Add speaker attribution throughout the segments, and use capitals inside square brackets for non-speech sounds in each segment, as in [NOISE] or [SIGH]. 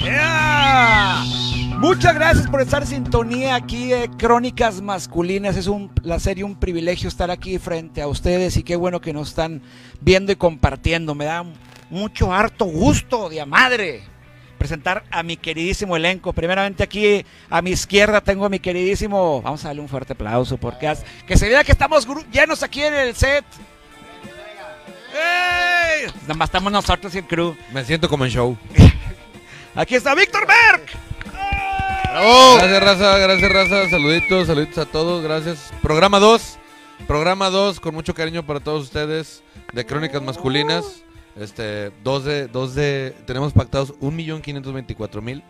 Speaker 1: ¡Ea! Muchas gracias por estar en sintonía aquí de Crónicas Masculinas. Es un placer y un privilegio estar aquí frente a ustedes y qué bueno que nos están viendo y compartiendo. Me da mucho harto gusto, de a madre, presentar a mi queridísimo elenco. Primeramente aquí a mi izquierda tengo a mi queridísimo, vamos a darle un fuerte aplauso porque haz- que se vea que estamos gru- llenos aquí en el set. ¡Ey! Nada más estamos nosotros y el crew.
Speaker 2: Me siento como en show.
Speaker 1: Aquí está Víctor Berg.
Speaker 2: Gracias, raza, gracias, raza. Saluditos, saluditos a todos. Gracias. Programa 2. Programa 2, con mucho cariño para todos ustedes, de Crónicas Masculinas. Este, 2 de, 2 de, tenemos pactados 1.524.000,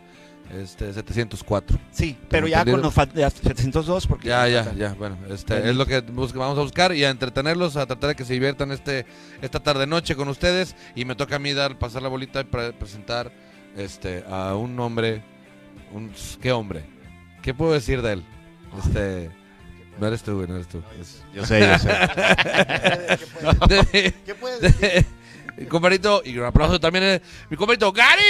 Speaker 2: este, 704.
Speaker 1: Sí, pero ya con los fal- ya 702 porque
Speaker 2: Ya, ya, ya, bueno, este, es lo que bus- vamos a buscar y a entretenerlos, a tratar de que se diviertan este, esta tarde-noche con ustedes. Y me toca a mí dar, pasar la bolita y pre- presentar este, a un hombre, un, ¿qué hombre? ¿Qué puedo decir de él? Este, no eres tú, güey, no eres tú. es-
Speaker 3: Yo sé, yo sé.
Speaker 2: [LAUGHS] de-
Speaker 4: ¿Qué puedes decir?
Speaker 2: de- mi compadrito, y un aplauso también eh, mi compadrito Gary.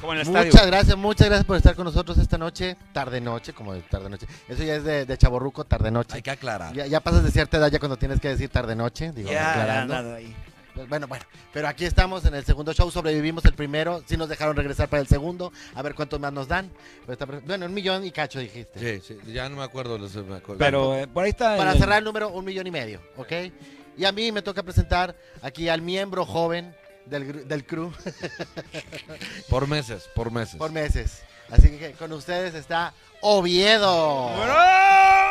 Speaker 1: como en el estadio.
Speaker 4: Muchas gracias, muchas gracias por estar con nosotros esta noche, tarde noche, como de tarde noche. Eso ya es de, de chaborruco, tarde
Speaker 2: Hay
Speaker 4: noche.
Speaker 2: que aclarar.
Speaker 4: Ya, ya pasas de cierta edad ya cuando tienes que decir tarde noche, digo, aclarando. Pues Bueno, bueno, pero aquí estamos en el segundo show, sobrevivimos el primero, sí nos dejaron regresar para el segundo, a ver cuántos más nos dan. Pero está perfecto. Bueno, un millón y cacho
Speaker 2: Sí,
Speaker 4: dijiste.
Speaker 2: sí, ya no me acuerdo. los- me acuerdo.
Speaker 1: Pero eh, por ahí está.
Speaker 4: Para
Speaker 1: el-
Speaker 4: cerrar el número, un millón y medio, ¿ok? Y a mí me toca presentar aquí al miembro joven del, gru- del crew
Speaker 2: por meses, por meses.
Speaker 4: por meses. Así que con ustedes está Oviedo.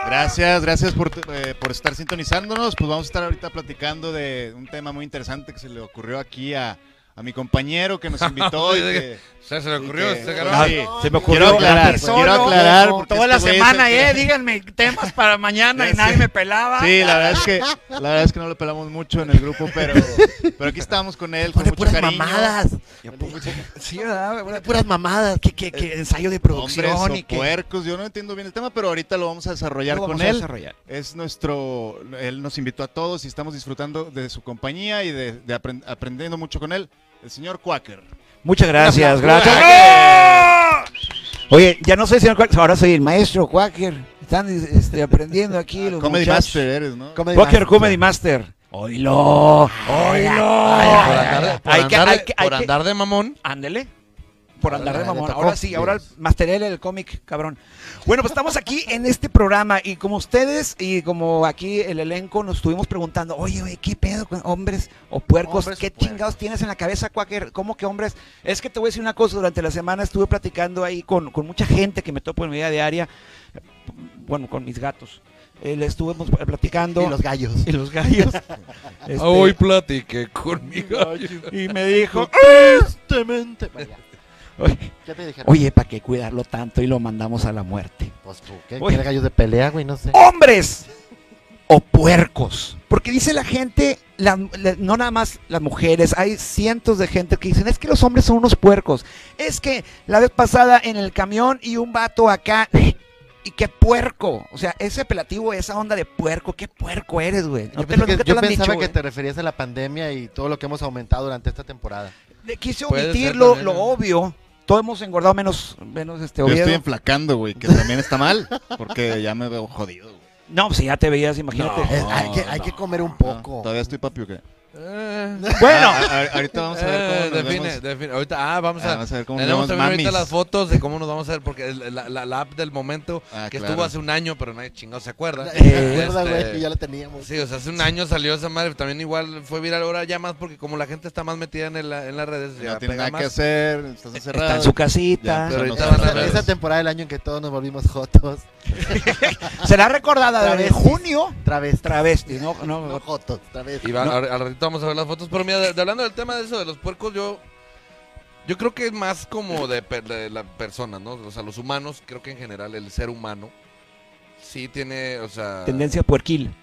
Speaker 3: Gracias, gracias por, eh, por estar sintonizándonos. Pues vamos a estar ahorita platicando de un tema muy interesante que se le ocurrió aquí a, a mi compañero que
Speaker 1: [LAUGHS]
Speaker 3: nos invitó. y que-
Speaker 2: Se, se le ocurrió,
Speaker 3: que-
Speaker 2: se
Speaker 3: Ah,
Speaker 2: ganó.
Speaker 3: sí.
Speaker 4: se me
Speaker 3: ocurrió aclarar, quiero aclarar, porque
Speaker 1: Toda la
Speaker 3: este güey
Speaker 1: semana,
Speaker 3: se-
Speaker 1: eh, díganme temas para mañana y
Speaker 3: Ya
Speaker 1: nadie
Speaker 3: sé.
Speaker 1: me pelaba.
Speaker 3: Sí, la verdad es que la verdad es que no lo pelamos mucho en el grupo, pero, pero aquí estábamos con él
Speaker 1: Pues
Speaker 4: Pone
Speaker 3: con mucho
Speaker 4: puras
Speaker 3: cariño.
Speaker 4: mamadas.
Speaker 1: Sí, ¿verdad? Bueno,
Speaker 4: Pone puras mamadas.
Speaker 1: que, que- que ensayo de producción
Speaker 3: Hombres o
Speaker 1: y que.
Speaker 3: puercos, yo no entiendo bien el tema, pero ahorita lo vamos a desarrollar
Speaker 1: Lo
Speaker 3: con
Speaker 1: vamos a
Speaker 3: él.
Speaker 1: desarrollar.
Speaker 3: Es nuestro, él nos invitó a todos y estamos disfrutando de su compañía y de, de apren- aprendiendo mucho con él. El señor Quaker.
Speaker 1: Muchas gracias, gracias. Oye, ya no soy señor Quaker, ahora soy el maestro Quaker. Están este, aprendiendo aquí los
Speaker 3: Comedy
Speaker 1: muchachos.
Speaker 3: Master eres, ¿no?
Speaker 4: Comedy
Speaker 1: Quaker
Speaker 4: Master.
Speaker 1: Comedy Master. Oilo,
Speaker 2: Ay,
Speaker 1: oilo.
Speaker 2: por andar de- por
Speaker 1: Hay que-
Speaker 2: andar
Speaker 1: hay
Speaker 2: de-
Speaker 1: que- hay
Speaker 2: por
Speaker 1: que-
Speaker 2: andar de mamón.
Speaker 1: Ándele. Por andar de
Speaker 4: Ándale,
Speaker 1: mamón.
Speaker 4: tocó.
Speaker 1: Ahora sí, ahora
Speaker 4: Dios.
Speaker 1: masteré el cómic, cabrón. Bueno, pues estamos aquí en este programa y como ustedes y como aquí el elenco nos estuvimos preguntando, oye, oye, ¿qué pedo con hombres o puercos?
Speaker 4: Hombres o
Speaker 1: ¿Qué
Speaker 4: puercos.
Speaker 1: chingados tienes en la cabeza, Quaker? ¿Cómo que hombres? Es que te voy a decir una cosa, durante la semana estuve platicando ahí con, con mucha gente que me topo en mi vida diaria, bueno, con mis gatos. Eh, le estuvimos platicando.
Speaker 4: Y los gallos.
Speaker 1: [LAUGHS] y los
Speaker 4: [LAUGHS]
Speaker 1: gallos. Este,
Speaker 2: Hoy platiqué conmigo.
Speaker 1: y me
Speaker 4: [LAUGHS]
Speaker 1: dijo,
Speaker 4: Tristemente. Bueno, ya.
Speaker 1: "Oye,
Speaker 4: ¿Qué te dijeron?
Speaker 1: Oye, ¿para qué cuidarlo tanto y lo mandamos a la muerte?
Speaker 4: Pues tú, ¿qué
Speaker 1: Oye.
Speaker 4: quiere gallos de pelea, güey? No sé.
Speaker 1: [LAUGHS] ¡Hombres! O puercos. Porque dice la gente, la- la- no nada más las mujeres, hay cientos de gente que dicen, es que los hombres son unos puercos. Es que la vez pasada en el camión y un vato acá, [LAUGHS] y qué puerco. O sea, ese apelativo, esa onda de puerco, qué puerco eres, güey. No
Speaker 4: yo
Speaker 1: te lo-
Speaker 4: pensé que-
Speaker 1: nunca te
Speaker 4: yo
Speaker 1: lo han
Speaker 4: pensaba
Speaker 1: dicho,
Speaker 4: que
Speaker 1: güey.
Speaker 4: te referías a la pandemia y todo lo que hemos aumentado durante esta temporada.
Speaker 1: Le Quise
Speaker 2: Puede ser
Speaker 1: omitir lo,
Speaker 2: también,
Speaker 1: lo
Speaker 2: ¿no?
Speaker 1: obvio. Todos hemos engordado menos, menos este
Speaker 3: Yo estoy
Speaker 1: Oviedo.
Speaker 3: enflacando, güey, que también está mal, porque ya me veo jodido, güey.
Speaker 1: No, pues ya te veías, imagínate.
Speaker 3: No.
Speaker 4: Es- hay, que, hay que comer un poco.
Speaker 3: Ah, Todavía estoy papi, ¿o qué?
Speaker 1: [LAUGHS] [LAUGHS] Bueno,
Speaker 3: Ah, a- a- ahorita vamos a ver cómo nos
Speaker 2: Eh, define,
Speaker 3: vemos.
Speaker 2: define. Ahorita, ah, vamos
Speaker 3: Ah,
Speaker 2: a.
Speaker 3: vamos a ver cómo nos
Speaker 2: tenemos
Speaker 3: vemos
Speaker 2: también ahorita
Speaker 3: mamis.
Speaker 2: las fotos de cómo nos vamos a ver, porque el- la, la- la app del momento
Speaker 3: Ah,
Speaker 2: que
Speaker 3: claro.
Speaker 2: estuvo hace un año, pero nadie chingado se
Speaker 4: [LAUGHS]
Speaker 2: acuerda.
Speaker 4: [LAUGHS] ¿Te acuerdas,
Speaker 2: Este,
Speaker 4: güey, Eh, que ya la teníamos?
Speaker 2: Sí, o sea, hace un año salió esa madre. También igual fue viral ahora ya más, porque como la gente está más metida en, la- en las redes, ya
Speaker 3: No tiene
Speaker 2: pega
Speaker 3: nada que
Speaker 2: más.
Speaker 3: hacer, estás encerrado.
Speaker 1: está en su casita.
Speaker 3: Ya,
Speaker 2: Pero ahorita
Speaker 3: Esa-
Speaker 2: van a
Speaker 4: Esa,
Speaker 2: ver.
Speaker 4: esa temporada del año en que todos nos volvimos jotos.
Speaker 1: Será recordada de
Speaker 4: Travestis.
Speaker 1: junio.
Speaker 4: Través,
Speaker 1: Travesti, no, no,
Speaker 4: No jotos, través.
Speaker 2: Y va- al, al ratito vamos a ver las fotos. Pero mira, de- de hablando del tema de eso de los puercos, yo yo creo que es más como de, per- de la persona, ¿no? O sea, los humanos, creo que en general el ser humano sí tiene, o sea...
Speaker 1: tendencia puerquil.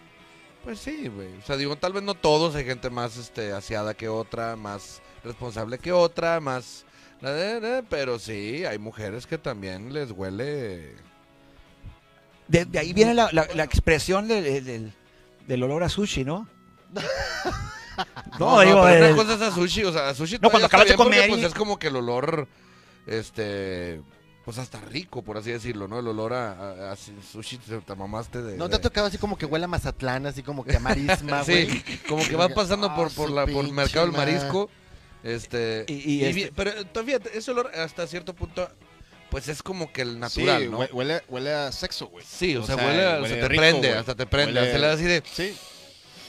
Speaker 2: Pues sí, güey. O sea, digo, tal vez no todos, hay gente más este, aseada que otra, más responsable que otra, más... la de- de- Pero sí, hay mujeres que también les huele...
Speaker 1: De, de ahí viene
Speaker 2: [LAUGHS]
Speaker 1: la, la- la expresión del, del- del olor a sushi, ¿no?
Speaker 2: No,
Speaker 1: digo,
Speaker 2: pero
Speaker 1: eh,
Speaker 2: una cosa es a sushi, o sea, a sushi
Speaker 1: No, cuando
Speaker 2: todavía está
Speaker 1: acabas de
Speaker 2: bien porque,
Speaker 1: comer
Speaker 2: pues
Speaker 1: y-
Speaker 2: es como que el olor, este, pues hasta rico, por así decirlo, ¿no? El olor a, a- a sushi te, te mamaste de...
Speaker 4: ¿No te ha
Speaker 2: de- [LAUGHS]
Speaker 4: tocado así como que huele a Mazatlán, así como que a [LAUGHS] marisma, güey?
Speaker 2: Sí, como que vas pasando
Speaker 4: Ah,
Speaker 2: por, por,
Speaker 4: su
Speaker 2: la, por el mercado del
Speaker 4: pinche madre.
Speaker 2: marisco, este...
Speaker 1: Y- y este-
Speaker 2: bien- Pero todavía ese olor hasta cierto punto, pues es como que el natural,
Speaker 3: sí,
Speaker 2: ¿no?
Speaker 3: hue- Huele, huele a sexo, güey.
Speaker 2: Sí, o, sea, huele, a- se te
Speaker 3: rico,
Speaker 2: prende,
Speaker 3: güey.
Speaker 2: hasta te prende,
Speaker 3: Huele-
Speaker 2: se le da así de...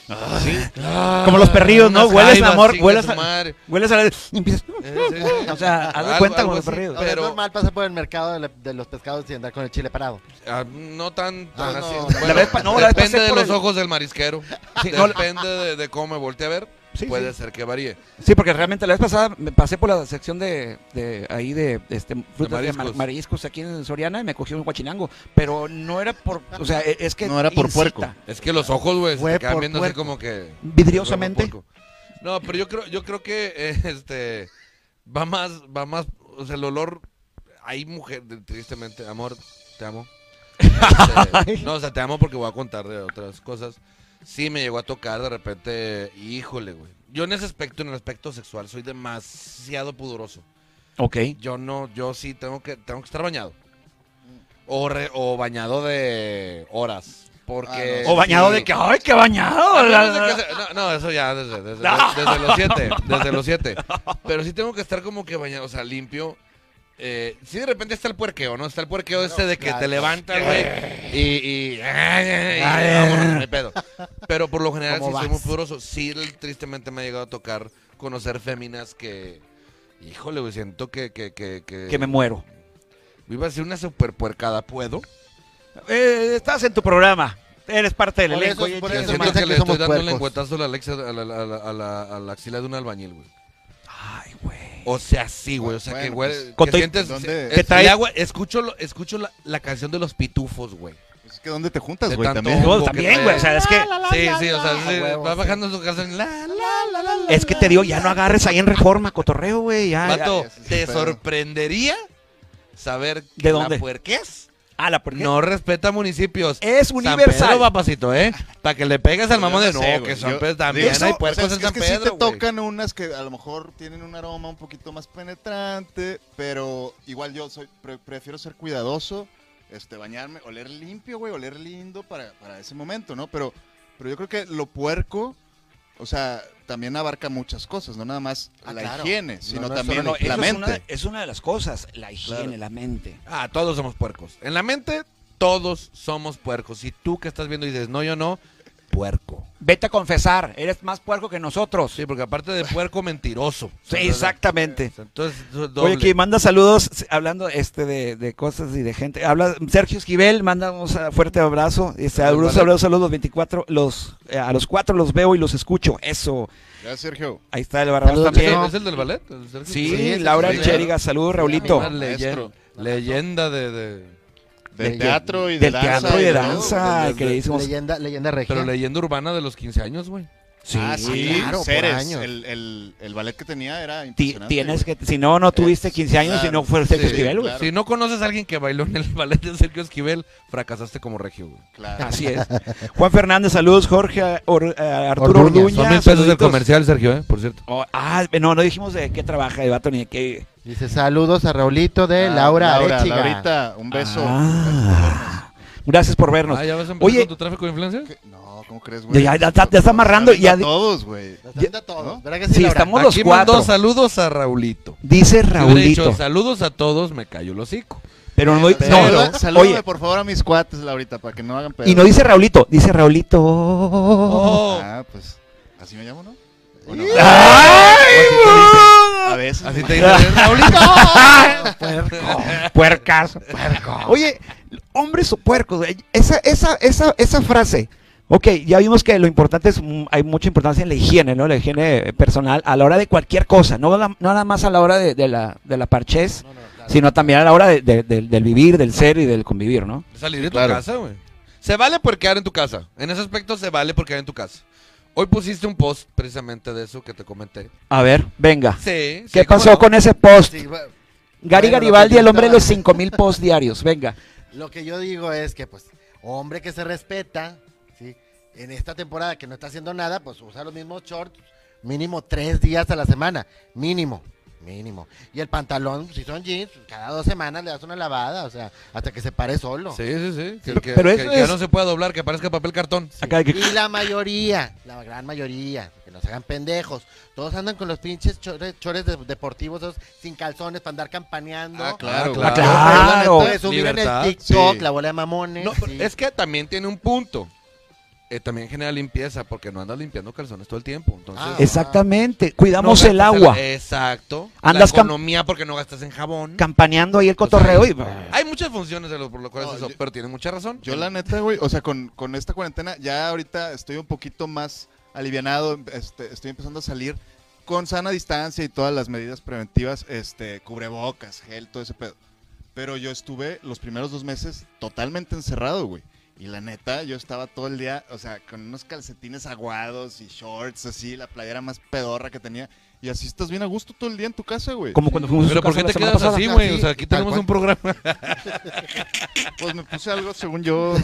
Speaker 2: ¡Ah!
Speaker 3: Sí. sí.
Speaker 1: Como los perrillos, ¿no?
Speaker 2: unas
Speaker 1: Hueles,
Speaker 2: jaivas,
Speaker 1: amor,
Speaker 2: chinga
Speaker 1: hueles
Speaker 2: su
Speaker 1: a-
Speaker 2: madre.
Speaker 1: Hueles a la... y empiezas-
Speaker 2: Eh, sí, sí.
Speaker 1: O sea, haz de
Speaker 2: Algo-
Speaker 1: cuenta
Speaker 2: algo
Speaker 1: como los
Speaker 2: así.
Speaker 4: O
Speaker 1: perrillos.
Speaker 2: [LAUGHS]
Speaker 4: sea,
Speaker 2: pero-
Speaker 4: es normal pasar por el mercado de, la- de los pescados y andar con el chile parado.
Speaker 2: Ah, no tan, tan
Speaker 4: Ah,
Speaker 2: así.
Speaker 4: no.
Speaker 2: Bueno,
Speaker 1: La vez pa- no, la vez
Speaker 2: depende
Speaker 1: pasé
Speaker 2: de
Speaker 1: por
Speaker 2: los
Speaker 1: el-
Speaker 2: ojos del marisquero.
Speaker 1: Sí, no, la-
Speaker 2: depende de, de cómo me voltee a ver.
Speaker 1: Sí,
Speaker 2: puede
Speaker 1: sí.
Speaker 2: ser que varíe.
Speaker 1: Sí, porque realmente la vez pasada me pasé por la sección de, de ahí de este, frutas de
Speaker 2: mariscos.
Speaker 1: mar- mariscos aquí en Soriana y me cogió un guachinango. Pero no era por. O sea, e- es que.
Speaker 3: No era por puerco.
Speaker 2: Es que los ojos, güey, se
Speaker 4: Fue
Speaker 2: te quedan
Speaker 4: por
Speaker 2: viendo así
Speaker 4: puerco.
Speaker 2: como que.
Speaker 1: Vidriosamente.
Speaker 2: Fue por puerco. No, pero yo creo, yo creo que eh, [LAUGHS] este va más, va más, o sea, el olor. Hay mujer, tristemente, amor, te amo.
Speaker 1: [LAUGHS]
Speaker 2: Este, no, o sea, te amo porque voy a contar de otras cosas. Sí, me llegó a tocar de repente, híjole, güey. Yo en ese aspecto, en el aspecto sexual, soy demasiado pudoroso.
Speaker 1: Ok.
Speaker 2: Yo no, yo sí tengo que, tengo que estar bañado. O, re- o bañado de horas. Porque.
Speaker 3: Ah, no.
Speaker 1: O bañado
Speaker 2: sí.
Speaker 1: de que. ¡Ay, qué bañado!
Speaker 2: A
Speaker 1: La-
Speaker 2: menos de que sea- Ah, No, no, eso ya desde, desde- desde
Speaker 4: [LAUGHS]
Speaker 2: los siete. Desde los siete. Pero sí tengo que estar como que bañado, o sea, limpio. Eh, sí, de repente está el puerqueo, ¿no? Está el puerqueo este de que
Speaker 4: claro.
Speaker 2: te levantas, güey. Y. y, y vámonos, no hay pedo. Pero por lo general, sí
Speaker 4: ¿Cómo
Speaker 2: soy muy
Speaker 4: vas?
Speaker 2: pudoroso. Sí, tristemente me ha llegado a tocar conocer féminas que. Híjole, güey, siento que. Que, que, que,
Speaker 1: que me muero.
Speaker 2: Iba a ser una super puercada, ¿puedo?
Speaker 1: Eh, estás en tu programa. Eres parte del
Speaker 4: Por
Speaker 1: elenco.
Speaker 4: eso-
Speaker 1: oye,
Speaker 4: por
Speaker 2: Y
Speaker 1: chinga
Speaker 4: eso
Speaker 1: tu
Speaker 2: siento
Speaker 1: madre.
Speaker 4: piensan
Speaker 2: que
Speaker 4: que
Speaker 2: le estoy
Speaker 4: somos
Speaker 2: dando el
Speaker 4: puercos.
Speaker 2: encuetazo a la, Alexa- a la, a la- a la- a la- a la axila de un albañil, güey.
Speaker 1: Ay, güey.
Speaker 2: O sea, sí, güey. O sea, que,
Speaker 3: Bueno,
Speaker 2: güey.
Speaker 3: pues,
Speaker 2: que
Speaker 1: Coto-
Speaker 2: sientes.
Speaker 3: ¿dónde?
Speaker 2: es-
Speaker 1: ¿Qué trae?
Speaker 2: ya, güey, escucho, lo- escucho la, la canción de los pitufos, güey.
Speaker 3: Es que ¿dónde te juntas,
Speaker 2: De
Speaker 3: güey?
Speaker 2: tanto-
Speaker 3: También.
Speaker 1: No,
Speaker 2: que
Speaker 1: también,
Speaker 2: te-
Speaker 1: güey. O sea, es que.
Speaker 2: Sí, sí, o sea,
Speaker 3: Ah,
Speaker 2: sí,
Speaker 4: A huevo,
Speaker 2: va
Speaker 4: sí.
Speaker 2: bajando su canción. La, la, la, la, la.
Speaker 1: Es que te digo, ya no agarres ahí en reforma, cotorreo, güey. Ya, ya.
Speaker 2: Vato,
Speaker 3: ya, sí, sí,
Speaker 2: ¿te
Speaker 3: pero-
Speaker 2: sorprendería saber que
Speaker 1: ¿De dónde?
Speaker 2: la puerqués
Speaker 1: Ah, la porque
Speaker 2: no respeta municipios?
Speaker 1: es
Speaker 2: San
Speaker 1: universal.
Speaker 2: Pedro, papacito, ¿eh? Para que le pegues al mamón de
Speaker 3: Pues Yo
Speaker 2: no,
Speaker 3: no sé,
Speaker 2: que
Speaker 3: güey.
Speaker 2: San
Speaker 3: Yo-
Speaker 2: Pedro también
Speaker 3: Eso,
Speaker 2: hay
Speaker 3: o
Speaker 2: puercos
Speaker 3: sea,
Speaker 2: en San
Speaker 3: es que
Speaker 2: Pedro,
Speaker 3: sí te
Speaker 2: güey.
Speaker 3: tocan unas que a lo mejor tienen un aroma un poquito más penetrante, pero igual yo soy pre- prefiero ser cuidadoso, este bañarme, oler limpio, güey, oler lindo para, para ese momento, ¿no? Pero pero yo creo que lo puerco o sea, también abarca muchas cosas, no nada más
Speaker 4: Ah,
Speaker 3: la
Speaker 4: claro.
Speaker 3: higiene, sino
Speaker 4: No, no es
Speaker 3: también
Speaker 4: solo-
Speaker 3: la
Speaker 1: eso Es una,
Speaker 3: mente.
Speaker 1: es una de las cosas, la higiene,
Speaker 3: Claro.
Speaker 1: la mente.
Speaker 2: Ah, todos somos puercos. En la mente, todos somos puercos. Y tú que estás viendo y dices, no, yo no, puerco.
Speaker 1: Vete a confesar, eres más puerco que nosotros.
Speaker 2: Sí, porque aparte de puerco, mentiroso.
Speaker 1: Sí, exactamente.
Speaker 2: Entonces, eso
Speaker 1: pues,
Speaker 2: es
Speaker 1: eh, Oye,
Speaker 2: doble.
Speaker 1: que manda saludos, s- hablando este de, de cosas y de gente. Habla Sergio Esquivel, manda un sa- fuerte abrazo. Y saludos,
Speaker 2: vale.
Speaker 1: saludos, saludos, los 24, los, eh, a los cuatro los veo y los escucho. Eso,
Speaker 3: Gracias, Sergio.
Speaker 1: ahí está el Barrabás
Speaker 4: Saludos,
Speaker 2: ¿Es,
Speaker 1: también.
Speaker 2: el,
Speaker 4: Sergio.
Speaker 2: es el del ballet? ¿El Sergio?
Speaker 1: Sí,
Speaker 4: Sí,
Speaker 1: Laura
Speaker 2: sí, sí.
Speaker 1: Cheriga, saludos, Raulito.
Speaker 2: Una
Speaker 3: Maestro.
Speaker 2: leyenda, leyenda de, de-
Speaker 3: Del
Speaker 4: Del
Speaker 3: teatro y de
Speaker 1: Del
Speaker 3: danza.
Speaker 1: teatro y de
Speaker 3: todo.
Speaker 1: danza,
Speaker 2: del-
Speaker 1: queridísimos.
Speaker 4: Leyenda, leyenda regia.
Speaker 2: Pero leyenda urbana de los 15 años, güey.
Speaker 1: Sí,
Speaker 3: ah, sí,
Speaker 4: claro, por
Speaker 3: Ceres.
Speaker 4: años.
Speaker 3: El, el, el ballet que tenía era
Speaker 1: Ti-
Speaker 3: impresionante.
Speaker 1: Tienes
Speaker 3: güey.
Speaker 1: que, si no, no tuviste 15 años y
Speaker 3: claro.
Speaker 1: no fuiste Sergio
Speaker 2: Sí,
Speaker 1: Esquivel, güey.
Speaker 3: claro.
Speaker 2: Si no conoces a alguien que bailó en el [LAUGHS] ballet de Sergio Esquivel, fracasaste como regio, güey.
Speaker 3: Claro.
Speaker 1: Así es. [LAUGHS] Juan Fernández, saludos. Jorge Or- eh, Arturo
Speaker 4: Orduña.
Speaker 1: Orduña.
Speaker 2: Son mil pesos del
Speaker 1: saluditos.
Speaker 2: comercial, Sergio, ¿eh? Por cierto.
Speaker 1: Oh, ah, no, no dijimos de qué trabaja el vato ni de qué.
Speaker 4: Dice saludos a Raulito de
Speaker 3: Ah,
Speaker 4: Laura, Arechiga.
Speaker 3: Laurita, un beso.
Speaker 1: Ah. gracias por vernos.
Speaker 2: Ah, ¿ya vas a empezar
Speaker 1: Oye.
Speaker 2: con tu tráfico de influencias?
Speaker 3: ¿Qué? No, ¿cómo crees, güey?
Speaker 1: Ya- ya está- ya está amarrando,
Speaker 3: Está
Speaker 1: ya di-
Speaker 3: todos, güey.
Speaker 4: Los saluda a todos,
Speaker 3: ¿No?
Speaker 4: ¿verdad que sí,
Speaker 1: Sí,
Speaker 4: Laura?
Speaker 1: estamos los
Speaker 2: Aquí
Speaker 1: cuatro.
Speaker 2: mandó saludos a Raulito.
Speaker 1: Dice
Speaker 2: Si hubiera dicho,
Speaker 1: Raulito.
Speaker 2: saludos a todos, me caylo el hocico.
Speaker 1: Pero no,
Speaker 3: Pero-
Speaker 1: no,
Speaker 3: Saluda-
Speaker 1: no,
Speaker 3: salúdame,
Speaker 1: oye,
Speaker 3: por favor, a mis cuates, Laurita, para que no hagan pedo.
Speaker 1: y no dice Raulito, dice Raulito. Oh.
Speaker 2: Oh.
Speaker 3: Ah, pues, así me llamo, ¿no? ¿O no? A veces.
Speaker 2: Así
Speaker 3: me
Speaker 2: te
Speaker 3: imagino.
Speaker 2: dice
Speaker 1: [LAUGHS]
Speaker 2: Raulito.
Speaker 1: Ah,
Speaker 2: [LAUGHS]
Speaker 1: Puercas, puerco. Oye, hombres o puercos, güey. esa, esa, esa, esa frase. Ok, ya vimos que lo importante es, mm, hay mucha importancia en la higiene, ¿no? La higiene eh, personal a la hora de cualquier cosa, no, la- no nada más a la hora de, de la, de la parchez,
Speaker 4: No, no, claro.
Speaker 1: sino también a la hora de- de- del- del vivir, del ser y del convivir, ¿no?
Speaker 2: Salir de tu
Speaker 3: Claro.
Speaker 2: casa, güey. Se vale por quedar en tu casa. En ese aspecto se vale por quedar en tu casa. Hoy pusiste un post precisamente de eso que te comenté.
Speaker 1: A ver, venga.
Speaker 2: Sí.
Speaker 1: ¿Qué pasó con ese post?
Speaker 4: Sí, va-
Speaker 1: Gary
Speaker 4: bueno, lo
Speaker 1: Garibaldi,
Speaker 4: que
Speaker 1: el hombre de
Speaker 4: estaba-
Speaker 1: los 5000 posts diarios.
Speaker 2: [LAUGHS]
Speaker 1: Venga.
Speaker 4: Lo que yo digo es que, pues, hombre que se respeta, ¿sí? En esta temporada que no está haciendo nada, pues usa los mismos shorts, mínimo tres días a la semana, mínimo. Mínimo. Y el pantalón, si son jeans, cada dos semanas le das una lavada, o sea, hasta que se pare solo.
Speaker 2: Sí, sí, sí. Que, que-
Speaker 1: pero
Speaker 2: que-
Speaker 1: eso
Speaker 2: que ya
Speaker 1: es-
Speaker 2: no se pueda doblar, que parezca papel cartón.
Speaker 1: Acá hay que- [LAUGHS]
Speaker 4: Y la mayoría, la gran mayoría, que nos hagan pendejos. Todos andan con los pinches chores, chores de- deportivos esos sin calzones para andar campaneando.
Speaker 3: Ah, claro,
Speaker 1: claro.
Speaker 2: Ah,
Speaker 4: Claro.
Speaker 1: Claro.
Speaker 4: subir en el
Speaker 2: Libertad,
Speaker 4: TikTok,
Speaker 3: sí.
Speaker 4: la bola de
Speaker 3: Eh,
Speaker 4: mamones.
Speaker 2: No,
Speaker 4: sí.
Speaker 2: es que también tiene un punto. Eh, también genera limpieza, porque no andas limpiando calzones todo el tiempo. Entonces,
Speaker 4: Ah,
Speaker 1: Exactamente,
Speaker 2: no eh,
Speaker 1: cuidamos el
Speaker 2: gastas
Speaker 1: agua,
Speaker 2: Exacto.
Speaker 1: Andas
Speaker 2: Andas la
Speaker 1: cam-
Speaker 2: economía porque no gastas en jabón.
Speaker 1: campaneando ahí el cotorreo y...
Speaker 2: Hay muchas funciones de lo, por lo cual
Speaker 3: No,
Speaker 2: es eso,
Speaker 3: yo-
Speaker 2: pero tiene mucha razón.
Speaker 3: Yo la neta, güey, o sea, con, con esta cuarentena ya ahorita estoy un poquito más alivianado, este, estoy empezando a salir con sana distancia y todas las medidas preventivas, este, cubrebocas, gel, todo ese pedo. Pero yo estuve los primeros dos meses totalmente encerrado, güey. Y la neta, yo estaba todo el día, o sea, con unos calcetines aguados y shorts así, la playera más pedorra que tenía. Y así estás bien a gusto todo el día en tu casa, güey.
Speaker 1: Como cuando fuimos a su
Speaker 2: Pero ¿por
Speaker 1: casa
Speaker 2: qué
Speaker 1: la
Speaker 2: te
Speaker 1: semana
Speaker 2: quedas
Speaker 1: pasada.
Speaker 2: así, güey? O
Speaker 4: Sí,
Speaker 2: sea, aquí
Speaker 4: tal
Speaker 2: tenemos
Speaker 4: cual.
Speaker 2: un programa.
Speaker 3: Pues me puse algo, según yo,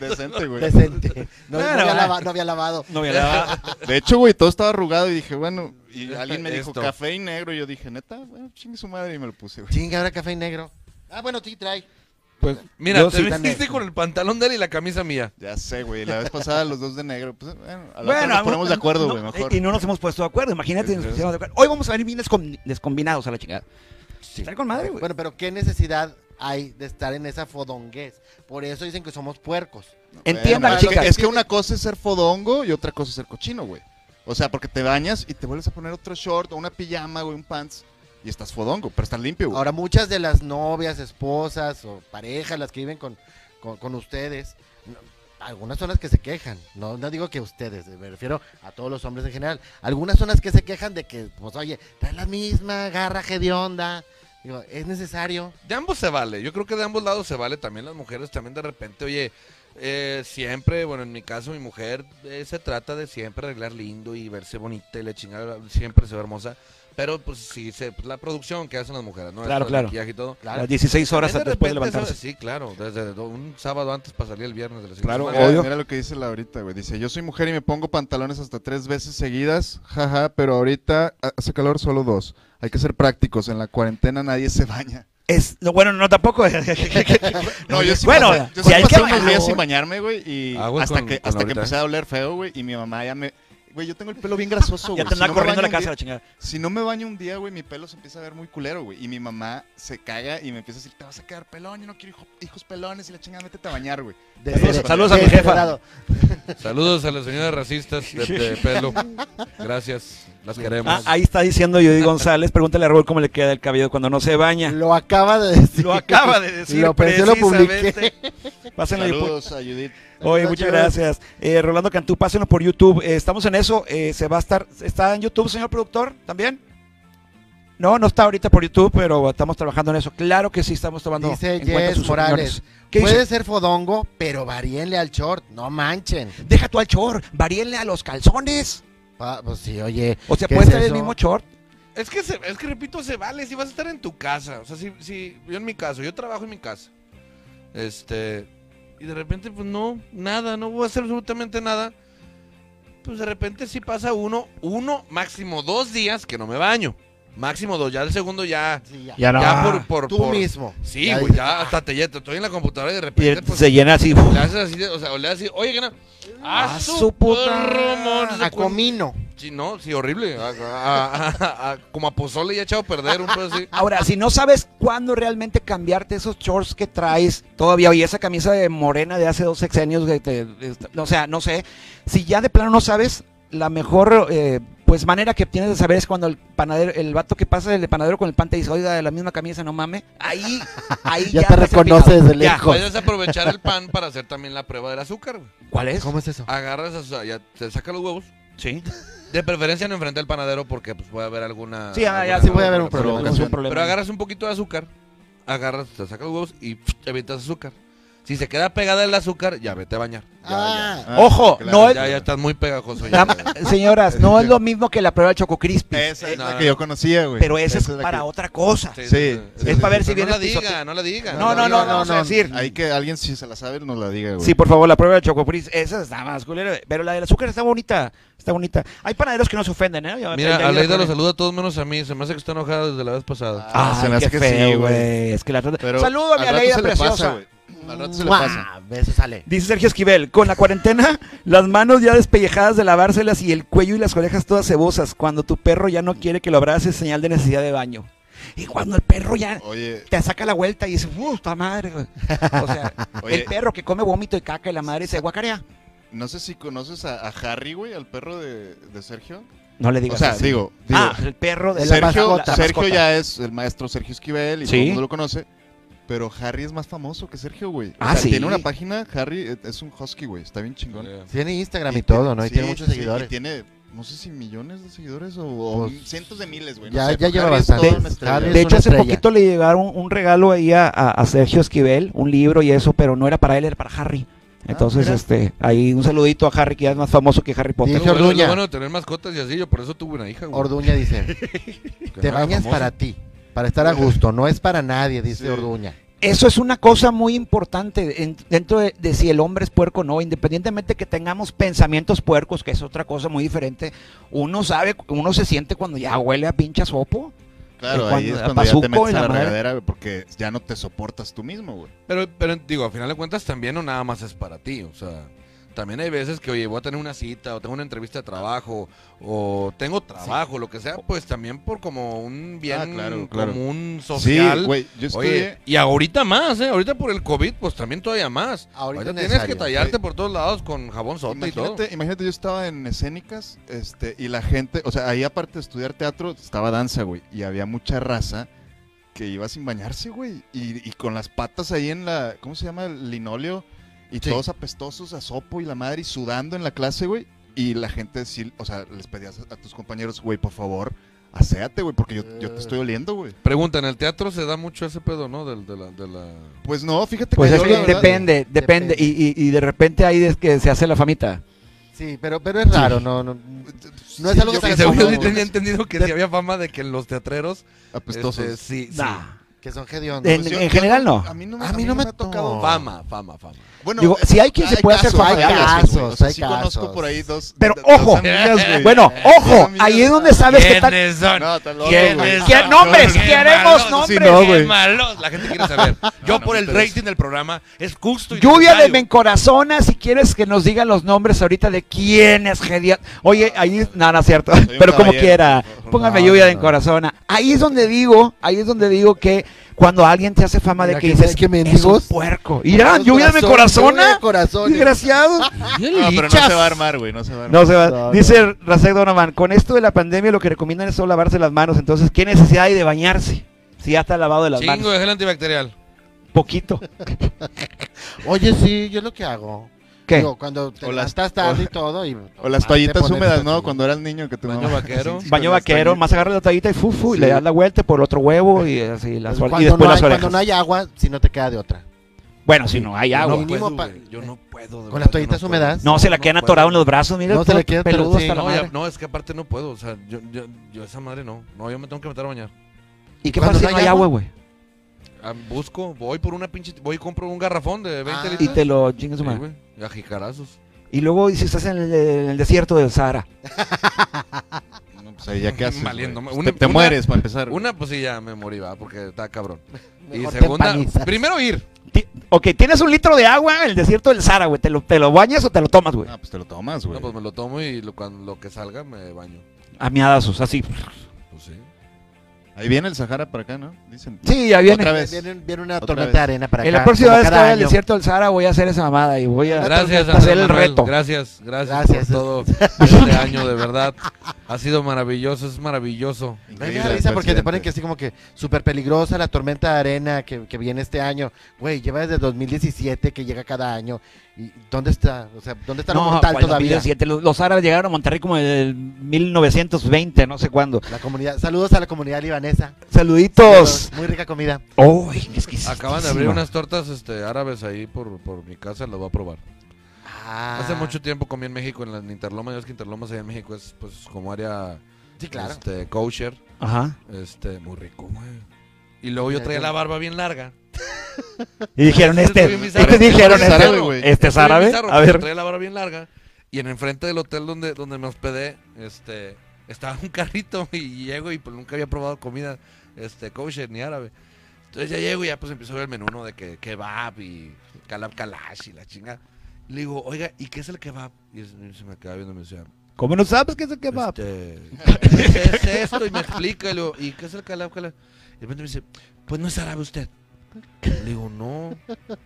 Speaker 3: decente, güey.
Speaker 4: Decente. No, no
Speaker 2: Claro.
Speaker 4: había lava- no había lavado.
Speaker 1: No, mira,
Speaker 3: De hecho, güey, todo estaba arrugado y dije, bueno, y alguien me dijo
Speaker 2: Esto.
Speaker 3: café y negro y yo dije, neta, bueno, chingue su madre y me lo puse, güey.
Speaker 4: Chinga, ahora café y negro. Ah, bueno, sí, trae.
Speaker 1: pues,
Speaker 2: Mira,
Speaker 1: Yo
Speaker 2: te
Speaker 1: sí,
Speaker 2: vestiste
Speaker 4: también.
Speaker 2: con el pantalón de él y la camisa mía.
Speaker 3: Ya sé, güey, la vez pasada los dos de negro, pues bueno, a la otra nos ponemos de acuerdo,
Speaker 1: no, eh,
Speaker 3: güey, mejor.
Speaker 1: Y no nos hemos puesto de acuerdo, imagínate, nos
Speaker 2: Entonces-
Speaker 1: pusiéramos de acuerdo. Hoy vamos a venir bien descom- descombinados a la chingada. Están con madre, güey.
Speaker 4: Bueno, pero ¿qué necesidad hay de estar en esa fodonguez? Por eso dicen que somos puercos.
Speaker 3: Bueno,
Speaker 1: Entiendan,
Speaker 3: es que-
Speaker 1: chicas.
Speaker 3: Es que una cosa es ser fodongo y otra cosa es ser cochino, güey. O sea, porque te bañas y te vuelves a poner otro short o una pijama, güey, un pants y estás fodongo, pero estás limpio, güey.
Speaker 4: Ahora, muchas de las novias, esposas o parejas, las que viven con, con, con ustedes, no- algunas son las que se quejan. No, no digo que ustedes, eh, me refiero a todos los hombres en general. Algunas son las que se quejan de que, pues, oye, trae la misma garra hedionda. Digo, es necesario.
Speaker 2: De ambos se vale. Yo creo que de ambos lados se vale. También las mujeres, también de repente, oye, eh, siempre, bueno, en mi caso, mi mujer eh, se trata de siempre arreglar lindo y verse bonita y la chingada, siempre se ve hermosa. Pero pues sí, se, pues, la producción que hacen las mujeres, ¿no?
Speaker 1: Claro,
Speaker 2: Esto del
Speaker 1: claro.
Speaker 2: maquillaje y todo.
Speaker 1: Las 16 horas
Speaker 2: También
Speaker 1: después de
Speaker 2: repente eso-
Speaker 1: levantarse.
Speaker 2: Sí, claro. Desde do- un sábado antes para salir el viernes de la
Speaker 1: Claro,
Speaker 2: semana.
Speaker 3: Mira,
Speaker 1: obvio.
Speaker 3: mira lo que dice la ahorita, güey. Dice, yo soy mujer y me pongo pantalones hasta tres veces seguidas, jaja, pero ahorita hace calor solo dos. Hay que ser prácticos, en la cuarentena nadie se baña.
Speaker 1: Es, no, bueno, no tampoco.
Speaker 3: [LAUGHS]
Speaker 1: [LAUGHS]
Speaker 3: No, yo sí
Speaker 1: Bueno,
Speaker 3: pasé, yo
Speaker 1: si
Speaker 3: sí
Speaker 1: hay
Speaker 3: pasé
Speaker 1: que
Speaker 3: unos días sin
Speaker 1: bañar.
Speaker 3: bañarme, güey, y
Speaker 2: Aguas
Speaker 3: hasta
Speaker 2: Ah, con-
Speaker 3: que
Speaker 2: con
Speaker 3: hasta que
Speaker 2: ahorita,
Speaker 3: empecé a oler feo, güey, y mi mamá ya me güey, yo tengo el
Speaker 1: [LAUGHS]
Speaker 3: pelo bien grasoso, güey.
Speaker 1: Ya te
Speaker 3: Si
Speaker 1: andan
Speaker 3: no me
Speaker 1: corriendo a la
Speaker 3: baño un
Speaker 1: casa la
Speaker 3: día-
Speaker 1: chingada.
Speaker 3: si no me baño un día, güey, mi pelo se empieza a ver muy culero, güey, y mi mamá se caga y me empieza a decir, "Te vas a quedar pelón, yo no quiero hijo- hijos pelones y la chingada, métete a bañar, güey."
Speaker 1: Saludos- saludos a mi jefa.
Speaker 4: desheredado.
Speaker 2: Saludos a las señoras racistas de, de pelo. Gracias, las queremos.
Speaker 1: Ah, ahí está diciendo Judy González, pregúntale a Raúl cómo le queda el cabello cuando no se
Speaker 3: [LAUGHS]
Speaker 1: baña.
Speaker 4: Lo acaba de decir.
Speaker 1: Lo acaba de decir
Speaker 4: Lo pensé, lo publiqué.
Speaker 1: Pásenle Yupol.
Speaker 3: Saludos a Judith.
Speaker 1: Oye, muchas gracias. Eh, Rolando Cantú, pásenlo por YouTube. Eh, estamos en eso. eh, se va a estar. ¿Está en YouTube, señor productor? ¿También? No, no está ahorita por YouTube, pero estamos trabajando en eso. Claro que sí, estamos tomando
Speaker 4: Dice
Speaker 1: en cuenta
Speaker 4: Jess
Speaker 1: sus
Speaker 4: Morales.
Speaker 1: opiniones. ¿Qué dice?
Speaker 4: Puede ser fodongo, pero varíenle al short, no manchen.
Speaker 1: Deja tú al short, varíenle a los calzones.
Speaker 4: Pa- pues sí, oye.
Speaker 1: O sea,
Speaker 4: ¿qué
Speaker 1: puede
Speaker 4: es
Speaker 1: estar el
Speaker 4: eso?
Speaker 1: mismo short.
Speaker 2: Es que, se- es que repito, se vale si vas a estar en tu casa. O sea, si, si yo en mi caso, yo trabajo en mi casa. Este, y de repente, pues no, nada, no voy a hacer absolutamente nada. Pues de repente sí pasa uno, uno, máximo dos días que no me baño. Máximo dos, ya el segundo ya.
Speaker 4: Sí, ya.
Speaker 2: Ya
Speaker 1: ah,
Speaker 2: por. por,
Speaker 4: Tú
Speaker 2: por-
Speaker 4: mismo.
Speaker 2: Sí,
Speaker 4: Ya
Speaker 2: güey,
Speaker 4: dices,
Speaker 2: ya
Speaker 4: "Ah,
Speaker 2: hasta te lleto. Estoy en la computadora y de
Speaker 1: Y
Speaker 2: repente. pues,
Speaker 1: se llena así.
Speaker 2: le haces así, de- o sea, o le haces así, oye, que no.
Speaker 1: A su puta-
Speaker 2: rumor, no sé
Speaker 4: A
Speaker 2: cuán-
Speaker 4: comino.
Speaker 2: Sí, no, sí, horrible. A- a- a- a- como a pozole ya echado a perder, un pedo así.
Speaker 1: Ahora, si no sabes cuándo realmente cambiarte esos shorts que traes todavía, y esa camisa de morena de hace dos sexenios, que te- est- o sea, no sé, si ya de plano no sabes, la mejor eh, pues manera que tienes de saber es cuando el panadero, el vato que pasa del panadero con el pan te dice, oiga, de la misma camisa, no mames. Ahí, ahí
Speaker 4: Ya
Speaker 1: ya,
Speaker 4: te
Speaker 1: estás
Speaker 4: reconoce
Speaker 1: empinado.
Speaker 4: desde
Speaker 1: Ya.
Speaker 4: lejos.
Speaker 2: Puedes aprovechar el pan para hacer también la prueba del azúcar. güey.
Speaker 1: ¿Cuál es?
Speaker 4: ¿Cómo es eso?
Speaker 2: Agarras, o sea, ya te saca los huevos.
Speaker 1: Sí.
Speaker 2: De preferencia no enfrente al panadero porque pues, puede haber alguna.
Speaker 1: Sí, ah, ya, ya
Speaker 2: alguna
Speaker 1: sí puede
Speaker 4: haber un
Speaker 2: provocación.
Speaker 4: problema.
Speaker 1: Es un problema.
Speaker 2: Pero agarras un poquito de azúcar, agarras, te sacas los huevos y pf, te avientas azúcar. Si se queda pegada el azúcar, ya vete a bañar. Ya,
Speaker 4: Ah.
Speaker 3: Ah,
Speaker 1: Ojo,
Speaker 3: claro,
Speaker 1: no es-
Speaker 2: ya, ya estás muy pegajoso. ya.
Speaker 1: La- señoras, no es lo mismo que la prueba de Choco Crispy,
Speaker 3: Esa es
Speaker 2: No,
Speaker 3: la
Speaker 2: no,
Speaker 3: que
Speaker 2: no.
Speaker 3: yo conocía, güey.
Speaker 1: pero esa es
Speaker 3: la
Speaker 1: para
Speaker 3: que-
Speaker 1: otra cosa.
Speaker 2: Sí,
Speaker 3: sí, sí,
Speaker 1: Es para ver si
Speaker 2: Pero
Speaker 1: viene
Speaker 2: No la
Speaker 1: pisote-
Speaker 2: diga, no la diga.
Speaker 1: No,
Speaker 2: la
Speaker 1: no,
Speaker 2: diga,
Speaker 1: no, no, vamos a decir.
Speaker 3: Ahí que alguien, si se la sabe, nos la diga, güey.
Speaker 1: Sí, pues, por favor, la prueba de Choco Crispy, esa está más culera, pero la del azúcar está bonita, está bonita. Hay panaderos que no se ofenden, ¿eh? Ya- ya-
Speaker 2: Mira,
Speaker 1: ya-
Speaker 2: a Leida lo saluda a todos menos a mí. Se me hace que está enojada desde la vez pasada.
Speaker 3: Ah,
Speaker 1: Ay,
Speaker 3: se me hace
Speaker 1: qué
Speaker 3: que sí,
Speaker 1: feo,
Speaker 3: güey.
Speaker 1: güey. Es que la trata-
Speaker 3: Pero
Speaker 1: Saludo a mi
Speaker 3: al rato
Speaker 1: Aleida
Speaker 3: se le
Speaker 1: preciosa.
Speaker 3: pasa, güey. Al rato se le
Speaker 4: ¡Mua!
Speaker 3: pasa.
Speaker 4: Beso sale.
Speaker 1: Dice Sergio Esquivel, con la cuarentena, las manos ya despellejadas de lavárselas y el cuello y las orejas todas cebosas. Cuando tu perro ya no quiere que lo abraces, señal de necesidad de baño. Y cuando el perro ya
Speaker 3: Oye,
Speaker 1: te saca la vuelta y dice, puta madre. güey". O sea,
Speaker 3: [LAUGHS] Oye.
Speaker 1: el perro que come vómito y caca y la madre se guacarea.
Speaker 3: no sé si conoces a, a Harry, güey, al perro de, de Sergio.
Speaker 1: No le
Speaker 3: O
Speaker 1: digas
Speaker 3: sea,
Speaker 1: así.
Speaker 3: digo, digo,
Speaker 1: ah, el perro de la
Speaker 3: Sergio,
Speaker 1: mascota.
Speaker 3: Sergio
Speaker 1: mascota.
Speaker 3: ya es el maestro Sergio Esquivel y
Speaker 1: Sí.
Speaker 3: todo el mundo lo conoce. Pero Harry es más famoso que Sergio, güey. O
Speaker 1: Ah,
Speaker 3: sea,
Speaker 1: sí.
Speaker 3: Tiene una página, Harry eh, es un husky, güey. Está bien chingón.
Speaker 2: Eh,
Speaker 4: Tiene Instagram y,
Speaker 3: Y
Speaker 4: todo,
Speaker 3: tiene-
Speaker 4: ¿no? Y
Speaker 3: sí,
Speaker 4: tiene muchos
Speaker 3: sí,
Speaker 4: seguidores.
Speaker 3: y tiene, no sé si millones de seguidores o, o
Speaker 4: Pues,
Speaker 3: cientos de miles, güey. no
Speaker 4: ya-
Speaker 3: sé,
Speaker 4: ya
Speaker 3: pero
Speaker 4: lleva
Speaker 3: Harry es
Speaker 4: bastante.
Speaker 3: todo un estrella.
Speaker 4: Harry
Speaker 1: De
Speaker 4: es
Speaker 1: hecho,
Speaker 4: una
Speaker 1: hace
Speaker 4: estrella.
Speaker 1: poquito le llegaron un regalo ahí a, a- a Sergio Esquivel, un libro y eso, pero no era para él, era para Harry. Entonces,
Speaker 3: mira.
Speaker 1: este, ahí un saludito a Harry, que ya es más famoso que Harry Potter.
Speaker 4: Dije
Speaker 2: Pero bueno,
Speaker 4: Orduña.
Speaker 2: lo bueno de tener mascotas y así, yo por eso tuve una hija, güey.
Speaker 4: Orduña dice,
Speaker 2: Que
Speaker 4: te
Speaker 2: no era
Speaker 4: bañas
Speaker 2: famosa.
Speaker 4: para ti, para estar a gusto, no es para nadie, dice
Speaker 3: Sí.
Speaker 4: Orduña.
Speaker 1: Eso es una cosa muy importante en- dentro de, de si el hombre es puerco o no, independientemente que tengamos pensamientos puercos, que es otra cosa muy diferente, uno sabe, uno se siente cuando ya huele a pinche sopo.
Speaker 3: Claro,
Speaker 1: cuando-
Speaker 3: ahí es
Speaker 1: a
Speaker 3: cuando ya
Speaker 1: Pazuco
Speaker 3: te
Speaker 1: y
Speaker 3: metes
Speaker 1: la
Speaker 3: a la
Speaker 1: madre.
Speaker 3: regadera, güey, porque ya no te soportas tú mismo, güey.
Speaker 2: Pero, pero digo, a final de cuentas también no nada más es para ti, o sea, también hay veces que, oye, voy a tener una cita o tengo una entrevista de trabajo o tengo trabajo, lo que sea, pues también por como un bien
Speaker 3: Ah, claro, claro.
Speaker 2: común
Speaker 3: Sí,
Speaker 2: social.
Speaker 3: güey, yo estudié...
Speaker 2: Oye, y ahorita más, ¿eh? Ahorita por el COVID, pues también todavía más.
Speaker 4: Ahorita
Speaker 2: Ahorita
Speaker 4: es
Speaker 2: tienes
Speaker 4: necesario.
Speaker 2: que tallarte por todos lados con jabón sota y todo.
Speaker 3: Imagínate, imagínate, yo estaba en escénicas, este, y la gente, o sea, ahí aparte de estudiar teatro, estaba danza, güey, y había mucha raza que iba sin bañarse, güey, y, y con las patas ahí en la, ¿cómo se llama? El linóleo, y
Speaker 4: Sí.
Speaker 3: todos apestosos a sopo y la madre, y sudando en la clase, güey, y la gente, sí, o sea, les pedías a, a tus compañeros, güey, por favor, aséate, güey, porque yo, yo te estoy oliendo, güey.
Speaker 2: Pregunta, en el teatro se da mucho ese pedo, ¿no? Del- de la- de la...
Speaker 3: Pues no, fíjate
Speaker 1: Pues
Speaker 3: que
Speaker 1: es
Speaker 3: yo,
Speaker 1: que
Speaker 3: la verdad,
Speaker 1: depende, depende,
Speaker 4: Depende.
Speaker 1: y, y- y de repente ahí es que se hace la famita.
Speaker 4: Sí, pero, pero es raro, no, no. No es algo
Speaker 3: yo
Speaker 4: que
Speaker 2: Y
Speaker 4: se
Speaker 3: creo
Speaker 2: seguro
Speaker 4: como-
Speaker 2: sí
Speaker 3: no,
Speaker 2: tenía entendido que sí había fama de que los teatreros...
Speaker 3: apestosos.
Speaker 2: este, sí, sí.
Speaker 1: Nah.
Speaker 4: Que son hediondos.
Speaker 1: En,
Speaker 3: Pues yo-
Speaker 1: en
Speaker 3: yo-
Speaker 1: general no.
Speaker 3: A mí no me,
Speaker 4: A mí no me
Speaker 3: ha tocado
Speaker 4: No.
Speaker 2: Fama, fama, fama.
Speaker 3: Bueno,
Speaker 1: Digo, si hay quien se puede hacer
Speaker 3: casos,
Speaker 4: familia,
Speaker 3: hay
Speaker 4: güey.
Speaker 3: casos, güey.
Speaker 4: O
Speaker 3: O sea,
Speaker 4: sea,
Speaker 3: sí
Speaker 4: hay
Speaker 3: conozco
Speaker 4: casos.
Speaker 3: por ahí dos.
Speaker 1: Pero
Speaker 3: dos
Speaker 1: ojo, [LAUGHS]
Speaker 3: amigas, güey.
Speaker 1: bueno,
Speaker 3: Dos
Speaker 1: ojo,
Speaker 3: amigas.
Speaker 1: ahí es donde sabes que está...
Speaker 2: ¿Quiénes son?
Speaker 3: No, está loco,
Speaker 1: ¿Quién-
Speaker 3: güey.
Speaker 1: quién- nombres? Queremos nombres.
Speaker 3: Sí, no, güey.
Speaker 2: malos. La gente quiere saber. Yo
Speaker 3: No, no
Speaker 2: por
Speaker 3: me
Speaker 2: el
Speaker 3: interesa.
Speaker 2: rating del programa es justo y
Speaker 1: Lluvia de
Speaker 2: necesario.
Speaker 1: Mencorazona, si quieres que nos digan los nombres ahorita de quién es Gedia- Oye, ahí es. No, no es cierto.
Speaker 3: Soy un
Speaker 1: Pero como
Speaker 3: caballero.
Speaker 1: quiera, póngame
Speaker 4: No,
Speaker 1: lluvia
Speaker 4: no,
Speaker 1: de
Speaker 4: no.
Speaker 1: Mencorazona. Ahí es donde digo, ahí es donde digo que cuando alguien te hace fama de
Speaker 4: Mira
Speaker 1: que
Speaker 4: que
Speaker 1: dices
Speaker 4: sea que
Speaker 1: que es un
Speaker 4: mendigos.
Speaker 1: puerco. Mira, lluvia de
Speaker 4: Lluvia
Speaker 1: Mencorazona.
Speaker 4: de corazones.
Speaker 1: Desgraciado.
Speaker 4: [LAUGHS]
Speaker 3: No, pero no se va a armar, güey. No se va a armar.
Speaker 1: No se va.
Speaker 4: No, no.
Speaker 1: Dice Rasek Donovan, con esto de la pandemia lo que recomiendan es solo lavarse las manos. Entonces, ¿qué necesidad hay de bañarse? Si ya está lavado de las
Speaker 2: Chingo
Speaker 1: manos.
Speaker 2: de gel antibacterial.
Speaker 1: Poquito.
Speaker 4: Oye, sí, yo es lo que hago.
Speaker 1: ¿Qué?
Speaker 4: Digo, cuando te
Speaker 3: O las-
Speaker 4: levantas tarde y todo. Y
Speaker 3: O las
Speaker 4: Ah,
Speaker 3: toallitas
Speaker 4: te pones
Speaker 3: húmedas,
Speaker 4: tantito.
Speaker 3: ¿no? Cuando eras niño que te
Speaker 2: Baño
Speaker 3: [LAUGHS] mamá-
Speaker 2: vaquero.
Speaker 3: Sí,
Speaker 1: Baño
Speaker 3: con las
Speaker 1: vaquero,
Speaker 3: toallitas.
Speaker 1: más agarra la toallita y fufu y
Speaker 3: Sí.
Speaker 1: le das la vuelta por el otro huevo y así las
Speaker 4: Cuando,
Speaker 1: orejas. Y después
Speaker 4: no
Speaker 1: las
Speaker 4: hay, cuando
Speaker 1: orejas.
Speaker 4: no hay agua, si no te queda de otra.
Speaker 1: Bueno, si no hay
Speaker 2: Yo
Speaker 1: agua.
Speaker 2: no
Speaker 4: Mínimo
Speaker 2: puedo,
Speaker 4: pa-
Speaker 2: güey, Yo no puedo. de
Speaker 4: Con
Speaker 2: verdad,
Speaker 4: las
Speaker 2: yo
Speaker 4: toallitas
Speaker 2: no puedo.
Speaker 4: húmedas.
Speaker 1: No, se la quedan
Speaker 2: puedo.
Speaker 1: atorados en los brazos, mira.
Speaker 4: No, se
Speaker 1: todo
Speaker 4: le queda
Speaker 1: peludo
Speaker 4: atorado, sí,
Speaker 1: hasta la
Speaker 2: No, ya-
Speaker 1: madre.
Speaker 2: no, es que aparte no puedo. O sea, yo, yo, yo esa madre no. No, yo me tengo que meter a bañar.
Speaker 1: ¿Y qué
Speaker 4: Cuando
Speaker 1: pasa si no hay agua, güey?
Speaker 2: Ah, Busco, voy por una pinche. Voy y compro un garrafón de 20
Speaker 4: Ah.
Speaker 1: Y
Speaker 2: litros.
Speaker 1: te lo chingas su
Speaker 2: Sí,
Speaker 1: madre.
Speaker 2: güey, a jicarazos.
Speaker 1: Y luego, y si estás en el, en el desierto del Sahara.
Speaker 3: No, pues
Speaker 2: [LAUGHS]
Speaker 3: ahí ya qué haces. güey?
Speaker 2: Valiendo,
Speaker 3: Pues
Speaker 2: una-
Speaker 3: te, te
Speaker 2: una-
Speaker 3: mueres para empezar. güey.
Speaker 2: Una, pues sí, ya me morí, va, porque está cabrón. Y
Speaker 4: Mejor te
Speaker 2: segunda,
Speaker 4: empanizas.
Speaker 2: primero ir.
Speaker 1: Ti- Ok, tienes un litro de agua en el desierto del Sahara, güey. ¿Te lo, ¿Te lo bañas o te lo tomas, güey?
Speaker 3: Ah, pues te lo tomas, güey.
Speaker 2: No, pues me lo tomo y lo, cuando lo que salga me baño.
Speaker 1: A miadazos, así.
Speaker 2: Pues sí.
Speaker 3: Ahí viene el Sahara para acá, ¿no? Dicen.
Speaker 1: Sí, ya viene.
Speaker 3: Otra
Speaker 4: [LAUGHS]
Speaker 3: vez.
Speaker 4: Viene, viene una
Speaker 3: Otra
Speaker 4: tormenta
Speaker 3: vez.
Speaker 4: de arena para acá.
Speaker 1: En la próxima
Speaker 4: como
Speaker 1: vez que
Speaker 4: cada
Speaker 1: vaya al
Speaker 4: año.
Speaker 1: desierto del Sahara voy a hacer esa mamada y voy a
Speaker 2: Gracias,
Speaker 1: hacer
Speaker 2: Andrés
Speaker 1: el
Speaker 2: Manuel.
Speaker 1: reto.
Speaker 2: Gracias, gracias,
Speaker 4: Gracias. [LAUGHS]
Speaker 2: por todo este año, de verdad. Ha sido maravilloso, es maravilloso.
Speaker 4: A mí
Speaker 3: Increíble,
Speaker 4: me da risa porque te ponen que
Speaker 3: presidente.
Speaker 4: así como que súper peligrosa la tormenta de arena que, que viene este año. Güey, lleva desde 2017 que llega cada año ¿Y dónde está? O sea, ¿dónde está lo
Speaker 1: No,
Speaker 4: mortal
Speaker 1: ¿cuál
Speaker 4: todavía?
Speaker 1: 2007? Los, los árabes llegaron a Monterrey como en el 1920, no sé cuándo.
Speaker 4: La comunidad, saludos a la comunidad libanesa.
Speaker 1: Saluditos.
Speaker 4: Muy rica comida.
Speaker 1: Uy, es que
Speaker 2: Acaban de abrir unas tortas este, árabes ahí por, por mi casa, las voy a probar.
Speaker 4: Ah,
Speaker 2: Hace mucho tiempo comí en México, en, la, en Interloma. Ya ves que Interlomas allá en México es pues como área
Speaker 4: Sí, claro.
Speaker 2: este, kosher.
Speaker 1: Ajá.
Speaker 2: Este, muy rico, güey. Y luego yo traía la barba bien larga.
Speaker 1: Y dijeron,
Speaker 2: Estoy
Speaker 1: este,
Speaker 2: bien
Speaker 1: estos
Speaker 2: bizarro.
Speaker 1: dijeron,
Speaker 2: Estoy bien
Speaker 1: este,
Speaker 2: bizarro, güey.
Speaker 1: este es
Speaker 2: Estoy bien
Speaker 1: árabe.
Speaker 2: bizarro,
Speaker 1: A
Speaker 2: porque
Speaker 1: ver,
Speaker 2: Traía la barba bien larga. Y en enfrente del hotel donde, donde me hospedé, este, estaba un carrito [LAUGHS] y llego y pues nunca había probado comida este, kosher ni árabe. Entonces ya llego y ya pues empiezo a ver el menú ¿no? de que kebab y kalab kalash y la chinga. Le digo, oiga, ¿y qué es el kebab? Y es- y se me acaba viendo y me decía,
Speaker 1: ¿cómo no sabes qué es el kebab?
Speaker 2: este, ¿qué es esto? Y me explica, y, le digo, ¿y qué es el calab, calab? Y de repente me dice, pues no es árabe usted. Le digo, no.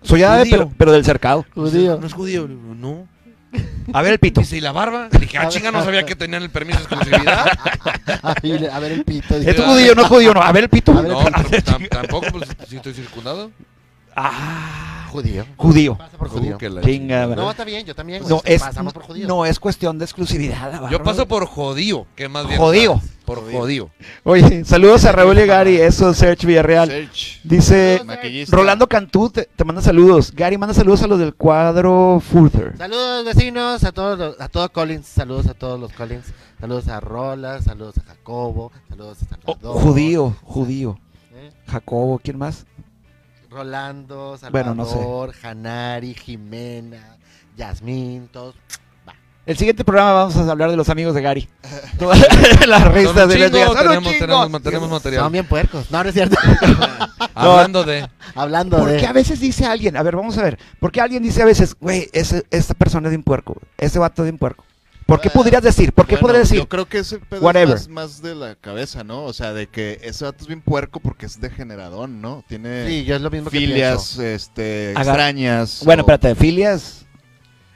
Speaker 1: Soy árabe,
Speaker 2: judío.
Speaker 1: pero, pero del cercado.
Speaker 4: Judío.
Speaker 2: No es judío. Le digo, no.
Speaker 1: A ver el pito.
Speaker 2: Dice, ¿y la barba? Le dije, ah, chinga, no sabía que tenían el permiso de exclusividad.
Speaker 4: Ay, le- a ver el pito.
Speaker 1: ¿Es
Speaker 2: Esto-
Speaker 1: judío no es judío? No, a ver el pito.
Speaker 4: A ver el
Speaker 2: No, pero tam- tampoco, pues, si estoy circundado.
Speaker 1: Ah,
Speaker 4: judío.
Speaker 1: judío.
Speaker 4: Pasa por judío.
Speaker 2: Uh, que la
Speaker 1: Chinga,
Speaker 2: chingada.
Speaker 4: No, está bien, yo también.
Speaker 1: No
Speaker 4: güey.
Speaker 1: es,
Speaker 4: Pasamos por judíos.
Speaker 1: no es cuestión de exclusividad. la
Speaker 2: Yo
Speaker 1: barba.
Speaker 2: paso por jodío, que más bien.
Speaker 1: Jodío.
Speaker 2: Por jodío.
Speaker 1: Oye, saludos a Raúl Legari, eso, Search Villarreal.
Speaker 3: Search.
Speaker 1: Dice
Speaker 3: Maquillista.
Speaker 1: Eh, Rolando Cantú, te, te manda saludos. Gary manda saludos a los del cuadro Further.
Speaker 4: Saludos vecinos, a todos los- a todo Collins, saludos a todos los Collins, saludos a Rolas, saludos a Jacobo, saludos a
Speaker 1: Oh,
Speaker 4: Salvador.
Speaker 1: judío, judío.
Speaker 4: ¿eh?
Speaker 1: Jacobo, ¿quién más?
Speaker 4: Rolando,
Speaker 1: Bueno,
Speaker 4: Salvador,
Speaker 1: no sé.
Speaker 4: Hanari, Jimena, Yasmín, todos.
Speaker 1: El siguiente programa vamos a hablar de los amigos de Gary. Todas las
Speaker 2: Son
Speaker 1: risas
Speaker 2: un
Speaker 1: de
Speaker 2: chingo,
Speaker 1: las días. Son un
Speaker 2: tenemos,
Speaker 1: chingo.
Speaker 2: tenemos, tenemos
Speaker 4: Son
Speaker 2: material.
Speaker 4: bien puercos. No, no es cierto.
Speaker 1: [LAUGHS]
Speaker 2: Hablando de.
Speaker 4: Hablando
Speaker 1: ¿Por
Speaker 4: de.
Speaker 1: qué a veces dice alguien? A ver, vamos a ver. ¿Por qué alguien dice a veces, güey, ese- esta persona es de un puerco? güey, Ese vato es de un puerco. ¿Por qué
Speaker 3: Bueno,
Speaker 1: podrías decir? ¿Por qué
Speaker 3: Bueno,
Speaker 1: podrías decir?
Speaker 3: Yo creo que ese pedo es
Speaker 1: Whatever.
Speaker 3: más, más de la cabeza, ¿no? O sea, de que ese dato es bien puerco porque es degeneradón, ¿no? Tiene
Speaker 4: Sí, yo es lo mismo que
Speaker 3: filias este,
Speaker 1: Aga-
Speaker 3: extrañas.
Speaker 1: Bueno,
Speaker 3: o-
Speaker 1: espérate, filias.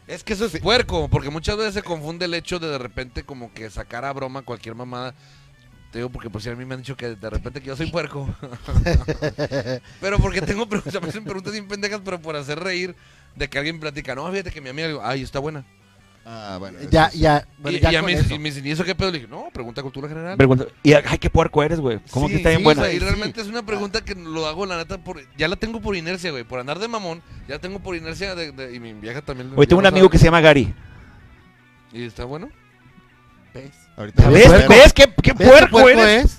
Speaker 2: Es que eso es puerco, porque muchas veces se confunde el hecho de de repente como que sacar a broma cualquier mamada. Te digo porque por si a mí me han dicho que de repente que yo soy puerco. pero porque tengo preguntas, [LAUGHS] me hacen preguntas bien pendejas, pero por hacer reír de que alguien platica. No, fíjate que mi amiga, digo, ay, está buena.
Speaker 3: Ah, bueno.
Speaker 4: pienso. Ya,
Speaker 3: eso es-
Speaker 4: ya. bueno,
Speaker 2: y,
Speaker 4: ya
Speaker 2: y a
Speaker 4: con
Speaker 2: mí-
Speaker 4: eso.
Speaker 2: y me dicen, ¿y eso qué pedo? Le dije, no, pregunta cultura general.
Speaker 1: Pregunta- Y, ay, qué puerco eres, güey. ¿Cómo
Speaker 2: Sí,
Speaker 1: que está bien
Speaker 2: sí,
Speaker 1: buena?
Speaker 2: o sea, y
Speaker 4: Sí.
Speaker 2: realmente es una pregunta que lo hago, la neta, por, ya la tengo por inercia, güey. Por andar de mamón, ya tengo por inercia de, de- y mi vieja también.
Speaker 1: Hoy tengo un amigo que se llama Gary.
Speaker 2: que... ¿Y está bueno?
Speaker 4: ¿Ves?
Speaker 3: Ahorita lo
Speaker 1: ¿Ves?
Speaker 3: vas
Speaker 1: ¿Ves?
Speaker 3: a ver.
Speaker 1: ¿Qué, qué
Speaker 4: ¿Ves
Speaker 1: puerco eres?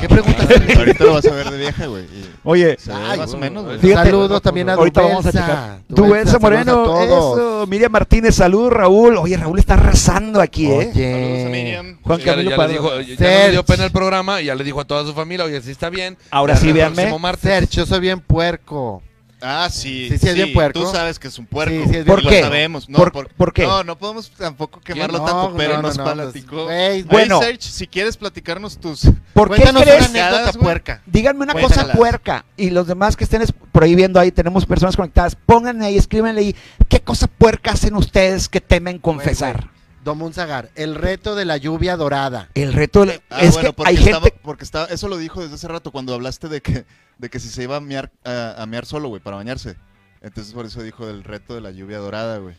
Speaker 4: ¿Qué preguntas?
Speaker 3: Ah, Ahorita lo vas a ver de vieja, güey. y-
Speaker 1: Oye,
Speaker 3: se ve
Speaker 4: Ay,
Speaker 3: más o menos, güey.
Speaker 1: fíjate,
Speaker 4: saludos también a
Speaker 1: ahorita
Speaker 4: Dubelsa.
Speaker 1: vamos a checar. Tú, Elsa
Speaker 4: saludos a
Speaker 1: Moreno,
Speaker 4: todos.
Speaker 1: eso. Miriam Martínez, salud, Raúl. Oye, Raúl está arrasando aquí, ¿eh?
Speaker 3: Saludos a
Speaker 4: Oye.
Speaker 3: Miriam.
Speaker 1: [LAUGHS] Juan
Speaker 2: ya,
Speaker 1: Camilo
Speaker 2: ya le
Speaker 1: Pardo.
Speaker 2: dijo, ya no le dio
Speaker 4: Serge.
Speaker 2: pena el programa, ya le dijo a toda su familia, oye, sí está bien.
Speaker 1: Ahora
Speaker 2: Ya
Speaker 1: sí,
Speaker 2: el
Speaker 1: véanme.
Speaker 2: próximo martes.
Speaker 4: Sergio, yo soy bien puerco.
Speaker 3: Ah, sí.
Speaker 4: Sí, sí es bien puerco.
Speaker 3: Tú sabes que es un puerco.
Speaker 4: Sí, sí es bien
Speaker 1: ¿Por
Speaker 3: lo
Speaker 1: qué?
Speaker 3: sabemos. No,
Speaker 1: ¿Por-
Speaker 3: por-
Speaker 1: por qué?
Speaker 3: No, no podemos tampoco quemarlo
Speaker 4: No,
Speaker 3: tanto,
Speaker 4: güey,
Speaker 3: pero
Speaker 4: no, no,
Speaker 3: nos
Speaker 4: no,
Speaker 3: platicó.
Speaker 4: pues, güey,
Speaker 1: Bueno.
Speaker 3: Bueno. si quieres platicarnos tus...
Speaker 1: ¿Por qué
Speaker 4: Cuéntanos
Speaker 1: crees?
Speaker 4: una anécdota
Speaker 3: güey?
Speaker 4: puerca.
Speaker 1: Díganme una cosa
Speaker 3: Cuéntalas.
Speaker 1: puerca y los demás que estén es- por ahí viendo ahí, tenemos personas conectadas, pónganle ahí, escríbanle ahí, ¿qué cosa puerca hacen ustedes que temen confesar?
Speaker 4: Domun Zagar, el reto de la lluvia dorada.
Speaker 1: El reto de-
Speaker 3: Ah,
Speaker 1: es
Speaker 3: bueno,
Speaker 1: que
Speaker 3: porque
Speaker 1: hay
Speaker 3: estaba-
Speaker 1: gente...
Speaker 3: Porque estaba, eso lo dijo desde hace rato cuando hablaste de que, de que si se iba a mear, a, a mear solo, güey, para bañarse. Entonces por eso dijo del reto de la lluvia dorada, güey.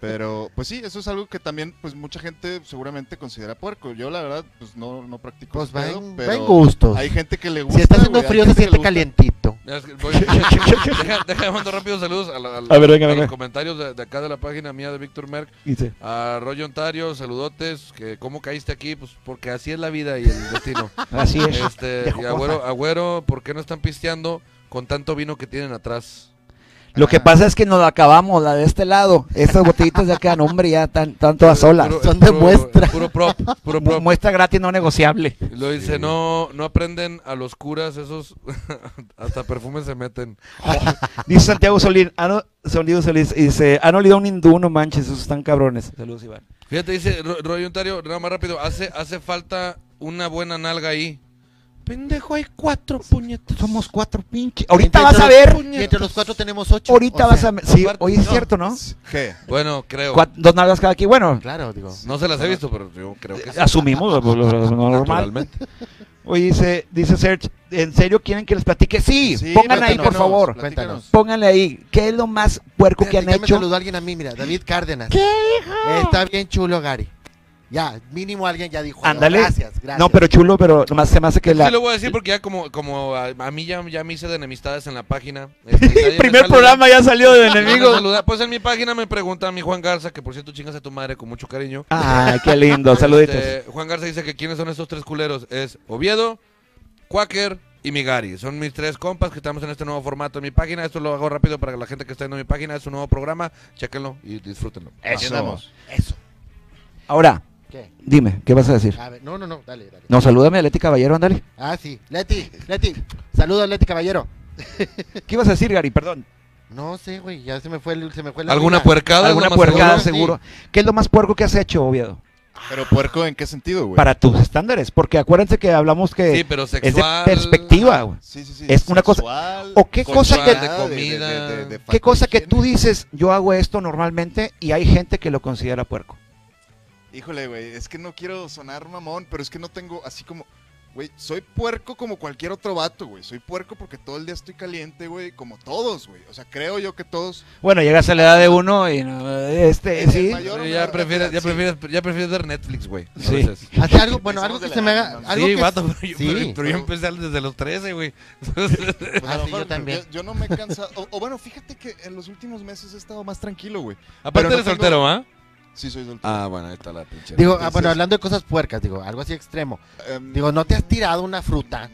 Speaker 3: Pero, pues sí, eso es algo que también, pues mucha gente seguramente considera puerco. Yo, la verdad, pues no, no practico
Speaker 4: Pues
Speaker 3: ese
Speaker 4: va
Speaker 3: pedo,
Speaker 4: en,
Speaker 3: pero
Speaker 4: va en gustos.
Speaker 3: Hay gente que le gusta.
Speaker 4: si está haciendo
Speaker 3: güey, hay
Speaker 4: frío, se
Speaker 3: gente que le
Speaker 4: siente
Speaker 3: gusta.
Speaker 4: calientito.
Speaker 2: Es que voy- [LAUGHS] deja, deja de mando rápido saludos a, la- a la-
Speaker 1: A ver, venga,
Speaker 2: a
Speaker 1: venga.
Speaker 2: los comentarios de, de acá de la página mía de Víctor Merck.
Speaker 1: Dice,
Speaker 2: A Roy Ontario, saludotes. Que, ¿Cómo caíste aquí? Pues porque así es la vida y el destino.
Speaker 1: Así es.
Speaker 2: este, y
Speaker 1: Dejo
Speaker 2: agüero,
Speaker 1: cosas.
Speaker 2: agüero, ¿por qué no están pisteando con tanto vino que tienen atrás?
Speaker 1: Lo que pasa es que nos la acabamos, la de este lado. Estas botellitas de acá, no, hombre, ya están, están todas solas.
Speaker 2: Puro-
Speaker 4: son
Speaker 2: es
Speaker 4: de
Speaker 2: puro-
Speaker 4: muestra.
Speaker 2: es Puro prop, puro
Speaker 1: Mu-
Speaker 2: prop.
Speaker 1: Muestra gratis no negociable.
Speaker 2: Y Lo dice, no, no aprenden a los curas, esos [LAUGHS] hasta perfumes se meten.
Speaker 1: Dice Santiago Solín, han o- Solido Solís, dice, han olido a un hindú, no manches, esos están cabrones. Saludos, Iván.
Speaker 2: Fíjate, dice Ro- Roy Ontario, nada más rápido, hace, hace falta una buena nalga ahí. Pendejo, hay cuatro puñetas.
Speaker 1: Somos cuatro pinches. Ahorita
Speaker 4: Entre
Speaker 1: vas a
Speaker 4: los-
Speaker 1: ver,
Speaker 4: Y entre los cuatro tenemos ocho.
Speaker 1: ahorita
Speaker 4: o
Speaker 1: vas
Speaker 4: sea,
Speaker 1: a... Sí,
Speaker 2: aparte-
Speaker 1: hoy es
Speaker 2: no.
Speaker 1: cierto, ¿no?
Speaker 3: ¿Qué?
Speaker 2: Bueno, creo.
Speaker 1: Cuat- Dos nalgas cada quien. Bueno,
Speaker 4: Claro, digo.
Speaker 2: No se las he visto, pero yo creo que sí.
Speaker 1: asumimos lo, lo- lo normal.
Speaker 2: Naturalmente.
Speaker 1: Oye, dice, dice Serge, ¿en serio quieren que les platique? Sí,
Speaker 3: Sí,
Speaker 1: pongan ahí, por
Speaker 3: platícanos,
Speaker 1: favor.
Speaker 3: platícanos.
Speaker 4: Cuéntanos.
Speaker 1: Pónganle ahí, ¿qué es lo más puerco que han
Speaker 4: Fíjate, ya me
Speaker 1: hecho?
Speaker 4: saludó alguien a mí, mira, David Cárdenas. ¿Qué, hijo? Está bien chulo, Gary. Ya, mínimo alguien ya dijo. algo.
Speaker 1: Ándale.
Speaker 4: Gracias, gracias.
Speaker 1: No, pero chulo, pero nomás se me hace que Eh, la...
Speaker 2: Sí lo voy a decir porque ya como, como a, a mí ya, ya me hice de enemistades en
Speaker 1: [LAUGHS]
Speaker 2: la página. Este, nadie me
Speaker 1: Primer
Speaker 2: saluda.
Speaker 1: programa ya salió de
Speaker 2: Nadie me
Speaker 1: enemigos.
Speaker 2: saluda. Pues en mi página me pregunta a mi Juan Garza, que por cierto chingas a tu madre con mucho cariño.
Speaker 1: [LAUGHS] Ay, qué lindo, saluditos.
Speaker 2: Este, Juan Garza dice que quiénes son estos tres culeros. Es Oviedo, Quaker y Migari. Son mis tres compas que estamos en este nuevo formato en mi página. Esto lo hago rápido para la gente que está viendo mi página. Es un nuevo programa. Chéquenlo y disfrútenlo.
Speaker 3: Aquí andamos.
Speaker 4: Eso.
Speaker 1: Ahora,
Speaker 4: ¿Qué?
Speaker 1: dime, ¿qué vas a decir?
Speaker 4: A ver, no, no, no, dale, dale.
Speaker 1: No, salúdame a Leti Caballero, ándale.
Speaker 4: Ah, sí. Leti, Leti. Saludos, Leti Caballero.
Speaker 1: ¿Qué ibas a decir, Gary? Perdón.
Speaker 4: No sé, güey, ya se me fue, el- se me fue la
Speaker 2: ¿Alguna
Speaker 4: vida.
Speaker 2: puercada?
Speaker 1: Alguna
Speaker 2: Lo más seguro.
Speaker 1: puercada,
Speaker 4: sí.
Speaker 1: seguro. ¿Qué es lo más puerco que has hecho, Oviedo?
Speaker 3: Pero puerco, ¿en qué sentido, güey?
Speaker 1: Para tus estándares, porque acuérdense que hablamos que
Speaker 2: Pues- Sí, pero
Speaker 1: es de
Speaker 2: sexual.
Speaker 1: perspectiva, güey.
Speaker 3: Sí, sí, sí.
Speaker 1: Es una cosa-
Speaker 3: sexual,
Speaker 1: ¿O qué cosa
Speaker 3: sexual,
Speaker 2: que-
Speaker 3: de- de-
Speaker 2: comida?
Speaker 3: de- de- de
Speaker 1: ¿Qué cosa que
Speaker 3: higiene.
Speaker 1: tú dices, yo hago esto normalmente y hay gente que lo considera puerco?
Speaker 3: Híjole, güey, es que no quiero sonar mamón, pero es que no tengo así como... Güey, soy puerco como cualquier otro vato, güey. Soy puerco porque todo el día estoy caliente, güey, como todos, güey. O sea, creo yo que todos...
Speaker 1: Bueno, llegas a la edad de uno y no, este,
Speaker 3: El
Speaker 1: sí.
Speaker 3: mayor-
Speaker 2: Sí, ya, prefieres, ya,
Speaker 3: Sí.
Speaker 2: prefieres, ya prefieres ver Netflix, güey. a
Speaker 1: Sí.
Speaker 2: veces.
Speaker 4: Así algo, bueno,
Speaker 3: Somos
Speaker 4: algo
Speaker 3: de
Speaker 4: que
Speaker 3: la
Speaker 4: se me
Speaker 3: edad,
Speaker 4: haga.
Speaker 3: ¿no?
Speaker 4: Algo
Speaker 2: Sí,
Speaker 4: que-
Speaker 2: vato, [LAUGHS] pero yo,
Speaker 4: Sí.
Speaker 2: pero- pero yo empecé al- desde los 13, güey.
Speaker 3: Pues, a
Speaker 4: Ah,
Speaker 3: lo
Speaker 4: sí, yo
Speaker 3: mejor,
Speaker 4: también.
Speaker 3: Yo, yo no me he cansado... O, o bueno, fíjate que en los últimos meses he estado más tranquilo, güey.
Speaker 2: Aparte
Speaker 3: no
Speaker 2: eres
Speaker 3: tengo-
Speaker 2: soltero, ¿ah?
Speaker 3: Sí, soy soltero.
Speaker 2: Ah, bueno, ahí está la pinche.
Speaker 4: Digo, ah,
Speaker 3: Entonces-
Speaker 4: bueno, hablando de cosas puercas, digo, algo así extremo.
Speaker 3: Em,
Speaker 4: Digo, ¿no te has tirado una fruta?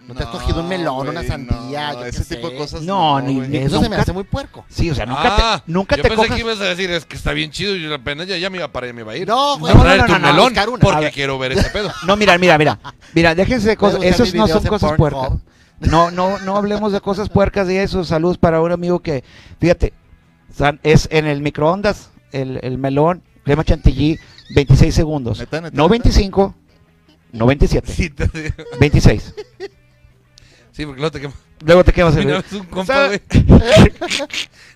Speaker 4: ¿No te has cogido un melón, una sandía, yo qué
Speaker 3: ese
Speaker 4: sé?
Speaker 3: tipo de cosas.
Speaker 1: No, ni-
Speaker 3: güey.
Speaker 1: ni-
Speaker 4: Eso se me
Speaker 1: nunca-
Speaker 4: hace muy puerco.
Speaker 1: Sí, o sea, nunca
Speaker 2: Ah,
Speaker 1: te, nunca
Speaker 2: yo
Speaker 1: te
Speaker 2: pensé
Speaker 1: cojas.
Speaker 2: que ibas a decir, es que está bien chido y apenas ya, ya me iba a parar, me iba a ir.
Speaker 4: No, güey,
Speaker 2: Voy a
Speaker 1: no,
Speaker 2: traerte
Speaker 1: no,
Speaker 2: un
Speaker 1: no, no,
Speaker 2: melón
Speaker 4: buscar una.
Speaker 2: porque
Speaker 1: A ver.
Speaker 2: quiero ver ese
Speaker 1: [LAUGHS]
Speaker 2: pedo.
Speaker 1: No, mira, mira, mira. Mira, déjense de cosas.
Speaker 4: Puedes buscar
Speaker 1: Esos
Speaker 4: mis
Speaker 1: no
Speaker 4: videos
Speaker 1: son
Speaker 4: en
Speaker 1: cosas
Speaker 4: Pornhub.
Speaker 1: puercas. No, no, no hablemos de cosas puercas y eso. Saludos para un amigo que, fíjate, san- es en el microondas, el, el melón, crema chantilly, 26 segundos.
Speaker 3: Neta, neta,
Speaker 1: No
Speaker 3: neta.
Speaker 1: 25, no 27,
Speaker 2: Sí, te digo.
Speaker 1: 26.
Speaker 2: Sí, porque luego te
Speaker 1: [LAUGHS]
Speaker 2: quemas.
Speaker 1: Luego te quedas en
Speaker 2: Una
Speaker 1: el...
Speaker 2: vez un compa, güey. Una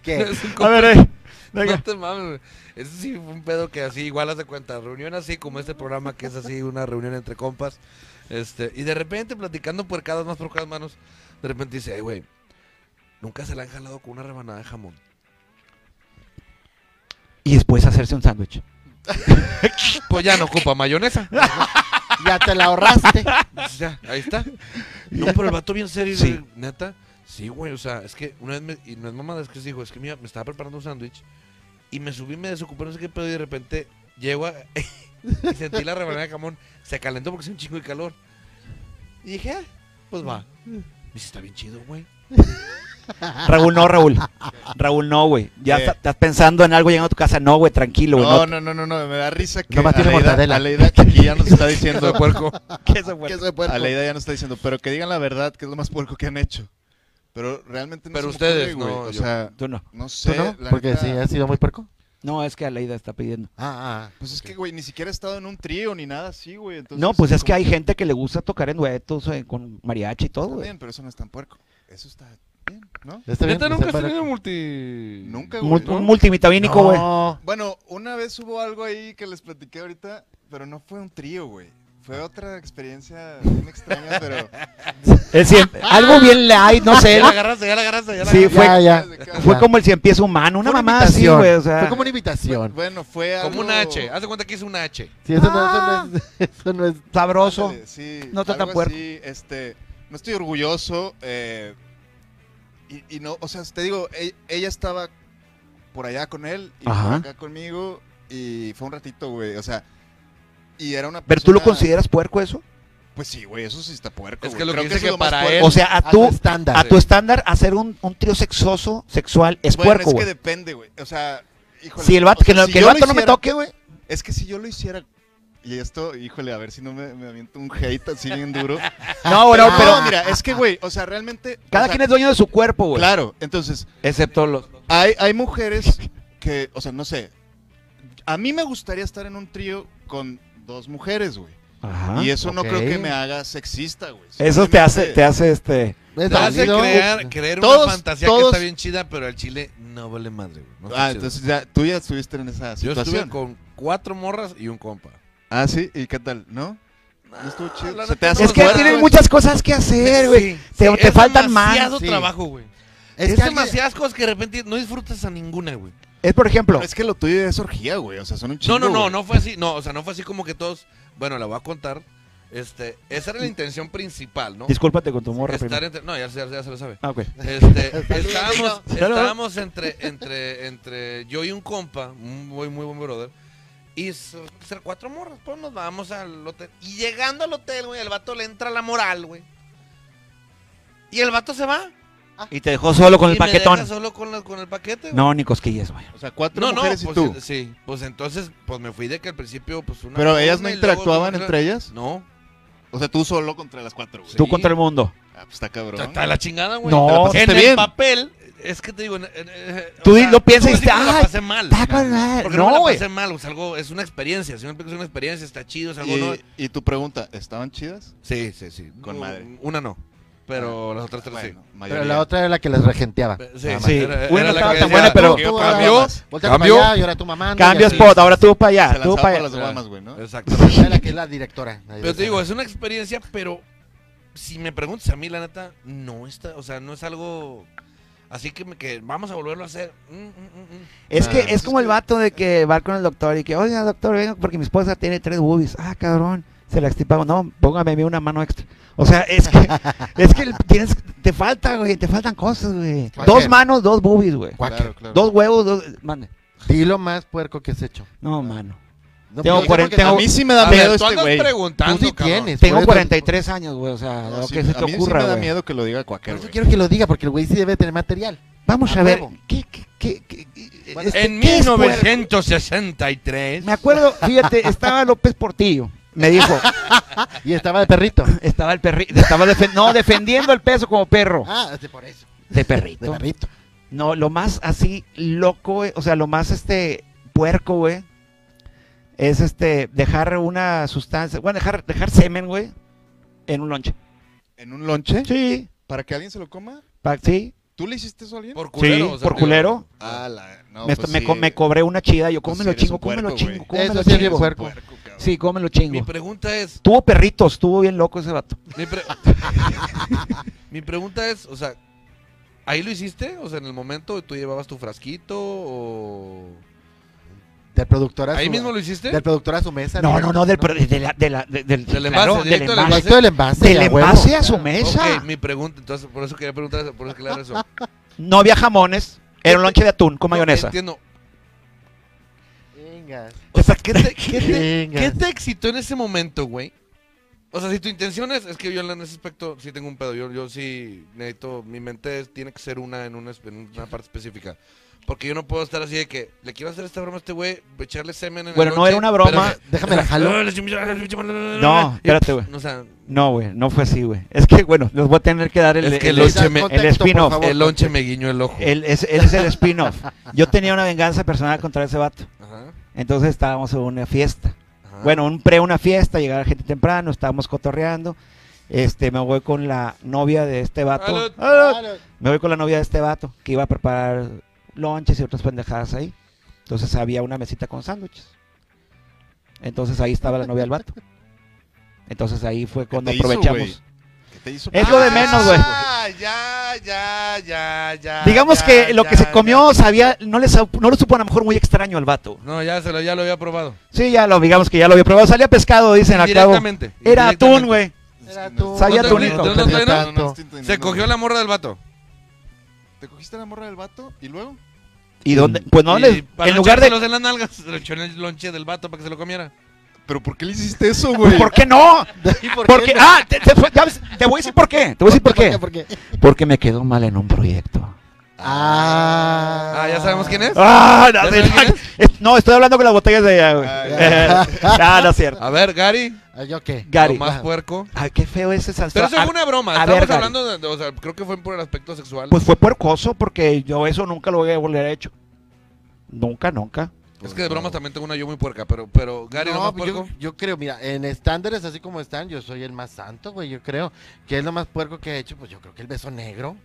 Speaker 4: ¿Qué?
Speaker 2: vez un
Speaker 1: A
Speaker 2: compa-
Speaker 1: ver, eh, venga.
Speaker 2: No te mames, güey. Eso sí fue un pedo que así, igual haz de cuenta, reunión así como este programa que es así, una reunión entre compas. Este, y de repente platicando puercadas más puercadas manos, de repente dice, "Ey, güey, nunca se la han jalado con una rebanada de jamón."
Speaker 1: Y después hacerse un sándwich.
Speaker 2: Pues ya no ocupa mayonesa.
Speaker 4: Ya te la ahorraste.
Speaker 2: Pues Ya, ahí está. [LAUGHS] No, pero el vato bien serio,
Speaker 1: Sí.
Speaker 2: güey, neta. Sí, güey, o sea, es que una vez me, y no es mamada, es que se dijo, es que mira, me estaba preparando un sándwich y me subí, me desocupé, no sé qué pedo, y de repente llego a- [LAUGHS] y sentí la rebanada de jamón, se calentó porque hacía un chingo de calor. Y dije, ah, pues va. Me dice, está bien chido,
Speaker 4: [LAUGHS]
Speaker 2: güey.
Speaker 1: Raúl, no, Raúl. Raúl, no, güey. Ya
Speaker 3: ¿Qué?
Speaker 1: está- estás pensando en algo llegando a tu casa. No, güey, tranquilo, güey.
Speaker 3: No, no, no, no, no, me da risa que
Speaker 4: Nomás tiene
Speaker 3: Aleida-
Speaker 4: mortadela.
Speaker 3: Aleida que aquí ya nos
Speaker 4: [LAUGHS]
Speaker 3: está diciendo,
Speaker 2: Todo [LAUGHS] puerco.
Speaker 1: ¿Qué es eso, güey?
Speaker 4: Que soy puerco.
Speaker 3: Aleida ya nos está diciendo, pero que digan la verdad, que es lo más puerco que han hecho. Pero realmente no
Speaker 2: Pero
Speaker 3: se me ocurre,
Speaker 2: ustedes,
Speaker 3: güey,
Speaker 2: no,
Speaker 3: o
Speaker 2: yo-
Speaker 3: sea,
Speaker 1: Tú no.
Speaker 3: no sé,
Speaker 4: ¿Tú no?
Speaker 3: la
Speaker 4: Porque
Speaker 3: neta,
Speaker 4: sí, has sido muy puerco.
Speaker 1: No, es que Aleida está pidiendo.
Speaker 4: Ah, ah.
Speaker 3: pues es que güey, ni siquiera he estado en un trío ni nada así, güey, entonces
Speaker 1: No, pues es que
Speaker 3: como-
Speaker 1: hay gente que le gusta tocar en duetos eh, con mariachi y todo,
Speaker 3: Está
Speaker 1: güey.
Speaker 3: bien, pero eso no es tan puerco. Eso está bien, ¿no?
Speaker 4: Está bien,
Speaker 2: Neta,
Speaker 4: está
Speaker 2: nunca has
Speaker 4: puerco.
Speaker 2: tenido multi.
Speaker 3: Nunca,
Speaker 1: Mu-
Speaker 3: güey.
Speaker 1: Un, multivitamínico, güey.
Speaker 4: No.
Speaker 3: Bueno, una vez hubo algo ahí que les platiqué ahorita, pero no fue un trío, güey. Fue otra experiencia bien extraña, pero
Speaker 1: El cien-
Speaker 3: Ah.
Speaker 1: algo bien light, no sé.
Speaker 2: Ya la agarraste, ya la agarraste, ya la
Speaker 1: Sí,
Speaker 2: agarraste.
Speaker 1: fue-
Speaker 4: [LAUGHS] Ya, ya.
Speaker 1: Fue como el cien pies humano, una
Speaker 4: Fue
Speaker 1: mamá así,
Speaker 4: invitación.
Speaker 1: güey. O sea,
Speaker 4: Fue como una invitación.
Speaker 3: [LAUGHS] Bueno, fue algo...
Speaker 2: Como un H. Haz de cuenta que hice un H.
Speaker 4: Sí, eso no, eso no es. [LAUGHS] Eso no es.
Speaker 1: sabroso.
Speaker 3: Ándale, sí,
Speaker 1: No está tan
Speaker 3: algo
Speaker 1: puerco.
Speaker 3: así, este, no estoy orgulloso. eh, y, y no, o sea, te digo, e- ella, estaba por allá con él y por
Speaker 1: Ajá.
Speaker 3: acá conmigo. Y fue un ratito, güey. O sea, y era una
Speaker 1: Pero tú lo
Speaker 3: persona-
Speaker 1: consideras puerco eso?
Speaker 3: Pues sí, güey, eso sí está puerco.
Speaker 2: Es que
Speaker 3: güey.
Speaker 2: lo
Speaker 3: Creo
Speaker 2: que
Speaker 3: que
Speaker 2: dice
Speaker 3: eso
Speaker 2: que
Speaker 3: es lo más
Speaker 2: para
Speaker 3: puerco.
Speaker 2: él-
Speaker 1: O sea, a
Speaker 4: a tu
Speaker 1: tu,
Speaker 4: estándar.
Speaker 1: a tu estándar, hacer un, un trío sexoso, sexual, es
Speaker 3: Bueno,
Speaker 1: puerco,
Speaker 3: es que
Speaker 1: güey.
Speaker 3: depende, güey. O sea, híjole.
Speaker 1: Si el vato,
Speaker 3: o sea,
Speaker 1: que, no-
Speaker 3: si
Speaker 1: que el
Speaker 3: yo lo
Speaker 1: vato no me
Speaker 3: hiciera-
Speaker 1: toque, güey.
Speaker 3: Es que si yo lo hiciera. Y esto, híjole, a ver si no me, me aviento un hate así
Speaker 1: [LAUGHS]
Speaker 3: bien duro.
Speaker 1: No, bueno,
Speaker 3: no,
Speaker 1: pero
Speaker 3: Ah, pero mira, es que, güey, o sea, realmente. o
Speaker 1: cada
Speaker 3: sea,
Speaker 1: quien es dueño de su cuerpo, güey.
Speaker 3: Claro, entonces,
Speaker 1: Excepto los.
Speaker 3: Hay, hay mujeres que, o sea, no sé. A mí me gustaría estar en un trío con dos mujeres, güey.
Speaker 1: Ajá.
Speaker 3: y eso no
Speaker 4: ok.
Speaker 3: creo que me haga sexista, güey.
Speaker 1: Ah, Eso te hace, te hace este.
Speaker 4: Es
Speaker 2: Te hace
Speaker 4: válido.
Speaker 2: crear, creer
Speaker 3: Todos-
Speaker 2: una fantasía
Speaker 3: todos-
Speaker 2: que está bien chida, pero al chile no vale madre, güey. No está
Speaker 3: Ah,
Speaker 2: chido.
Speaker 3: entonces ya, tú ya estuviste en esa
Speaker 2: Yo estuve
Speaker 3: situación.
Speaker 2: con cuatro morras y un compa.
Speaker 3: Ah, sí, ¿y qué tal? ¿No? No estuvo chido.
Speaker 2: la
Speaker 3: Se te
Speaker 2: neta,
Speaker 3: hace
Speaker 2: no.
Speaker 1: Es que
Speaker 3: fuerte,
Speaker 1: tienen
Speaker 3: güey.
Speaker 1: muchas cosas que hacer, güey. te te faltan
Speaker 2: Es demasiado
Speaker 1: más.
Speaker 4: sí.
Speaker 2: trabajo, güey.
Speaker 4: Es,
Speaker 2: Es,
Speaker 4: que alguien-
Speaker 2: demasiadas cosas que de repente no disfrutas a ninguna, güey.
Speaker 1: Es, por ejemplo,
Speaker 3: Es que lo tuyo es orgía, güey. O sea, son un chingo.
Speaker 2: No, no, no,
Speaker 3: güey.
Speaker 2: no fue así. No, o sea, no fue así como que todos. Bueno, la voy a contar. Este, esa era la intención principal, ¿no?
Speaker 1: discúlpate con tu morra
Speaker 2: Estar
Speaker 1: primero.
Speaker 2: entre- No, ya, se- ya se lo sabe.
Speaker 1: Ah, ok.
Speaker 3: [LAUGHS]
Speaker 2: Este, estábamos,
Speaker 1: Salud.
Speaker 2: estábamos entre, entre, entre yo y un compa, un muy, muy buen brother, y so- ser cuatro morras, pues nos vamos al hotel. Y llegando al hotel, güey, el vato le entra la moral, güey. Y el vato se va.
Speaker 1: Y te dejó solo con
Speaker 2: y
Speaker 1: el
Speaker 2: me deja
Speaker 1: paquetón.
Speaker 2: solo con, la- con el paquete, güey.
Speaker 1: No, ni cosquillas, güey.
Speaker 3: O sea, cuatro
Speaker 2: No, no,
Speaker 3: mujeres
Speaker 2: pues,
Speaker 3: y tú.
Speaker 2: eh, sí. Pues entonces, pues me fui de que al principio, pues una.
Speaker 3: Pero ellas
Speaker 2: una
Speaker 3: no
Speaker 2: y luego
Speaker 3: interactuaban
Speaker 2: otra.
Speaker 3: entre ellas.
Speaker 2: No.
Speaker 3: O sea, tú solo contra las cuatro, güey.
Speaker 1: Tú
Speaker 2: Sí.
Speaker 1: contra el mundo.
Speaker 3: Ah, pues está
Speaker 2: O
Speaker 3: cabrón.
Speaker 2: sea, Está la chingada, güey.
Speaker 1: No,
Speaker 2: Te la
Speaker 3: pasaste
Speaker 2: pasaste en
Speaker 3: bien.
Speaker 2: el papel, es que te digo. en- en- eh,
Speaker 1: Tú
Speaker 2: o
Speaker 1: di-
Speaker 2: sea,
Speaker 1: lo piensas y
Speaker 2: no voy
Speaker 1: dices,
Speaker 2: a decir que la
Speaker 1: "Ay,
Speaker 2: pasé mal.
Speaker 1: Está con madre.
Speaker 2: Porque
Speaker 1: No,
Speaker 2: no,
Speaker 1: güey.
Speaker 2: es mal, o sea, algo, es una experiencia, si me explico, es una experiencia, está chido, es algo no.
Speaker 3: Y, y tu pregunta, ¿estaban chidas?
Speaker 2: Sí, sí, sí.
Speaker 3: Con
Speaker 2: No,
Speaker 3: madre.
Speaker 2: Una no, Ah, pero las otras tres
Speaker 3: Bueno, mayoría.
Speaker 4: Pero la otra era la que les regenteaba.
Speaker 2: sí.
Speaker 4: Nada más.
Speaker 1: Sí, una no estaba tan
Speaker 2: decía,
Speaker 1: buena, pero-
Speaker 4: Tú,
Speaker 2: cambió,
Speaker 4: ahora vas, volteate
Speaker 2: cambió.
Speaker 4: para allá y ahora tú mamando. y
Speaker 1: Cambio
Speaker 4: así.
Speaker 1: spot, ahora tú para
Speaker 3: Se
Speaker 1: allá, tú
Speaker 3: lanzaba
Speaker 1: para
Speaker 3: Ah, para
Speaker 1: allá.
Speaker 3: las guamas, güey, ¿no?
Speaker 2: Exactamente.
Speaker 4: Era la que es la directora.
Speaker 2: Pero te Pues digo, es una experiencia, pero si me preguntas a mí, la neta, no está, o sea, no es algo así que, me- que vamos a volverlo a hacer. Mm, mm, mm, mm.
Speaker 1: Es que
Speaker 4: Ah.
Speaker 1: es como el vato de que va con el doctor y que, oiga, doctor, venga porque mi esposa tiene tres boobies. Ah, cabrón, se la extirpago. No, póngame a mí una mano extra. O sea, es que,
Speaker 2: [LAUGHS]
Speaker 1: es que tienes, te falta, güey, te faltan cosas, güey.
Speaker 4: ¿Por
Speaker 1: Dos
Speaker 4: qué?
Speaker 1: manos, dos boobies, güey.
Speaker 3: Claro, claro.
Speaker 1: Dos huevos, dos. Mande.
Speaker 4: Dilo más puerco que has hecho.
Speaker 1: No, mano.
Speaker 4: No,
Speaker 1: Tengo
Speaker 4: porque-
Speaker 1: cuaren-
Speaker 4: porque
Speaker 1: tengo-
Speaker 3: A mí sí me da
Speaker 2: A ver,
Speaker 3: miedo
Speaker 2: tú
Speaker 3: este
Speaker 2: andas
Speaker 3: güey.
Speaker 2: preguntando,
Speaker 4: Tú sí
Speaker 2: cabrón.
Speaker 4: tienes. Por
Speaker 1: Tengo
Speaker 4: eso-
Speaker 1: 43 años, güey, o sea,
Speaker 3: No,
Speaker 1: lo
Speaker 3: sí,
Speaker 1: que se te
Speaker 3: a mí sí
Speaker 1: ocurra,
Speaker 3: me da
Speaker 1: güey.
Speaker 3: miedo que lo diga
Speaker 4: Por
Speaker 3: cualquier
Speaker 4: eso
Speaker 3: güey.
Speaker 4: quiero que lo diga, porque el güey sí debe tener material.
Speaker 1: Vamos a
Speaker 4: A
Speaker 1: ver,
Speaker 4: huevo.
Speaker 1: ¿qué, qué, qué, qué- qué-
Speaker 4: Bueno,
Speaker 1: este,
Speaker 2: En
Speaker 1: qué es puerco?
Speaker 2: 1963.
Speaker 1: Me acuerdo, fíjate, estaba López Portillo. Me dijo,
Speaker 4: Y estaba de perrito.
Speaker 1: estaba el perrito, estaba defen- no, defendiendo el peso como perro.
Speaker 4: Ah, sí, por eso.
Speaker 1: De
Speaker 4: De
Speaker 1: perrito.
Speaker 4: perrito.
Speaker 1: No, lo más así loco, güey, o sea, lo más este puerco, güey, es este dejar una sustancia, bueno, dejar, dejar semen, güey, en un lonche.
Speaker 3: ¿En un lonche?
Speaker 1: Sí.
Speaker 3: ¿Para que alguien se lo coma?
Speaker 1: Pa- sí,
Speaker 3: ¿Tú le hiciste eso a alguien?
Speaker 2: Por
Speaker 1: sí,
Speaker 2: culero. o sea,
Speaker 1: por
Speaker 2: digo,
Speaker 1: culero.
Speaker 3: Ah, la... No,
Speaker 1: me,
Speaker 3: pues
Speaker 1: me
Speaker 3: sí.
Speaker 1: co- me cobré una chida, yo
Speaker 3: Pues
Speaker 1: cómelo
Speaker 3: sí, eres
Speaker 1: chingo,
Speaker 3: un puerco,
Speaker 1: cómelo
Speaker 3: güey.
Speaker 1: chingo, cómelo
Speaker 4: Eso sí es
Speaker 1: chingo.
Speaker 4: bien puerco.
Speaker 3: cabrón.
Speaker 1: Sí, cómelo
Speaker 2: Mi
Speaker 1: chingo.
Speaker 2: pregunta es.
Speaker 1: Tuvo perritos, estuvo bien loco ese vato. [LAUGHS]
Speaker 2: Mi, pre- Mi pregunta es, o sea, ¿ahí lo hiciste? O sea, en el momento tú llevabas tu frasquito o.
Speaker 4: Del productor a su,
Speaker 2: ¿Ahí mismo lo hiciste?
Speaker 4: Del productor a su mesa.
Speaker 1: No,
Speaker 4: digamos,
Speaker 1: no, no, del, pro- de la- de la- de- del,
Speaker 2: Del
Speaker 1: claro,
Speaker 2: envase, directo del
Speaker 4: Directo del envase.
Speaker 1: Del
Speaker 4: a huevo.
Speaker 1: envase a su mesa.
Speaker 2: Ok, mi pregunta, entonces, por eso quería preguntar eso, por eso claro eso.
Speaker 1: No había jamones, era un lonche de atún con [LAUGHS] mayonesa.
Speaker 2: Entiendo.
Speaker 4: Chingas.
Speaker 2: O sea, [LAUGHS] ¿qué te, qué te-
Speaker 4: Venga.
Speaker 2: qué te excitó en ese momento, güey? O sea, si tu intención es, es que yo en ese aspecto sí tengo un pedo, yo, yo sí necesito, mi mente es- tiene que ser una en, una espe- en una parte específica. Porque yo no puedo estar así de que le quiero hacer esta broma a este güey, echarle semen en
Speaker 1: Bueno,
Speaker 2: el
Speaker 1: no era
Speaker 2: lonche,
Speaker 1: una broma.
Speaker 2: pero- "Ah,
Speaker 4: Déjame la jalo.
Speaker 1: No, espérate, güey.
Speaker 2: O sea,
Speaker 1: No, güey, no fue así, güey. Es que, bueno, les voy a tener que dar el...
Speaker 2: Es que
Speaker 1: el-
Speaker 2: lo
Speaker 1: el-
Speaker 2: hice- me-
Speaker 4: Contexto,
Speaker 1: el spin-off,
Speaker 4: por favor.
Speaker 2: el lonche me guiñó el ojo.
Speaker 1: el- es, ese es el spin-off. Yo tenía una venganza personal contra ese vato.
Speaker 2: Ajá,
Speaker 1: Entonces estábamos en una fiesta.
Speaker 2: ajá.
Speaker 1: Bueno, un pre, una fiesta, llegaba gente temprano, estábamos cotorreando. Este, me voy con la novia de este vato.
Speaker 2: Salud.
Speaker 1: ¡Salud! Me voy con la novia de este vato, que iba a preparar lonches y otras pendejadas ahí. Entonces había una mesita con sándwiches. Entonces ahí estaba la novia del vato. Entonces ahí fue cuando
Speaker 3: te hizo,
Speaker 1: aprovechamos.
Speaker 3: güey? ¿Qué te hizo?
Speaker 1: Es lo de
Speaker 3: Ah,
Speaker 1: menos, güey.
Speaker 2: Ah, ya, ya, ya, ya.
Speaker 1: Digamos
Speaker 2: ya,
Speaker 1: que lo
Speaker 2: ya,
Speaker 1: que se
Speaker 2: ya.
Speaker 1: comió sabía, no, le sa- no lo supo a lo mejor muy extraño al vato.
Speaker 2: No, ya, se lo, ya lo había probado.
Speaker 1: Sí, ya lo, digamos que ya lo había probado. Salía pescado, dicen al cabo.
Speaker 2: Directamente.
Speaker 1: Era atún, güey.
Speaker 4: Era
Speaker 3: No,
Speaker 4: tú.
Speaker 1: Sabía
Speaker 4: No te-
Speaker 1: tunito.
Speaker 4: no te-
Speaker 2: No, no, no,
Speaker 4: tanto.
Speaker 3: no, no, estoy entendiendo,
Speaker 2: Se cogió
Speaker 3: güey.
Speaker 2: la morra del vato.
Speaker 3: ¿Te cogiste la morra del vato? ¿Y luego?
Speaker 1: ¿Y dónde? Pues no,
Speaker 2: Y
Speaker 1: le-
Speaker 2: para
Speaker 1: en
Speaker 2: no
Speaker 1: lugar de...
Speaker 2: echárselos en las nalgas, se lo echó en el lonche del vato para que se lo comiera.
Speaker 3: ¿Pero por qué le hiciste eso, güey?
Speaker 1: Pues, [LAUGHS] ¿Por qué no?
Speaker 4: ¿Y por qué?
Speaker 1: Porque, ah, te, te- ya ves, te voy a decir por qué. Te voy a decir por qué.
Speaker 4: ¿Por qué?
Speaker 1: Porque me quedó mal en un proyecto.
Speaker 4: Ah.
Speaker 2: Ah, ya sabemos quién es.
Speaker 1: Ah, no,
Speaker 2: ¿Ya
Speaker 1: de-
Speaker 2: sabes quién
Speaker 1: es- no, estoy hablando con las botellas de allá, güey.
Speaker 3: Ah,
Speaker 1: Ah, no es cierto.
Speaker 2: A ver, Gary,
Speaker 4: Ah, ¿Yo qué?
Speaker 1: Gary.
Speaker 2: lo más
Speaker 4: va.
Speaker 2: puerco.
Speaker 1: Ah, qué feo ese salsa.
Speaker 2: Pero eso
Speaker 1: Ah,
Speaker 2: fue una broma.
Speaker 1: a
Speaker 2: Estamos
Speaker 1: ver, Gary.
Speaker 2: hablando de, de- o sea, creo que fue por el aspecto sexual.
Speaker 1: Pues fue puercoso porque yo eso nunca lo voy a volver a hecho. Nunca, nunca.
Speaker 2: es que de bromas también tengo una yo muy puerca, pero, pero Gary, lo más
Speaker 4: No, pues
Speaker 2: puerco.
Speaker 4: yo, yo creo, mira, en estándares así como están, yo soy el más santo, güey, yo creo. ¿Qué es lo más puerco que he hecho? Pues yo creo que el beso negro.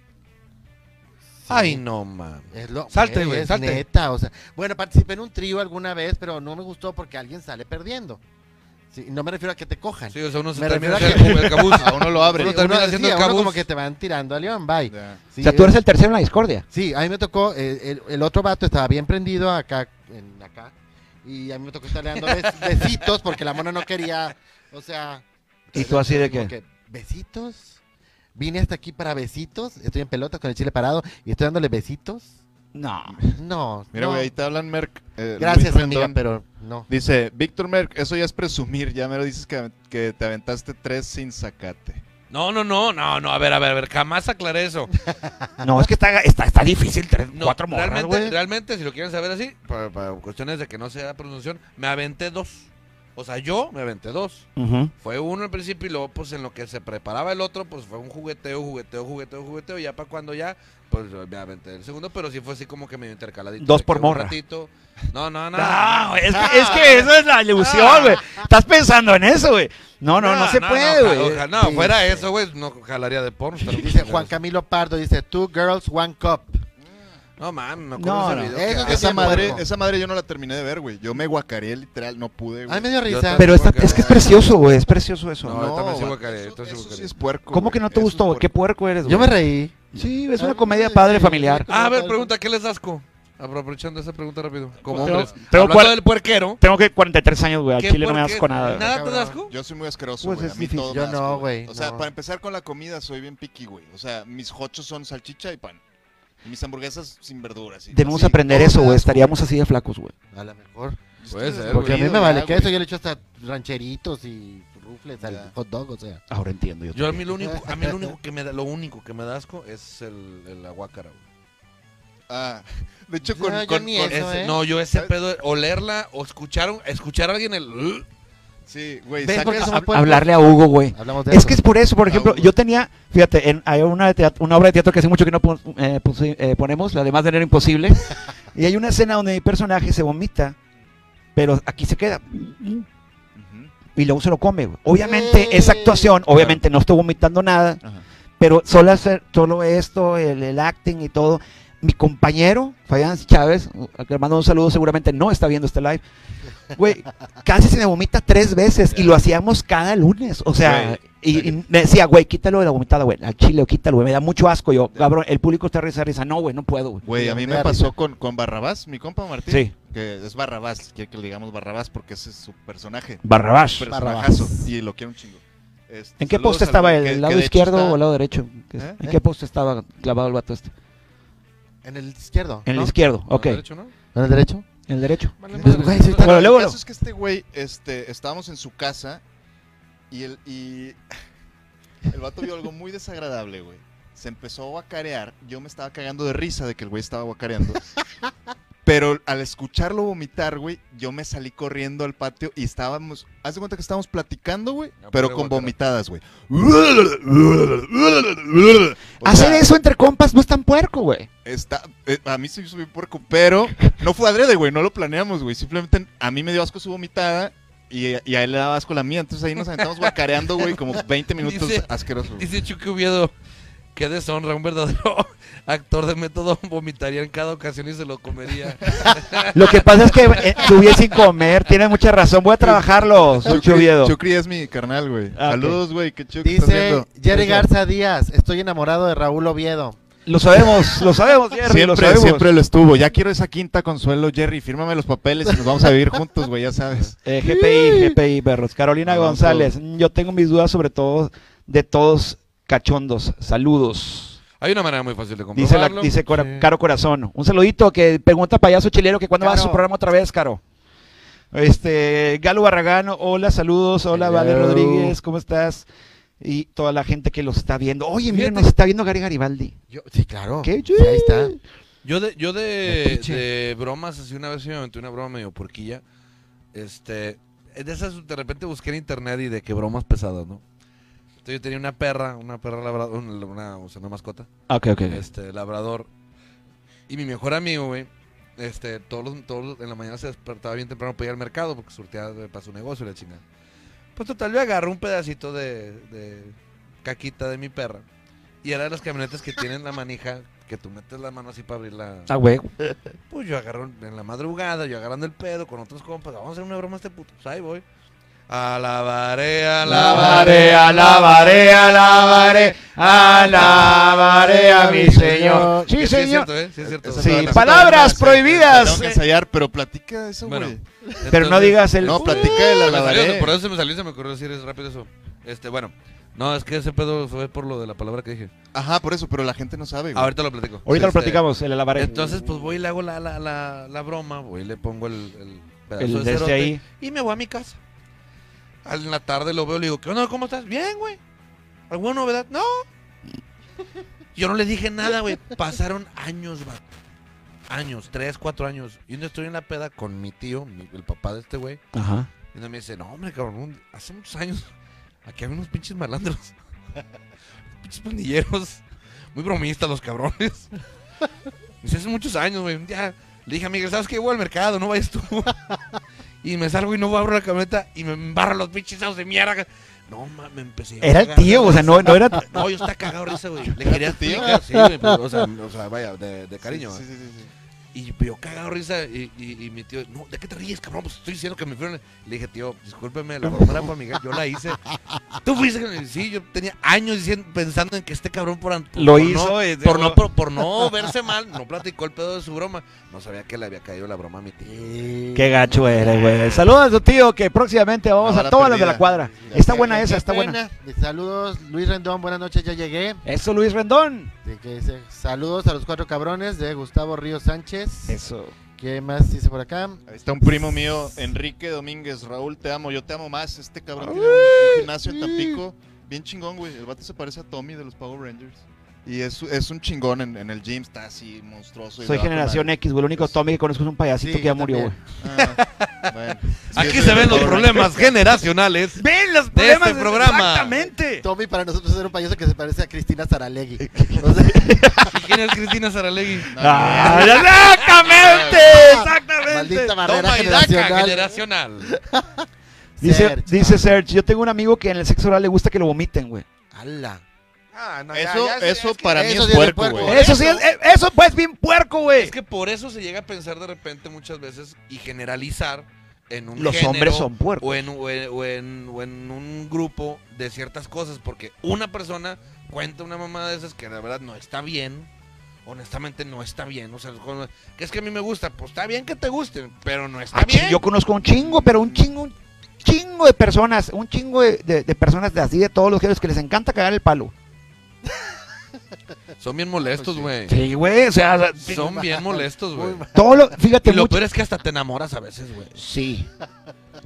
Speaker 4: Sí,
Speaker 2: Ay, no, mames.
Speaker 4: Es lo,
Speaker 2: Salte, güey,
Speaker 4: es
Speaker 2: salte.
Speaker 4: neta, o sea. Bueno, participé en un trío alguna vez, pero no me gustó porque alguien sale perdiendo. Sí, y no me refiero a que te cojan.
Speaker 2: Sí, o sea, uno se
Speaker 4: Me
Speaker 2: termina
Speaker 4: refiero a
Speaker 2: haciendo como el
Speaker 1: [LAUGHS]
Speaker 2: cabuz.
Speaker 3: A uno lo abre.
Speaker 2: Uno
Speaker 4: Sí,
Speaker 2: termina
Speaker 4: uno-
Speaker 2: haciendo
Speaker 4: sí,
Speaker 2: el
Speaker 4: a uno
Speaker 2: cabuz.
Speaker 4: como que te van tirando a León, bye.
Speaker 3: Ya.
Speaker 4: Sí,
Speaker 1: o sea, tú
Speaker 4: es-
Speaker 1: eres el tercero en la discordia.
Speaker 4: Sí, a mí me tocó, eh, el, el otro vato estaba bien prendido acá, en, acá, y a mí me tocó estarle dando bes- besitos porque la mona no quería, o sea...
Speaker 1: ¿Y tú así de
Speaker 4: como
Speaker 1: qué?
Speaker 4: ¿Besitos? Vine hasta aquí para besitos, estoy en pelotas con el chile parado y estoy dándole besitos.
Speaker 1: No.
Speaker 4: No,
Speaker 3: Mira,
Speaker 4: no.
Speaker 3: güey, ahí te hablan Merck. eh,
Speaker 4: Gracias,
Speaker 3: Luis
Speaker 4: amiga,
Speaker 3: Rendón.
Speaker 4: pero
Speaker 3: [LAUGHS]
Speaker 4: no.
Speaker 3: Dice, Víctor Merck, eso ya es presumir, ya me lo dices que, que te aventaste tres sin sacate.
Speaker 2: No, no, no, no, no, a ver, a ver, a ver, jamás aclaré eso.
Speaker 1: No, es que está, está, está difícil tres,
Speaker 2: No,
Speaker 1: cuatro morras,
Speaker 2: realmente,
Speaker 1: güey.
Speaker 2: realmente, si lo quieren saber así, para, para cuestiones de que no sea pronunciación, me aventé dos. O sea, yo me aventé dos.
Speaker 1: Ujú.
Speaker 2: Fue uno al principio y luego, pues en lo que se preparaba el otro, pues fue un jugueteo, jugueteo, jugueteo, jugueteo. Y ya para cuando ya, pues me aventé el segundo, pero sí fue así como que medio intercaladito.
Speaker 1: Dos
Speaker 2: de
Speaker 1: por
Speaker 2: que un
Speaker 1: morra.
Speaker 2: ratito. No, no,
Speaker 1: [LAUGHS]
Speaker 2: no.
Speaker 1: No, es que, es que eso es la ilusión, güey. Estás pensando en eso, güey. No, no, no, se puede,
Speaker 2: ojalá,
Speaker 1: güey.
Speaker 2: ojalá, No,
Speaker 4: Sí,
Speaker 2: fuera
Speaker 4: sí.
Speaker 2: eso, güey, no jalaría de porno. pero- pues,
Speaker 4: Dice Juan Camilo Pardo, dice, two girls, one cup.
Speaker 2: No, mames, me
Speaker 1: No,
Speaker 2: acuerdo de
Speaker 1: no.
Speaker 2: ese video
Speaker 4: Eso
Speaker 2: que-
Speaker 4: sí
Speaker 3: Esa
Speaker 4: tiene
Speaker 3: madre,
Speaker 4: huevo.
Speaker 3: esa madre yo no la terminé de ver, güey. Yo me guacareé literal, no pude,
Speaker 4: A mí
Speaker 3: güey.
Speaker 4: me dio
Speaker 2: Yo
Speaker 4: risa.
Speaker 1: Pero está- es que es precioso, güey. Es precioso eso.
Speaker 2: No, también sí
Speaker 3: vato,
Speaker 2: guacareé,
Speaker 3: eso-
Speaker 2: entonces
Speaker 3: eso
Speaker 2: guacareé.
Speaker 3: sí es puerco.
Speaker 1: ¿Cómo que no te gustó, güey?
Speaker 3: güey?
Speaker 1: Qué puerco eres, güey.
Speaker 4: Yo me reí.
Speaker 1: Sí, es una
Speaker 4: Ah,
Speaker 1: comedia
Speaker 4: sí,
Speaker 1: padre
Speaker 4: sí,
Speaker 1: familiar.
Speaker 4: sí.
Speaker 2: Ah, a ver, pregunta, ¿qué les da asco? Aprovechando esa pregunta rápido. Como
Speaker 1: Tengo-
Speaker 2: hombres.
Speaker 1: tengo
Speaker 2: Hablando
Speaker 1: cuar-
Speaker 2: del puerquero.
Speaker 1: Tengo que 43 años, güey. Al
Speaker 2: ¿qué
Speaker 1: chile no me
Speaker 2: puerque-
Speaker 1: asco nada. güey.
Speaker 2: ¿Nada te da
Speaker 4: Cabrón.
Speaker 2: asco?
Speaker 3: Yo soy muy asqueroso,
Speaker 1: Pues
Speaker 3: güey.
Speaker 1: es
Speaker 3: a mí
Speaker 1: difícil.
Speaker 3: todo
Speaker 4: Yo
Speaker 3: me asco,
Speaker 4: no, güey,
Speaker 3: O sea,
Speaker 4: no.
Speaker 3: para empezar con la comida, soy bien picky, güey. O sea, mis hochos son salchicha y pan. Y mis hamburguesas sin verduras. y
Speaker 1: Debemos
Speaker 3: así,
Speaker 1: aprender
Speaker 3: todo
Speaker 1: eso,
Speaker 3: me
Speaker 1: güey.
Speaker 3: da asco,
Speaker 1: Estaríamos así de flacos, güey.
Speaker 4: A lo mejor.
Speaker 3: güey.
Speaker 2: Puede
Speaker 3: Estoy
Speaker 2: ser,
Speaker 4: Porque a mí me
Speaker 3: desnutrido
Speaker 4: vale
Speaker 3: ya,
Speaker 4: que
Speaker 3: güey.
Speaker 4: eso yo le echo hasta rancheritos y rufles al
Speaker 3: Ya.
Speaker 4: hot dog, o sea.
Speaker 1: Ahora entiendo yo.
Speaker 2: Yo a mí lo único, a mí lo único que me da, lo único que me da asco es el, el aguácara. güey.
Speaker 3: Ah, de hecho,
Speaker 4: No,
Speaker 3: con,
Speaker 4: yo
Speaker 3: con-
Speaker 4: ni
Speaker 3: con-
Speaker 4: Eso,
Speaker 2: Ese-
Speaker 4: ¿eh?
Speaker 2: No, yo ese pedo, olerla o escuchar, un- escuchar a alguien el... "Ugh",
Speaker 3: Sí, güey.
Speaker 4: ¿Ves por qué
Speaker 3: sacas-
Speaker 4: somos puercos?
Speaker 1: Hablarle a Hugo, güey.
Speaker 4: Hablamos de
Speaker 1: Es
Speaker 4: eso.
Speaker 1: que es por eso, por ejemplo,
Speaker 3: Raúl.
Speaker 1: yo tenía, fíjate, en, hay una, de teat- una obra de teatro que hace mucho que no pon- eh, pusi- eh, ponemos, la de Más Dinero Imposible, [LAUGHS] y hay una escena donde mi personaje se vomita, pero aquí se queda,
Speaker 3: Ujú,
Speaker 1: y luego se lo come. güey. Obviamente,
Speaker 4: Sí.
Speaker 1: esa actuación, obviamente no estoy vomitando nada,
Speaker 3: ajá.
Speaker 1: pero solo, hacer, solo esto, el, el acting y todo. Mi compañero, Fabián Chávez, al que le mando un saludo, seguramente no está viendo este live. Güey, casi se me vomita tres veces y lo hacíamos cada lunes. O sea, y, y me decía, güey, quítalo de la vomitada, güey, al chile, quítalo, güey, me da mucho asco. Yo, cabrón, el público está risa, risa. No, güey, no puedo, güey.
Speaker 3: Güey, a mí
Speaker 4: Me
Speaker 3: me
Speaker 4: da
Speaker 3: pasó con, con Barrabás, mi compa Martín.
Speaker 1: Sí,
Speaker 3: Que es Barrabás, quiere que le digamos Barrabás porque ese es su personaje.
Speaker 1: Barrabás.
Speaker 3: Personajazo.
Speaker 4: Barrabás.
Speaker 3: Y lo quiero un chingo. Este,
Speaker 1: ¿En qué
Speaker 3: saludos
Speaker 1: poste
Speaker 3: al-
Speaker 1: estaba? ¿El
Speaker 3: que- que
Speaker 1: lado
Speaker 3: de hecho
Speaker 1: izquierdo
Speaker 3: está-
Speaker 1: o el lado derecho? ¿Qué-
Speaker 3: ¿Eh?
Speaker 1: ¿En qué poste estaba clavado el vato este?
Speaker 4: En el izquierdo.
Speaker 1: En
Speaker 4: ¿no?
Speaker 1: el izquierdo, ok.
Speaker 2: ¿no? De hecho, ¿no?
Speaker 4: ¿En el derecho?
Speaker 1: En el derecho.
Speaker 2: Vale,
Speaker 1: Pues,
Speaker 2: madre.
Speaker 1: güey, soy tan-
Speaker 3: Bueno,
Speaker 1: Bueno, luego
Speaker 3: el
Speaker 1: lo-
Speaker 3: caso es que este güey, este, estábamos en su casa y el, y [LAUGHS] el vato vio algo muy desagradable, güey. Se empezó a guacarear. Yo me estaba cagando de risa de que el güey
Speaker 1: [LAUGHS]
Speaker 3: estaba guacareando. Pero al escucharlo vomitar, güey, yo me salí corriendo al patio y estábamos. Haz de cuenta que estábamos platicando, güey,
Speaker 2: Ya,
Speaker 3: pero
Speaker 2: pobre
Speaker 3: con
Speaker 2: guacara.
Speaker 3: vomitadas, güey. O
Speaker 1: Hacer
Speaker 3: sea,
Speaker 1: eso entre compas no es tan puerco, güey.
Speaker 3: Está, eh, a mí sí subí puerco, pero no fue adrede, güey, no lo planeamos, güey. Simplemente a mí me dio asco su vomitada y, y a él le daba asco la mía. Entonces ahí nos aventamos guacareando, güey, como 20 minutos
Speaker 2: Dice-
Speaker 3: asqueroso. güey.
Speaker 2: Dice Chucky Oviedo, qué deshonra, un verdadero [LAUGHS] actor de método vomitaría en cada ocasión y se
Speaker 1: [LAUGHS]
Speaker 2: lo comería.
Speaker 1: Lo que pasa es que eh, estuve sin comer, tienes mucha razón. Voy a trabajarlo, Sucho
Speaker 3: Chucri-
Speaker 1: Oviedo.
Speaker 3: Chucri es mi carnal, güey.
Speaker 1: Ah, ok.
Speaker 3: Saludos, güey, qué chulo que estás
Speaker 4: Dice
Speaker 3: viendo.
Speaker 4: Jerry
Speaker 3: Eso.
Speaker 4: Garza Díaz, estoy enamorado de Raúl Oviedo.
Speaker 1: Lo sabemos, lo sabemos, Jerry, lo
Speaker 3: Siempre,
Speaker 1: sabemos.
Speaker 3: siempre lo estuvo. Ya quiero esa quinta consuelo, Jerry. Fírmame los papeles y nos vamos a vivir juntos, güey, ya sabes.
Speaker 1: Eh, GPI, GPI, perros. Carolina
Speaker 3: Vamos
Speaker 1: González, mm, yo tengo mis dudas sobre todo de todos cachondos. Saludos.
Speaker 2: Hay una manera muy fácil de
Speaker 1: Dice, la-
Speaker 2: comprobarlo.
Speaker 1: dice Cora-
Speaker 4: Sí.
Speaker 1: Caro Corazón. Un saludito que pregunta payaso chilero que cuándo va a su
Speaker 4: Caro.
Speaker 1: programa otra vez, Caro. Este, Galo Barragán, hola, saludos, hola, Vale
Speaker 4: Hello.
Speaker 1: Rodríguez, ¿cómo estás? Y toda la gente que los está viendo. Oye, miren,
Speaker 2: Fíjate.
Speaker 1: nos está viendo Gary Garibaldi.
Speaker 4: Yo- sí, claro.
Speaker 1: ¿Qué?
Speaker 4: Sí, Pues ahí está.
Speaker 2: Yo de, yo
Speaker 4: El
Speaker 2: de,
Speaker 4: pinche.
Speaker 2: de bromas, así una vez sí me aventé una broma medio porquilla. Este, de esas de repente busqué en internet y de que bromas pesadas, ¿no? Entonces yo tenía una perra, una perra labrador, una, o sea, una mascota,
Speaker 1: Ah, Ok, ok.
Speaker 2: este, labrador. Y mi mejor amigo, güey, este, todos los, todos los- en la mañana se despertaba bien temprano para ir al mercado porque surtía de- para su negocio y la chingada. Pues total, yo agarro un pedacito de, de caquita de mi perra. Y era de las camionetas que tienen la manija, que tú metes la mano así para abrir la,
Speaker 1: Ah, güey.
Speaker 2: pues yo agarro en la madrugada, yo agarrando el pedo con otros compas, vamos a hacer una broma a este puto, pues ahí voy. Alabaré, alabaré,
Speaker 5: Alabaré, alabaré, alabaré, alabaré a mi Señor.
Speaker 1: Sí, señor.
Speaker 2: Que Sí, es cierto, ¿eh? Sí, es cierto.
Speaker 3: Esa
Speaker 1: Sí,
Speaker 3: no la-
Speaker 1: palabras
Speaker 3: no,
Speaker 1: prohibidas.
Speaker 3: Tengo que ensayar, pero platica eso, güey.
Speaker 2: Bueno,
Speaker 1: Pero no
Speaker 2: entonces-
Speaker 1: digas el.
Speaker 3: no, platica de la
Speaker 2: Me salió,
Speaker 3: alabaré.
Speaker 2: por eso se me salió y se me ocurrió decir es rápido eso. Este, bueno. No, es que ese pedo fue por lo de la palabra que dije.
Speaker 3: Ajá, por eso, pero la gente no sabe, güey.
Speaker 2: Ahorita lo platico.
Speaker 1: Ahorita lo
Speaker 2: Este,
Speaker 1: platicamos, el alabaré.
Speaker 2: Entonces, pues voy y le hago la, la, la, la broma, voy y le pongo el, el pedazo
Speaker 1: El
Speaker 2: de
Speaker 1: de este
Speaker 2: cerote
Speaker 1: ahí.
Speaker 2: y me voy a mi casa. Al- En la tarde lo veo y le digo, ¿qué onda? ¿Cómo estás? Bien, güey. ¿Alguna novedad? No. Yo no le dije nada, güey. Pasaron años, güey. Años, tres, cuatro años. Y un día estoy en la peda con mi tío, mi- el papá de este güey.
Speaker 1: Ajá.
Speaker 2: Y uno me dice, no, hombre, cabrón, un- hace muchos años aquí había unos pinches malandros. [LAUGHS] pinches pandilleros. Muy bromistas los cabrones. [LAUGHS] dice, hace muchos años, güey. Ya le dije a Miguel, ¿sabes qué? Voy al mercado, no vayas tú. [LAUGHS] y me salgo y no abro la camioneta y me embarro los pinches asos de mierda. No, mames, me empecé. a
Speaker 1: Era el
Speaker 2: cagar de
Speaker 1: tío, o sea,
Speaker 2: risa.
Speaker 1: no, no era.
Speaker 2: No, yo estaba cagado de risa, güey. Le quería
Speaker 3: tu tío?
Speaker 2: explicar, sí, güey, pero, o, sea, [LAUGHS] o sea, vaya, de, de cariño.
Speaker 3: Sí,
Speaker 2: ¿eh?
Speaker 3: sí, sí, sí, sí.
Speaker 2: Y yo cagado de risa y, y- y mi tío, no, ¿de qué te ríes, cabrón? Pues estoy diciendo que me fueron. Le dije, tío, discúlpeme, la broma era para Miguel, yo la [LAUGHS] hice. Tú fuiste con el- Sí, yo tenía años diciendo, pensando en que este cabrón por, an- por
Speaker 1: Lo
Speaker 2: por
Speaker 1: hizo,
Speaker 2: No,
Speaker 1: eh,
Speaker 2: por,
Speaker 1: digo-
Speaker 2: no, por,
Speaker 1: [LAUGHS]
Speaker 2: por no verse mal, no platicó el pedo de su broma. No sabía que le había caído la broma a mi tío.
Speaker 1: Qué gacho eres, güey. Saludos a tu tío, que próximamente vamos
Speaker 3: Ahora
Speaker 1: a todas las de
Speaker 3: perdida.
Speaker 1: la cuadra.
Speaker 3: Ya
Speaker 1: Está
Speaker 3: sé,
Speaker 1: buena esa, está buena.
Speaker 4: Dice, Saludos, Luis Rendón, buenas noches, ya llegué.
Speaker 1: Eso, Luis Rendón.
Speaker 4: De que dice, saludos a los cuatro cabrones de Gustavo Río Sánchez.
Speaker 1: Eso.
Speaker 4: ¿Qué más dice por acá?
Speaker 3: Ahí está un primo mío, Enrique Domínguez. Raúl, te amo, yo te amo más. Este cabrón tiene un- un gimnasio en Tampico. Bien chingón, güey. El vato se parece a Tommy de los Power Rangers. Y es, es un chingón en, en el gym, está así monstruoso.
Speaker 1: Soy generación X, güey. Lo único Tommy que conozco es un payasito
Speaker 4: Sí,
Speaker 1: que ya
Speaker 4: yo
Speaker 1: murió, güey.
Speaker 4: también.
Speaker 1: [LAUGHS]
Speaker 3: Ah,
Speaker 2: Aquí se ven los problemas [LAUGHS] generacionales.
Speaker 1: Ven los
Speaker 2: problemas de-
Speaker 1: Exactamente.
Speaker 4: Tommy para nosotros era un payaso que se parece a Cristina
Speaker 1: [LAUGHS]
Speaker 4: Saralegui. O sea,
Speaker 2: ¿Y quién es Cristina Saralegui?
Speaker 1: Ah, [LAUGHS] exactamente, exactamente.
Speaker 4: maldita barrera
Speaker 2: Toma y daca
Speaker 4: generacional.
Speaker 2: generacional.
Speaker 1: Dice,
Speaker 4: Serge,
Speaker 1: dice Serge, yo tengo un amigo que en el sexo oral le gusta que lo vomiten, güey.
Speaker 4: ala.
Speaker 2: Ah, no, ya,
Speaker 3: Eso,
Speaker 2: ya sé,
Speaker 3: eso
Speaker 2: es que-
Speaker 3: para mí
Speaker 4: eso
Speaker 3: es
Speaker 4: sí es de
Speaker 3: puerco,
Speaker 4: puerco.
Speaker 3: güey.
Speaker 1: Eso sí, es, eh, eso pues bien puerco, güey.
Speaker 2: Es que por eso se llega a pensar de repente muchas veces y generalizar en un
Speaker 1: Los
Speaker 2: género
Speaker 1: hombres son puercos.
Speaker 2: o en, o en- o en- o en un grupo de ciertas cosas, porque una persona cuenta una mamada de esas que la verdad no está bien, honestamente no está bien, o sea, es como, que es que a mí me gusta, pues está bien que te gusten, pero no está
Speaker 1: Ah, chi-
Speaker 2: bien.
Speaker 1: yo conozco un chingo, pero un chingo, un chingo de personas, un chingo de, de- de personas de así de todos los géneros que les encanta cagar el palo.
Speaker 2: Son bien molestos, güey.
Speaker 1: Sí, güey, o sea,
Speaker 2: Son bien molestos, güey.
Speaker 1: todo lo,
Speaker 2: Y
Speaker 1: fíjate,
Speaker 2: lo
Speaker 1: mucho-
Speaker 2: peor es que hasta te enamoras a veces, güey.
Speaker 1: Sí.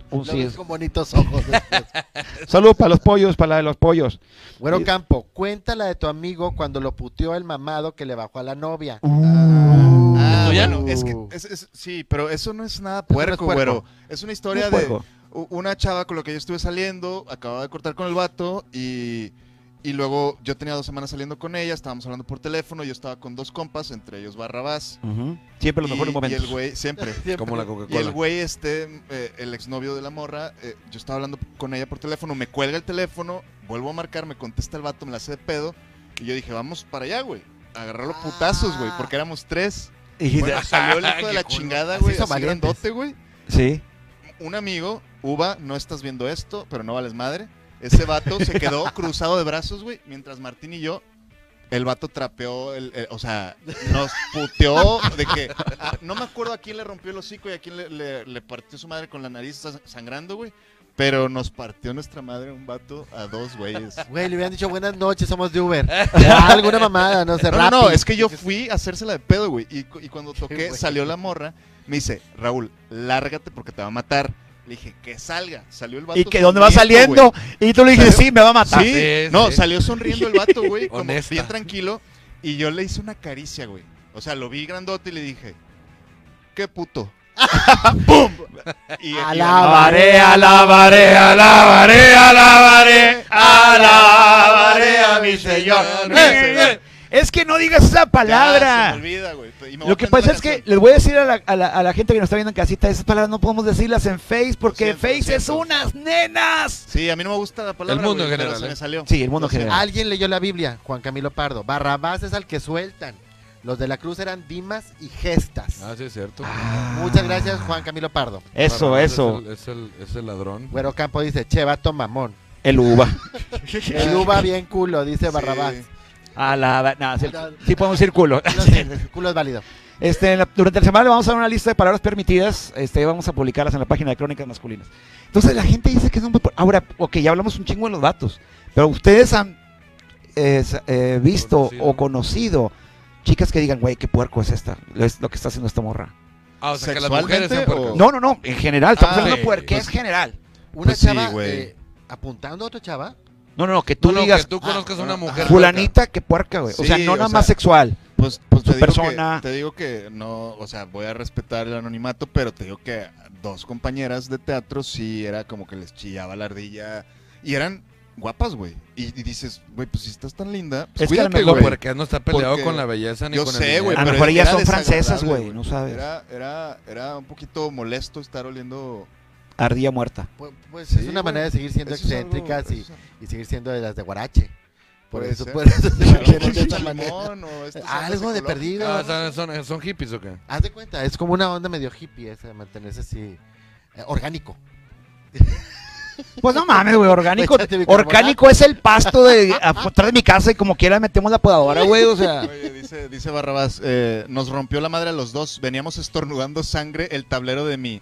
Speaker 1: Un
Speaker 4: Lo
Speaker 1: sí
Speaker 4: ves
Speaker 1: es.
Speaker 4: con bonitos ojos. después.
Speaker 1: [LAUGHS] Saludos para los pollos, para la de los pollos.
Speaker 4: Güero Campo, cuéntala de tu amigo cuando lo puteó el mamado que le bajó a la novia.
Speaker 1: Uh.
Speaker 4: uh.
Speaker 3: Ah,
Speaker 2: ¿Tú ya?
Speaker 3: bueno, es que, es- es- sí, pero eso no es nada
Speaker 4: no es
Speaker 3: puerco,
Speaker 4: puerco.
Speaker 3: güero. Es una historia
Speaker 1: No es
Speaker 3: de
Speaker 1: puerco.
Speaker 3: u- una chava con la que yo estuve saliendo, acababa de cortar con el vato y, y luego yo tenía dos semanas saliendo con ella, estábamos hablando por teléfono, yo estaba con dos compas, entre ellos Barrabás.
Speaker 1: Ujú. Siempre los
Speaker 3: y,
Speaker 1: mejores
Speaker 3: y
Speaker 1: momentos.
Speaker 3: el güey, siempre.
Speaker 2: Como la
Speaker 3: Y el
Speaker 2: Coca-Cola.
Speaker 3: güey, este, eh, el exnovio de la morra, eh, yo estaba hablando con ella por teléfono, me cuelga el teléfono, vuelvo a marcar, me contesta el vato, me la hace de pedo. Y yo dije, vamos para allá, güey. Agarrarlo
Speaker 4: Ah.
Speaker 3: putazos, güey, porque éramos tres.
Speaker 1: Y-
Speaker 3: Bueno, salió el hijo de la
Speaker 2: Qué culo.
Speaker 3: chingada,
Speaker 4: Así
Speaker 3: güey,
Speaker 4: son
Speaker 3: así
Speaker 4: valientes.
Speaker 3: grandote, güey.
Speaker 1: sí.
Speaker 3: Un amigo, Uva, no estás viendo esto, pero no vales madre. Ese vato
Speaker 1: [LAUGHS]
Speaker 3: se quedó cruzado de brazos, güey, mientras Martín y yo, el vato trapeó, el- el- o sea, nos puteó de que, ah, no me acuerdo a quién le rompió el hocico y a quién le, le- le partió su madre con la nariz sa- sangrando, güey. Pero nos partió nuestra madre un vato a dos güeyes.
Speaker 4: Güey, le hubieran dicho buenas noches, somos de Uber. Ya, alguna mamada, no sé,
Speaker 3: No, no, no,
Speaker 4: Rappi.
Speaker 3: es que yo fui a hacérsela de pedo, güey. Y, cu-
Speaker 1: [LAUGHS]
Speaker 3: y cuando toqué,
Speaker 4: güey.
Speaker 3: salió la morra, me dice, Raúl, lárgate porque te va a matar. Le dije, que salga. Salió el vato.
Speaker 1: Y que dónde va
Speaker 3: sonriendo,
Speaker 1: saliendo. Y tú le dijiste,
Speaker 3: Salió-
Speaker 1: sí, me va a
Speaker 2: [LAUGHS]
Speaker 1: matar.
Speaker 3: güey. Sí,
Speaker 2: Sí,
Speaker 3: no,
Speaker 2: sí.
Speaker 3: salió sonriendo el vato, güey. como
Speaker 2: Honesta.
Speaker 3: bien tranquilo. Y yo le hice una caricia, güey. O sea, lo vi grandote y le dije, qué puto. [LAUGHS] ¡Pum! Y, y-
Speaker 4: Alabaré,
Speaker 5: alabaré, alabaré, alabaré,
Speaker 1: alabaré Ah, a mi
Speaker 2: [LAUGHS]
Speaker 3: Señor.
Speaker 1: Eh, eh, Es que no digas esa
Speaker 3: Ya, se
Speaker 1: palabra.
Speaker 3: me olvida, güey. Y me voy
Speaker 1: Lo que
Speaker 3: a aprender
Speaker 1: pasa
Speaker 3: la
Speaker 1: es que
Speaker 3: canción.
Speaker 1: les voy a decir a la, a la- a la gente que nos está viendo en casita, esas palabras no podemos decirlas en Face porque
Speaker 3: siento, lo
Speaker 1: Face es
Speaker 3: siento.
Speaker 1: unas nenas.
Speaker 3: Sí, a mí no me gusta la palabra.
Speaker 2: El mundo en
Speaker 3: güey, pero
Speaker 2: general,
Speaker 3: se
Speaker 2: ¿eh?
Speaker 3: me salió.
Speaker 1: Sí, el mundo
Speaker 3: Lo siento.
Speaker 1: general.
Speaker 4: Alguien leyó la Biblia, Juan Camilo Pardo. Barrabás es al que sueltan. Los de la cruz eran Dimas y Gestas.
Speaker 2: Ah, sí, es cierto.
Speaker 4: Muchas gracias, Juan Camilo Pardo.
Speaker 5: Eso,
Speaker 2: Barrabás
Speaker 5: eso.
Speaker 2: Es el, es el- es el ladrón.
Speaker 4: Güero Campo dice, che, vato mamón.
Speaker 5: El uva.
Speaker 4: El uva bien culo, dice Barrabás.
Speaker 3: Sí.
Speaker 1: A la. No, sí, sí podemos decir culo.
Speaker 4: Culo sí, culo es válido.
Speaker 1: Este, en la- durante la semana le vamos a dar una lista de palabras permitidas. Este, vamos a publicarlas en la página de Crónicas Masculinas. Entonces la gente dice que son muy po- Ahora, ok, ya hablamos un chingo de los datos. Pero ustedes han eh, s- eh, visto
Speaker 2: Conocido.
Speaker 1: o conocido chicas que digan, güey, qué puerco es esta. Lo, es- lo que está haciendo esta morra.
Speaker 2: Ah, o sea, que las mujeres
Speaker 3: ¿Sexualmente
Speaker 2: sean puercas.
Speaker 3: o-
Speaker 1: No, no, no. En general, estamos
Speaker 3: Ah,
Speaker 1: hablando de
Speaker 2: sí,
Speaker 1: puerqués
Speaker 2: pues-
Speaker 1: general.
Speaker 4: Una
Speaker 3: Pues sí,
Speaker 4: chava
Speaker 3: güey.
Speaker 4: eh, apuntando a otra chava.
Speaker 1: No, no, no. Que tú
Speaker 2: Tú no,
Speaker 1: digas,
Speaker 2: que tú conozcas
Speaker 3: Ah,
Speaker 2: a una mujer.
Speaker 1: fulanita, qué puerca, güey. o sea,
Speaker 3: Sí,
Speaker 1: no
Speaker 3: o
Speaker 1: nada
Speaker 3: sea-
Speaker 1: más sexual.
Speaker 3: Pues, pues
Speaker 1: Su
Speaker 3: te, digo
Speaker 1: persona.
Speaker 3: Que, te digo que no, o sea, voy a respetar el anonimato, pero te digo que dos compañeras de teatro sí era como que les chillaba la ardilla y eran guapas, güey. Y, y dices, güey, pues si estás tan linda, pues
Speaker 1: Es que a lo
Speaker 3: cuídate,
Speaker 2: Lo
Speaker 1: mejor-
Speaker 3: güey.
Speaker 2: puerca no está peleado
Speaker 3: Porque
Speaker 2: con la belleza ni
Speaker 3: Yo
Speaker 2: con el
Speaker 3: sé, güey.
Speaker 1: A
Speaker 2: dinero.
Speaker 1: lo
Speaker 3: pero e-
Speaker 1: mejor ellas
Speaker 3: era
Speaker 1: son francesas,
Speaker 3: desagradable,
Speaker 1: güey, no sabes.
Speaker 3: Era, era, era un poquito molesto estar oliendo.
Speaker 1: Ardilla muerta.
Speaker 4: Pues, pues
Speaker 3: Sí,
Speaker 4: es una
Speaker 3: güey.
Speaker 4: manera de seguir siendo
Speaker 3: Eso es algo-
Speaker 4: excéntricas y, [LAUGHS]
Speaker 3: eso-
Speaker 4: y seguir siendo de las de Guarache. Por
Speaker 3: Puede
Speaker 4: eso,
Speaker 3: ser.
Speaker 4: por eso se
Speaker 3: Claro,
Speaker 4: quieren de
Speaker 3: mucho [LAUGHS]
Speaker 4: esa manera.
Speaker 3: limón o estas
Speaker 4: Algo
Speaker 3: ondas
Speaker 4: de
Speaker 3: ecológicas.
Speaker 4: perdido.
Speaker 2: Ah, o sea, son, son hippies o qué?
Speaker 4: Haz de cuenta, es como una onda medio hippie esa, de mantenerse así eh, orgánico.
Speaker 1: Pues no mames, güey,
Speaker 4: [LAUGHS]
Speaker 1: orgánico.
Speaker 4: Échate bicarbonato.
Speaker 1: Orgánico es el pasto de [LAUGHS] af- atrás de mi casa y como quiera metemos la
Speaker 4: [LAUGHS]
Speaker 1: podadora, güey. O sea,
Speaker 3: Oye, dice, dice Barrabás, eh, nos rompió la madre a los dos. Veníamos estornudando sangre el tablero de mi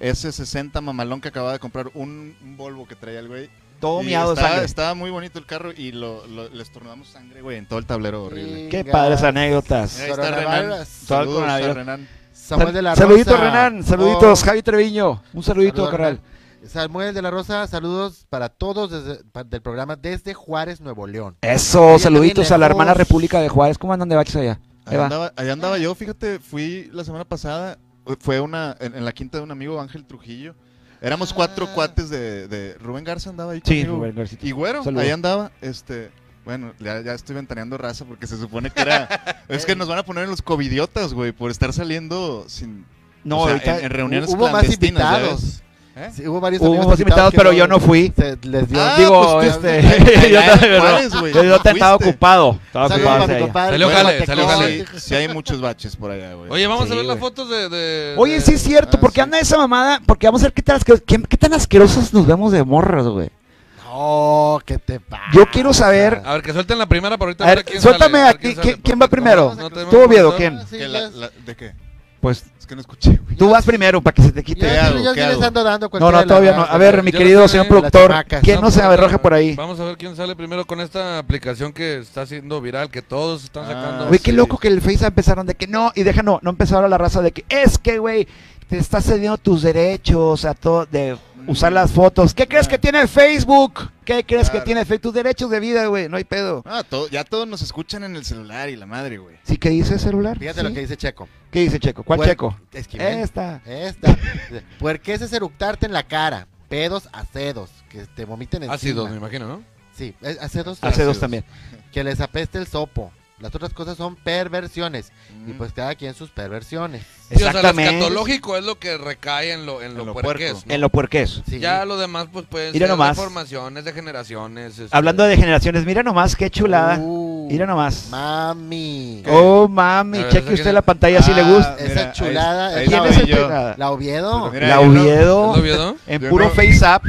Speaker 3: S60 mamalón que acababa de comprar un, un Volvo que traía el güey.
Speaker 1: todo
Speaker 3: Y
Speaker 1: Oh, miado de
Speaker 3: estaba,
Speaker 1: sangre.
Speaker 3: estaba muy bonito el carro y lo, lo- le estornudamos sangre, güey, en todo el tablero horrible.
Speaker 1: Qué padres
Speaker 3: Ahí
Speaker 1: anécdotas.
Speaker 3: está Renan.
Speaker 4: Coronavirus.
Speaker 1: Todo el
Speaker 3: Saludos a
Speaker 1: coronavirus.
Speaker 3: Renan.
Speaker 4: Samuel de la
Speaker 1: Saluditos,
Speaker 4: Rosa.
Speaker 1: Renan. Saluditos,
Speaker 4: Oh,
Speaker 1: Javi Treviño. Un saludito,
Speaker 4: saludos,
Speaker 1: carnal.
Speaker 4: Renan. Samuel de la Rosa, saludos para todos desde, pa- del programa desde Juárez, Nuevo León.
Speaker 1: Eso,
Speaker 4: Oye,
Speaker 1: saluditos
Speaker 4: también
Speaker 1: a la
Speaker 4: lejos.
Speaker 1: hermana República de Juárez. ¿Cómo andan de baches allá? Ahí
Speaker 3: Ahí
Speaker 1: va.
Speaker 3: andaba, ahí andaba yo, fíjate, fui la semana pasada, fue una en, en la quinta de un amigo, Ángel Trujillo. Éramos cuatro
Speaker 4: Ah.
Speaker 3: cuates de, de- Rubén Garza andaba ahí
Speaker 1: Sí,
Speaker 3: conmigo.
Speaker 1: Rubén García.
Speaker 3: Y güero,
Speaker 1: Saludo.
Speaker 3: ahí andaba, este, bueno, ya, ya estoy ventaneando raza porque se supone
Speaker 1: [LAUGHS]
Speaker 3: que era, es que nos van a poner en los covidiotas, güey, por estar saliendo sin,
Speaker 1: No,
Speaker 3: o sea,
Speaker 1: ahorita
Speaker 3: en, en reuniones
Speaker 4: eh, Hubo más
Speaker 3: clandestinas, ya ves.
Speaker 4: invitados.
Speaker 3: ¿Eh?
Speaker 4: Sí, hubo varios
Speaker 1: hubo
Speaker 4: amigos
Speaker 1: unos invitados,
Speaker 4: que
Speaker 1: pero yo no fui.
Speaker 4: se les dio.
Speaker 3: Ah,
Speaker 1: Digo,
Speaker 3: pues tú-
Speaker 1: este.
Speaker 3: [LAUGHS]
Speaker 1: [LAUGHS]
Speaker 3: Ay,
Speaker 1: Yo
Speaker 3: ay,
Speaker 1: también,
Speaker 3: ¿cuáles, güey?
Speaker 1: Yo
Speaker 3: No
Speaker 1: estaba
Speaker 3: fuiste.
Speaker 1: ocupado. Estaba ocupado
Speaker 4: Saludos para
Speaker 1: ese
Speaker 4: mi
Speaker 1: día.
Speaker 4: compadre,
Speaker 2: Salió
Speaker 4: Juan
Speaker 2: jale, salió
Speaker 4: Matecón.
Speaker 2: jale.
Speaker 3: Sí, sí hay muchos baches por allá, güey.
Speaker 2: Oye, vamos
Speaker 1: Sí,
Speaker 2: a ver las
Speaker 1: güey.
Speaker 2: fotos de. de-
Speaker 1: Oye,
Speaker 2: de-
Speaker 1: sí es cierto,
Speaker 3: Ah,
Speaker 1: porque
Speaker 3: sí.
Speaker 1: anda esa mamada, porque vamos a ver qué tan, asqueros- qué- qué tan asquerosos nos vemos de morras, güey.
Speaker 4: No, ¿qué te Ah, pasa?
Speaker 1: Yo quiero saber
Speaker 2: A ver, que suelten la primera para ahorita.
Speaker 1: A ver,
Speaker 2: quién
Speaker 1: suéltame
Speaker 2: sale,
Speaker 1: a
Speaker 2: ver
Speaker 1: ti, ¿quién- quién va
Speaker 2: porque
Speaker 1: primero?
Speaker 2: no tenemos
Speaker 1: ¿Tú, Oviedo,
Speaker 2: control.
Speaker 1: quién?
Speaker 4: Sí,
Speaker 3: Que la-
Speaker 4: ya-
Speaker 3: la- ¿De qué?
Speaker 1: Pues
Speaker 3: Es que no escuché, güey.
Speaker 1: tú vas primero para que se te
Speaker 4: ya-
Speaker 1: quite.
Speaker 3: ¿Qué hago?
Speaker 4: ya
Speaker 3: ¿Qué
Speaker 4: les
Speaker 3: hago?
Speaker 4: ando dando
Speaker 1: No,
Speaker 4: cualquiera
Speaker 1: no,
Speaker 4: de
Speaker 1: todavía
Speaker 4: las
Speaker 1: no. A
Speaker 4: marcas.
Speaker 1: ver, mi
Speaker 2: Yo
Speaker 1: querido
Speaker 2: no sé,
Speaker 1: señor
Speaker 2: las
Speaker 1: productor,
Speaker 4: chamacas.
Speaker 1: ¿quién no se
Speaker 2: pues,
Speaker 1: aberroje
Speaker 2: eh,
Speaker 1: por ahí?
Speaker 2: Vamos a ver quién sale primero con esta aplicación que está haciendo viral, que todos están
Speaker 3: Ah,
Speaker 2: sacando.
Speaker 1: Güey, qué
Speaker 3: sí.
Speaker 1: loco que el Face empezaron de que no, y deja no, no empezaron la raza de que es que, güey, te estás cediendo tus derechos a todo, de usar las fotos. ¿Qué crees que tiene Facebook? ¿Qué crees que
Speaker 3: Mm. Claro.
Speaker 1: tiene Facebook? Tus derechos de vida, güey, no hay pedo.
Speaker 3: Ah, todo- ya todos nos escuchan en el celular y la madre, güey.
Speaker 1: ¿Sí que dice celular?
Speaker 4: Fíjate
Speaker 1: ¿Sí? Eh,
Speaker 4: lo que dice Checo.
Speaker 1: ¿Qué dice Checo? ¿Cuál
Speaker 4: Puer-
Speaker 1: Checo?
Speaker 4: Esquivel.
Speaker 1: Esta.
Speaker 4: Esta. Puerques es eructarte en la cara. Pedos, acedos. Que te vomiten encima.
Speaker 2: Ácidos, me imagino, ¿no?
Speaker 4: Ah, Sí, es- acedos.
Speaker 1: Hace dos también.
Speaker 4: Que les apeste el sopo. Las otras cosas son perversiones. Y
Speaker 3: Mm.
Speaker 2: Mm.
Speaker 4: pues cada quien sus perversiones.
Speaker 2: Sí, o sea, lo
Speaker 1: Exactamente.
Speaker 2: escatológico es lo que recae en lo, en lo,
Speaker 3: En lo
Speaker 2: puerques,
Speaker 3: puerco.
Speaker 2: ¿no?
Speaker 1: En lo puerqués.
Speaker 4: Sí.
Speaker 2: Ya lo demás, pues pueden
Speaker 1: Mira
Speaker 2: ser de
Speaker 1: nomás.
Speaker 2: formaciones, de generaciones. este-
Speaker 1: Hablando de generaciones, mira nomás qué chulada.
Speaker 4: Uh,
Speaker 1: mira nomás.
Speaker 4: Mami.
Speaker 1: Oh, mami,
Speaker 2: A ver,
Speaker 1: cheque
Speaker 2: esa
Speaker 1: usted
Speaker 2: que-
Speaker 1: la pantalla si le
Speaker 3: Ah,
Speaker 1: gusta.
Speaker 4: esa chulada,
Speaker 3: ahí- ahí
Speaker 1: ¿Quién
Speaker 4: esa
Speaker 1: es
Speaker 3: estaba
Speaker 1: el
Speaker 3: yo.
Speaker 1: pegada?
Speaker 4: La Oviedo.
Speaker 3: Mira,
Speaker 1: La
Speaker 3: yo no-
Speaker 1: Oviedo
Speaker 2: ¿Lo vio, no?
Speaker 1: en
Speaker 3: yo
Speaker 1: puro
Speaker 3: no-
Speaker 1: Face App.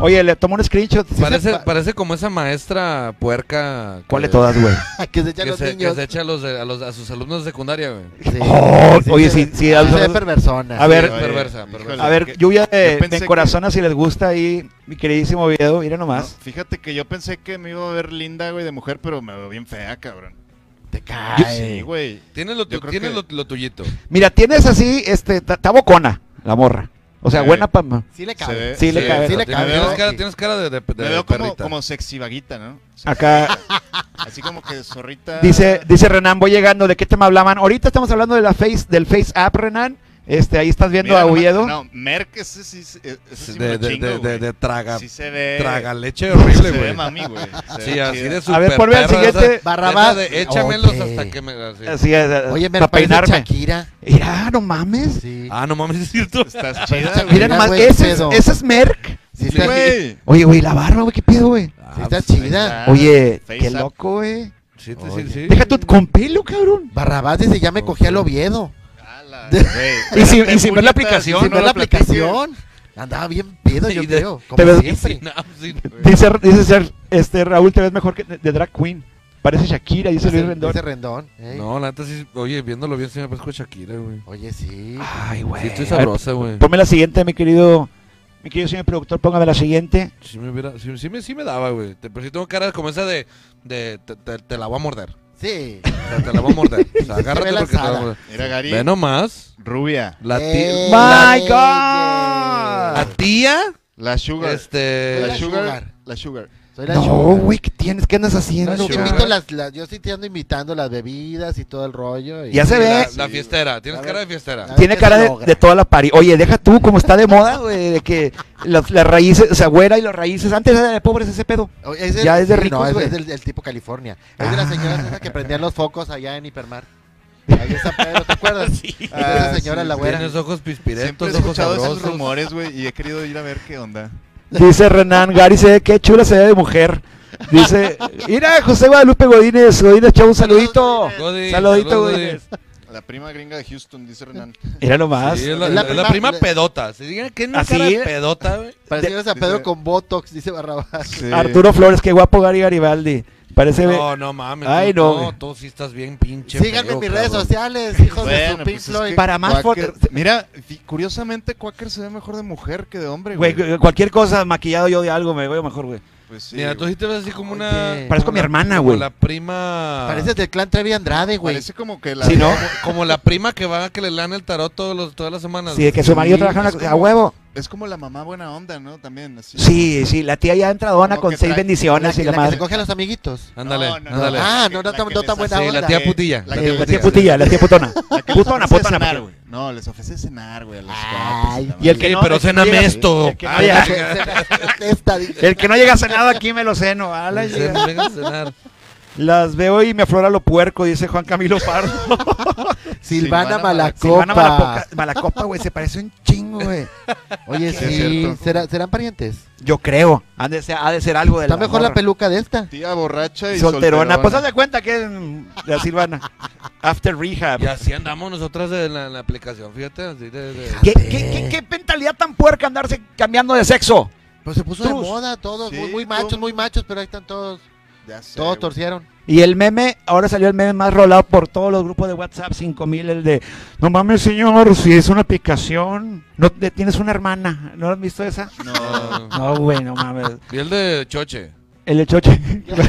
Speaker 1: Oye, le tomo un screenshot. ¿Sí se
Speaker 2: Parece,
Speaker 1: pa-
Speaker 2: parece como esa maestra puerca. que-
Speaker 1: ¿Cuál de todas, güey?
Speaker 4: [LAUGHS] que se echan
Speaker 2: Que
Speaker 4: los
Speaker 2: se, que
Speaker 4: niños.
Speaker 2: se echa a, los de- a los- a sus alumnos de secundaria, güey.
Speaker 4: Sí,
Speaker 1: Oh, oye,
Speaker 4: se-
Speaker 1: sí, sí,
Speaker 4: se
Speaker 1: a los-
Speaker 4: ve perversona.
Speaker 1: A ver.
Speaker 2: Sí, perversa, perversa.
Speaker 1: A ver,
Speaker 3: yo
Speaker 1: lluvia de,
Speaker 3: pensé
Speaker 1: de corazón, si les gusta ahí, mi queridísimo video, mira nomás.
Speaker 3: Fíjate que yo pensé que me iba a ver linda, güey, de mujer, pero me veo bien fea, cabrón.
Speaker 4: Te cae.
Speaker 3: Sí, güey.
Speaker 2: Tienes lo, tu-
Speaker 3: Yo creo
Speaker 2: tienes
Speaker 3: que-
Speaker 2: lo, lo tuyito.
Speaker 1: Mira, tienes así, este, ta- está bocona, la morra. O sea,
Speaker 3: Sí.
Speaker 1: buena pama.
Speaker 4: Sí le
Speaker 3: Se
Speaker 4: cabe.
Speaker 3: ve-
Speaker 1: Sí le
Speaker 3: se
Speaker 1: cabe.
Speaker 3: ve-
Speaker 4: Sí le
Speaker 2: Tienes,
Speaker 4: cabe.
Speaker 3: Me veo,
Speaker 2: tienes cara,
Speaker 4: sí.
Speaker 2: tienes cara de, de, de
Speaker 3: me veo como,
Speaker 2: perrita.
Speaker 3: como sexy vaguita, ¿no? [LAUGHS]
Speaker 1: Acá
Speaker 3: Así como que zorrita.
Speaker 1: dice, dice Renan, voy llegando, ¿de qué tema hablaban? Ahorita estamos hablando de la face, del Face App, Renan. Este, ahí estás viendo
Speaker 3: Mira,
Speaker 1: a
Speaker 3: nomás-
Speaker 1: Oviedo.
Speaker 3: No, Merck, ese sí, ese sí me
Speaker 2: de,
Speaker 3: lo
Speaker 2: de,
Speaker 3: chingo,
Speaker 2: de, de,
Speaker 3: güey.
Speaker 2: de traga,
Speaker 3: Sí se ve.
Speaker 2: traga leche
Speaker 3: se
Speaker 2: horrible,
Speaker 3: ve
Speaker 2: güey.
Speaker 3: mami, güey. Se
Speaker 2: Sí,
Speaker 3: ve
Speaker 2: así de
Speaker 3: chida.
Speaker 1: A ver,
Speaker 2: super
Speaker 1: ponme al
Speaker 2: perra,
Speaker 1: siguiente.
Speaker 2: esa- esa
Speaker 4: Barrabás.
Speaker 2: de échamelos
Speaker 4: Oye.
Speaker 2: hasta que me... así.
Speaker 1: Así es, eh,
Speaker 4: Oye, me
Speaker 1: para
Speaker 4: parece
Speaker 1: peinarme.
Speaker 4: Shakira.
Speaker 1: Mira, no mames.
Speaker 4: Sí.
Speaker 2: Ah, no mames, [LAUGHS] es cierto.
Speaker 3: Estás chida, güey.
Speaker 1: Mira
Speaker 4: Mira,
Speaker 1: nomás,
Speaker 4: güey,
Speaker 1: ese, es,
Speaker 4: pedo.
Speaker 1: ese es Merck.
Speaker 4: Sí,
Speaker 2: Sí,
Speaker 4: está,
Speaker 3: Güey.
Speaker 1: Oye, güey, la barba, güey, qué pedo, güey.
Speaker 4: sí está
Speaker 2: Ah, pues,
Speaker 4: chida.
Speaker 1: [LAUGHS]
Speaker 3: Ah,
Speaker 1: Oye,
Speaker 3: Face
Speaker 1: qué
Speaker 3: App.
Speaker 4: eh.
Speaker 1: loco, güey.
Speaker 2: Sí, sí,
Speaker 4: Oye.
Speaker 2: sí, sí.
Speaker 1: Deja tú con pelo, cabrón.
Speaker 4: Barrabás dice, ya me cogí al Oviedo.
Speaker 3: Ala,
Speaker 4: De-
Speaker 3: güey.
Speaker 1: Y sin, y
Speaker 3: Espérate,
Speaker 1: sin ver la
Speaker 3: puñetas,
Speaker 1: aplicación.
Speaker 4: Sin
Speaker 3: no
Speaker 4: ver la
Speaker 3: lo platiques.
Speaker 4: aplicación. Andaba bien pedo, yo
Speaker 2: Y de-
Speaker 4: creo. Como
Speaker 1: te ves-
Speaker 4: siempre.
Speaker 2: Sí, [LAUGHS] no, sí.
Speaker 1: Dice, dice ser, este, Raúl, te ves mejor que de, de Drag Queen. Parece Shakira, dice Luis
Speaker 4: Ese-
Speaker 1: Rendón.
Speaker 4: ese Rendón. ey.
Speaker 2: No, la neta sí. Oye, viéndolo bien, sí me parezco a Shakira, güey.
Speaker 4: Oye, sí.
Speaker 1: Ay, güey.
Speaker 2: Sí, estoy
Speaker 1: A ver,
Speaker 2: sabrosa, güey.
Speaker 1: Ponme la siguiente, mi querido, mi querido señor productor, póngame la siguiente.
Speaker 2: Sí me, hubiera- sí, sí me, sí me daba, güey. Te- Pero si tengo cara como esa de. de te, te- te la voy a morder.
Speaker 4: Sí.
Speaker 2: O sea, te la voy a morder. O sea, agárrate
Speaker 4: ve
Speaker 2: porque te la voy
Speaker 4: lanzada. Eh,
Speaker 2: a morder.
Speaker 3: Mira, Gary.
Speaker 2: Ve nomás.
Speaker 3: Rubia.
Speaker 2: La
Speaker 4: Ey,
Speaker 2: tía.
Speaker 1: My
Speaker 4: ey,
Speaker 1: God.
Speaker 2: La
Speaker 4: ey.
Speaker 2: tía.
Speaker 3: La Sugar.
Speaker 2: Este.
Speaker 3: La
Speaker 4: La
Speaker 3: Sugar.
Speaker 4: Sugar.
Speaker 3: La Sugar.
Speaker 4: Soy la
Speaker 1: No,
Speaker 4: sugar.
Speaker 1: güey, ¿qué tienes? ¿Qué andas haciendo?
Speaker 2: La
Speaker 4: Yo te
Speaker 2: sugar.
Speaker 4: invito las- las- yo sí te ando invitando las bebidas y todo el rollo. y-
Speaker 1: Ya se ve.
Speaker 2: La, la fiestera. Tienes
Speaker 4: A ver.
Speaker 2: cara de fiestera.
Speaker 4: A ver.
Speaker 1: Tiene
Speaker 4: ¿Qué
Speaker 1: cara
Speaker 4: se
Speaker 1: de,
Speaker 4: logra?
Speaker 1: de toda la pari. Oye, deja tú como está de moda, güey, de que las, las raíces, o sea, güera y las raíces. Antes era de pobres ese pedo.
Speaker 4: O- Oh, es del-
Speaker 1: Ya es de
Speaker 4: sí,
Speaker 1: ricos,
Speaker 4: No, es,
Speaker 1: güey.
Speaker 4: es del, del tipo California. Es de las señoras esas que prendían los focos allá en Hipermar. Ahí está Pedro, ¿te acuerdas? Es de
Speaker 3: Ah,
Speaker 4: esa señora
Speaker 3: sí,
Speaker 4: la güera.
Speaker 2: Tienes ojos
Speaker 3: Siempre
Speaker 2: pispiretos,
Speaker 3: he
Speaker 2: ojos
Speaker 3: escuchado esos
Speaker 2: sabrosos.
Speaker 3: rumores, güey, y he querido ir a ver qué onda.
Speaker 1: Dice Renan Gary, se ve qué chula se ve de mujer. Dice, mira, José Guadalupe Godínez, Godínez, chavo, un saludito.
Speaker 2: Godín,
Speaker 1: Saludito,
Speaker 2: salud,
Speaker 1: Godínez.
Speaker 3: La prima gringa de Houston, dice Renan.
Speaker 1: Mira nomás.
Speaker 2: Sí, es la,
Speaker 4: Es la
Speaker 2: es la prima
Speaker 4: prima-
Speaker 2: pedota. Si digan que es una
Speaker 1: Así
Speaker 2: cara de
Speaker 1: es.
Speaker 2: pedota, güey.
Speaker 4: Parecidas a
Speaker 3: dice-
Speaker 4: Pedro con Botox, dice Barrabás.
Speaker 3: Sí.
Speaker 1: Arturo Flores, qué guapo Gary Garibaldi. Parece...
Speaker 2: No, no mames.
Speaker 1: Ay,
Speaker 2: tú-
Speaker 1: no, güey.
Speaker 2: tú sí estás bien pinche.
Speaker 4: Síganme
Speaker 2: feo,
Speaker 4: en mis redes
Speaker 2: cabrón.
Speaker 4: sociales, hijos de
Speaker 3: Bueno,
Speaker 4: su
Speaker 3: pues
Speaker 4: Pink
Speaker 3: es
Speaker 4: Floyd.
Speaker 3: que
Speaker 1: Para más
Speaker 3: Quaker-
Speaker 1: fotos-
Speaker 3: Mira, fi- curiosamente Quaker se ve mejor de mujer que de hombre, güey.
Speaker 1: Güey, cu- cualquier cosa, maquillado yo de algo, me veo mejor, güey.
Speaker 3: Pues sí,
Speaker 2: Mira, tú
Speaker 3: güey.
Speaker 2: sí te ves así como una.
Speaker 4: Oye.
Speaker 1: Parezco
Speaker 2: como
Speaker 1: mi
Speaker 2: la-
Speaker 1: hermana,
Speaker 2: como
Speaker 1: güey.
Speaker 2: La prima.
Speaker 4: Pareces del clan Trevi Andrade, güey.
Speaker 3: Parece como que la...
Speaker 1: Si no,
Speaker 2: como, como la prima que va a que le lean el tarot todos los, todas las semanas.
Speaker 1: sí, de que su marido
Speaker 3: Sí,
Speaker 1: trabaja en la-
Speaker 3: es como-
Speaker 1: a huevo.
Speaker 3: Es como la mamá buena onda, ¿no? También, así.
Speaker 1: Sí, sí, la tía ya entradona
Speaker 3: Como
Speaker 1: con
Speaker 3: que
Speaker 1: seis
Speaker 3: trae-
Speaker 1: bendiciones
Speaker 4: la,
Speaker 1: y la
Speaker 4: la que se
Speaker 1: madre.
Speaker 4: coge a los [LAUGHS] amiguitos.
Speaker 2: Ándale,
Speaker 3: No, no, no.
Speaker 2: ándale.
Speaker 4: Ah, no, no
Speaker 3: La
Speaker 4: tan-
Speaker 3: que
Speaker 4: no
Speaker 3: les
Speaker 4: tan buena
Speaker 3: hace-
Speaker 2: sí, la
Speaker 4: onda.
Speaker 2: tía
Speaker 3: que-
Speaker 2: putilla.
Speaker 3: la
Speaker 1: Eh,
Speaker 3: que
Speaker 1: La
Speaker 3: les
Speaker 1: tía
Speaker 3: ofrece-
Speaker 1: putilla, la tía putona.
Speaker 3: la que les
Speaker 1: Putona,
Speaker 3: ofrece
Speaker 1: putona,
Speaker 3: cenar,
Speaker 1: putona.
Speaker 3: güey. No, les ofrece cenar, güey, a los
Speaker 4: Ay,
Speaker 3: cuates,
Speaker 1: y el que
Speaker 2: Sí,
Speaker 1: no-
Speaker 2: pero
Speaker 1: el que
Speaker 2: céname
Speaker 1: llega-
Speaker 2: esto.
Speaker 1: el que no
Speaker 2: Ay,
Speaker 1: llega-
Speaker 2: que-
Speaker 4: Esta, dice.
Speaker 1: El que no llega a cenado aquí me lo ceno. a la
Speaker 2: se-
Speaker 1: llega.
Speaker 2: venga a cenar.
Speaker 1: Las veo y me aflora lo puerco, dice Juan Camilo Pardo.
Speaker 4: Silvana
Speaker 3: Silvana
Speaker 1: Silvana
Speaker 4: Malacopa.
Speaker 1: Malapoca- Malacopa, güey, se parece un chingo, güey.
Speaker 4: Oye,
Speaker 3: Sí, es
Speaker 4: sí.
Speaker 3: cierto.
Speaker 4: ¿será- ¿Serán parientes?
Speaker 1: Yo creo. Ha de ser, ha de ser algo de
Speaker 4: Está mejor la
Speaker 1: morra.
Speaker 4: peluca de esta.
Speaker 3: Tía borracha y solterona.
Speaker 1: Solterona. Pues haz de cuenta que es mm, la [LAUGHS] Silvana. After rehab.
Speaker 2: Y así andamos nosotras en la, en la aplicación, fíjate. Así de, de-
Speaker 1: ¿Qué, qué, qué, qué mentalidad tan puerca andarse cambiando de sexo?
Speaker 4: Pero se puso
Speaker 1: Trus.
Speaker 4: de moda todos,
Speaker 3: Sí,
Speaker 4: muy, muy
Speaker 3: todo
Speaker 4: machos,
Speaker 3: mundo.
Speaker 4: muy machos, pero ahí están todos,
Speaker 3: Ya sé,
Speaker 4: todos
Speaker 3: güey.
Speaker 4: torcieron.
Speaker 1: Y el meme, ahora salió el meme más rolado por todos los grupos de WhatsApp 5000, el de, no mames señor, si es una aplicación, no te- tienes una hermana, ¿no has visto esa?
Speaker 3: No.
Speaker 1: No, güey, no mames.
Speaker 2: Y el ah, de Choche.
Speaker 1: El de [LAUGHS] Choche.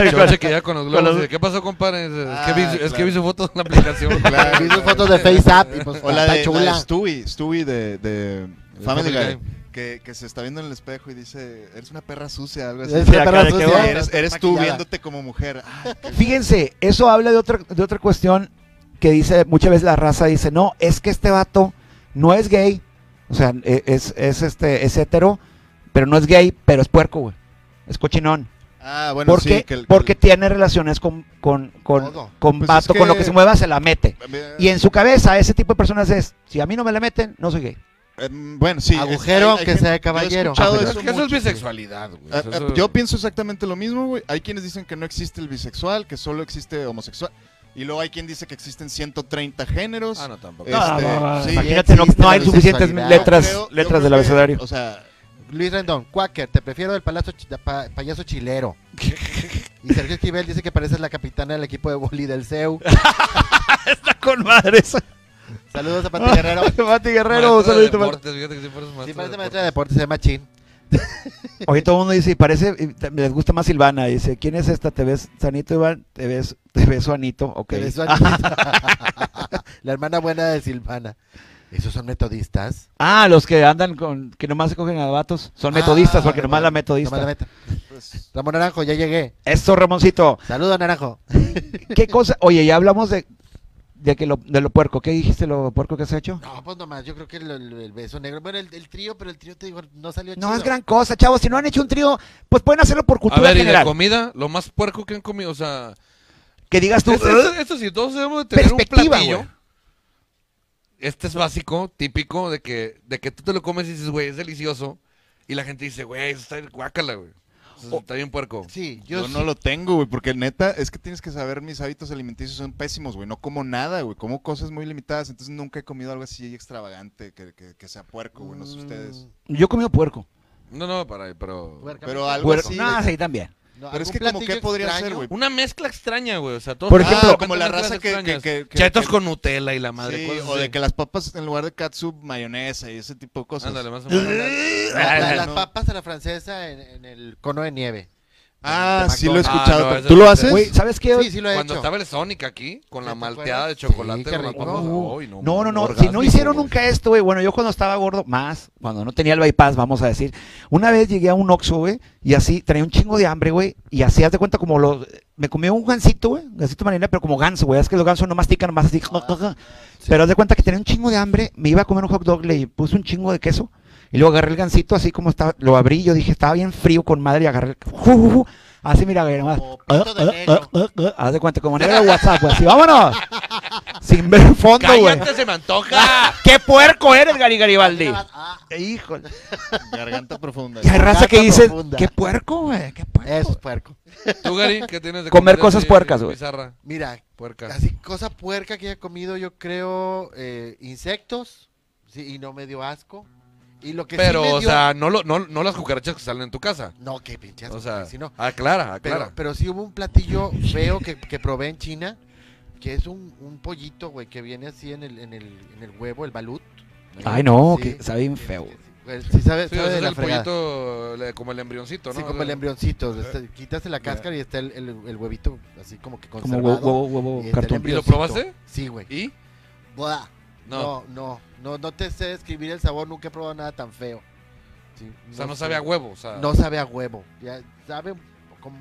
Speaker 2: Choche que ya con los globos.
Speaker 1: los-
Speaker 2: dice, ¿Qué pasó, compadre? Dice, es, que vi,
Speaker 3: Ah,
Speaker 2: su- es que
Speaker 3: claro.
Speaker 2: vi su foto en la aplicación.
Speaker 3: Claro,
Speaker 4: Vi sus
Speaker 2: [LAUGHS]
Speaker 3: güey.
Speaker 4: [LAUGHS] fotos de Face App y pues
Speaker 3: O
Speaker 4: está
Speaker 3: la de, la de
Speaker 4: chula.
Speaker 3: Stewie, Stewie de, de
Speaker 2: De
Speaker 3: Family
Speaker 2: Family
Speaker 3: Guy.
Speaker 2: Guy.
Speaker 3: Que, que se está viendo en el espejo y dice, eres una perra sucia, algo así.
Speaker 4: Es una
Speaker 3: [LAUGHS]
Speaker 1: acá
Speaker 4: perra
Speaker 1: de que
Speaker 4: sucia,
Speaker 1: va.
Speaker 3: Y
Speaker 4: pero
Speaker 3: eres
Speaker 4: está
Speaker 3: eres tú
Speaker 4: maquillada.
Speaker 3: viéndote como mujer. Ah,
Speaker 1: Fíjense, eso habla de otra, de otra cuestión que dice, muchas veces la raza dice, no, es que este vato no es gay, o sea, e- es, es este, es hetero, pero no es gay, pero es puerco, güey. Es cochinón.
Speaker 3: ah, bueno,
Speaker 1: porque,
Speaker 3: sí. Que, el-
Speaker 1: porque tiene relaciones con, con, con,
Speaker 4: Todo.
Speaker 1: con
Speaker 3: Pues
Speaker 1: vato,
Speaker 3: es
Speaker 1: con lo
Speaker 3: que-
Speaker 1: que se mueva, se la mete.
Speaker 3: Eh,
Speaker 1: Y en su cabeza, ese tipo de personas es, si a mí no me la meten, no soy gay.
Speaker 3: eh, bueno, sí. es-
Speaker 4: Agujero, aunque sea de
Speaker 3: Yo he
Speaker 4: caballero.
Speaker 3: escuchado
Speaker 4: Ah, pero
Speaker 2: Pues Es
Speaker 3: eso
Speaker 2: que eso es
Speaker 3: mucho, sí.
Speaker 2: bisexualidad, güey.
Speaker 3: Ah, ah,
Speaker 2: Eso-
Speaker 3: Yo pienso exactamente lo mismo, güey. Hay quienes dicen que no existe el bisexual, que solo existe homosexual. Y luego hay quien dice que existen 130 géneros.
Speaker 2: Ah, no, tampoco.
Speaker 3: Este,
Speaker 1: No, no, no,
Speaker 3: sí,
Speaker 1: imagínate, no,
Speaker 4: existe
Speaker 1: no
Speaker 4: la
Speaker 1: hay suficientes
Speaker 4: bisexualidad.
Speaker 1: letras,
Speaker 3: Yo creo- yo
Speaker 1: letras
Speaker 3: creo
Speaker 1: del
Speaker 3: que, [LAUGHS]
Speaker 1: abecedario.
Speaker 3: O sea,
Speaker 4: Luis Rendón, Quaker, te prefiero el palazo chi- da- pa- payaso
Speaker 1: [LAUGHS]
Speaker 4: chilero. Y Sergio Esquivel dice que pareces la capitana del equipo de boli del CEU.
Speaker 1: Está con madres.
Speaker 4: Saludos a Pati Guerrero.
Speaker 1: [LAUGHS] Mati Guerrero,
Speaker 2: Maestra de
Speaker 1: saludito. Mati.
Speaker 2: deportes, fíjate que sí fueras maestra
Speaker 4: Sí,
Speaker 2: de
Speaker 4: parece
Speaker 2: deportes.
Speaker 4: maestra de deportes, se llama Chin.
Speaker 1: Oye, todo el mundo dice, y parece, y t- les gusta más Silvana. Dice, ¿quién es esta? ¿Te ves Sanito Iván? ¿Te ves, te ves Juanito? Ok. [LAUGHS]
Speaker 4: Que besó a Chin. La hermana buena de Silvana. Esos son metodistas.
Speaker 1: Ah, los que andan con, que nomás se cogen a vatos, son metodistas,
Speaker 4: Ah,
Speaker 1: porque nomás la
Speaker 4: nomás la
Speaker 1: metodista.
Speaker 4: meta.
Speaker 3: pues,
Speaker 4: Ramón Naranjo, ya llegué.
Speaker 1: Esto, Ramoncito.
Speaker 4: Saludos, Naranjo.
Speaker 1: ¿Qué cosa? Oye, ya hablamos de, de que lo, de lo puerco. ¿Qué dijiste lo puerco que has hecho?
Speaker 4: No, pues nomás, yo creo que el, el- el beso negro. Bueno, el, el trío, pero el trío te digo, no salió
Speaker 1: No
Speaker 4: chido.
Speaker 1: es gran cosa, chavos. Si no han hecho un trío, pues pueden hacerlo por
Speaker 2: A
Speaker 1: cultura
Speaker 2: ver, y de
Speaker 1: general.
Speaker 2: comida, lo más puerco que han comido, o sea...
Speaker 1: Que digas tú,
Speaker 3: ¿eh?
Speaker 2: Esto, esto- esto sí, todos debemos de tener un
Speaker 1: Perspectiva,
Speaker 2: platillo.
Speaker 1: güey.
Speaker 2: Este es básico, típico, de que, de que tú te lo comes y dices, güey, es delicioso. Y la gente dice, güey, eso está guácala, güey. O Entonces, Está bien puerco.
Speaker 4: Sí,
Speaker 3: Yo,
Speaker 4: yo, sí.
Speaker 3: no lo tengo, güey, porque neta, es que tienes que saber, mis hábitos alimenticios son pésimos, güey. No como nada, güey. Como cosas muy limitadas, entonces nunca he comido algo así extravagante que, que- que sea puerco, güey. No
Speaker 4: Mm,
Speaker 3: sé ustedes.
Speaker 1: Yo he comido puerco.
Speaker 2: No, no, para, pero...
Speaker 4: Puerca.
Speaker 3: Pero algo
Speaker 1: Puerco.
Speaker 3: así.
Speaker 1: no,
Speaker 3: de-
Speaker 1: sí, también.
Speaker 4: No,
Speaker 3: Pero es
Speaker 4: ¿algún
Speaker 3: que como
Speaker 4: platillo
Speaker 3: que podría
Speaker 4: extraño?
Speaker 3: ser, güey.
Speaker 2: Una mezcla extraña, güey. O sea, todos
Speaker 1: Por
Speaker 2: Ah,
Speaker 1: ejemplo-
Speaker 2: de repente
Speaker 3: como la
Speaker 2: mezclas
Speaker 3: raza que-
Speaker 2: extrañas.
Speaker 3: que- que- que-
Speaker 2: Chetos
Speaker 3: que-
Speaker 2: con Nutella y la Mm, madre.
Speaker 3: Sí,
Speaker 2: cosas
Speaker 3: o de
Speaker 2: así.
Speaker 3: que las papas en lugar de katsup, mayonesa y ese tipo de cosas.
Speaker 2: Ándale, más o menos. Ah,
Speaker 4: La- la-
Speaker 3: no,
Speaker 4: las
Speaker 3: no.
Speaker 4: papas a la francesa en, en el cono de nieve.
Speaker 3: Ah,
Speaker 4: De
Speaker 3: sí lo he
Speaker 4: McDonald's.
Speaker 3: escuchado.
Speaker 2: Ah, no, ese
Speaker 3: ¿Tú
Speaker 2: no
Speaker 3: lo
Speaker 2: sé.
Speaker 3: haces?
Speaker 1: Güey, ¿sabes qué?
Speaker 4: Sí, sí lo he
Speaker 2: Cuando
Speaker 4: hecho.
Speaker 2: estaba el Sonic aquí, con la
Speaker 4: ¿Te acuerdas?
Speaker 2: malteada de
Speaker 4: Sí,
Speaker 2: chocolate.
Speaker 4: qué
Speaker 2: con la
Speaker 4: rico.
Speaker 2: papa-
Speaker 1: No,
Speaker 2: Ay,
Speaker 1: no, no, no.
Speaker 2: orgasmo,
Speaker 1: Si no hicieron
Speaker 2: güey.
Speaker 1: nunca esto, güey. Bueno, yo cuando estaba gordo, más, cuando no tenía el bypass, vamos a decir. Una vez llegué a un Oxxo, güey, y así, tenía un chingo de hambre, güey, y así, haz de cuenta como lo... Me comí un gansito, güey, gansito marinero, pero como ganso, güey. Es que los gansos no mastican, más así... Pero haz de cuenta que tenía un chingo de hambre, me iba a comer un hot dog, le puse un chingo de queso, y luego agarré el gansito así como estaba, lo abrí, yo dije, estaba bien frío con madre, y agarré el... ju, ju, ju, Así, mira, güey, nomás.
Speaker 4: Como pito de
Speaker 1: Ah, ah,
Speaker 4: negro.
Speaker 1: ah, ah, Haz de cuenta, como negro de WhatsApp, güey, así, vámonos. Sin ver fondo, güey.
Speaker 2: ¡Cállate, se me
Speaker 4: [LAUGHS] Ah.
Speaker 2: antoja!
Speaker 1: ¡Qué puerco eres, Gary Garibaldi! Híjole.
Speaker 3: Garganta
Speaker 2: [LAUGHS]
Speaker 3: profunda.
Speaker 1: Y hay raza que
Speaker 4: Garganta
Speaker 1: dice,
Speaker 4: profunda.
Speaker 1: qué puerco, güey, qué puerco.
Speaker 4: Eso es puerco.
Speaker 2: ¿Tú, Gary, qué tienes de
Speaker 1: Comer
Speaker 2: comida
Speaker 1: cosas
Speaker 2: así,
Speaker 1: puercas, güey.
Speaker 2: Bizarra,
Speaker 4: Mira,
Speaker 2: puerca.
Speaker 4: así cosa puerca que haya comido, yo creo, eh, insectos. Sí, y no me dio asco. Y lo que sí
Speaker 2: Pero,
Speaker 4: me
Speaker 2: o
Speaker 4: dio-
Speaker 2: sea, no, lo, no, no las cucarachas que salen en tu casa.
Speaker 4: No, qué pinche asco,
Speaker 2: O sea,
Speaker 4: porque si no.
Speaker 2: aclara,
Speaker 4: Pero,
Speaker 2: aclara.
Speaker 4: pero sí hubo un platillo feo que, que probé en China, que es un, un pollito, güey, que viene así en el, en el, en el huevo, el balut.
Speaker 1: Ay, no,
Speaker 4: Sí.
Speaker 1: que sabe bien feo.
Speaker 4: Güey, Sí, sabe,
Speaker 2: Sí,
Speaker 4: sabe
Speaker 2: o sea,
Speaker 4: de
Speaker 2: es
Speaker 4: la
Speaker 2: el
Speaker 4: fregada.
Speaker 2: pollito, le- como el embrioncito, ¿no? eh,
Speaker 4: Sí, como el embrioncito. este, quitas la cáscara y está el, el, el huevito así como que
Speaker 1: Como
Speaker 4: conservado.
Speaker 1: huevo, huevo, huevo,
Speaker 4: y está el
Speaker 1: cartón.
Speaker 2: ¿Y lo
Speaker 4: embrioncito.
Speaker 2: probaste?
Speaker 4: Sí, güey.
Speaker 2: ¿Y?
Speaker 4: Buah.
Speaker 2: No.
Speaker 4: No, no, no, no te sé describir el sabor, nunca he probado nada tan feo. Sí,
Speaker 2: O sea, no
Speaker 4: sé.
Speaker 2: sabe a huevo. O sea,
Speaker 4: No sabe a huevo. Ya sabe como,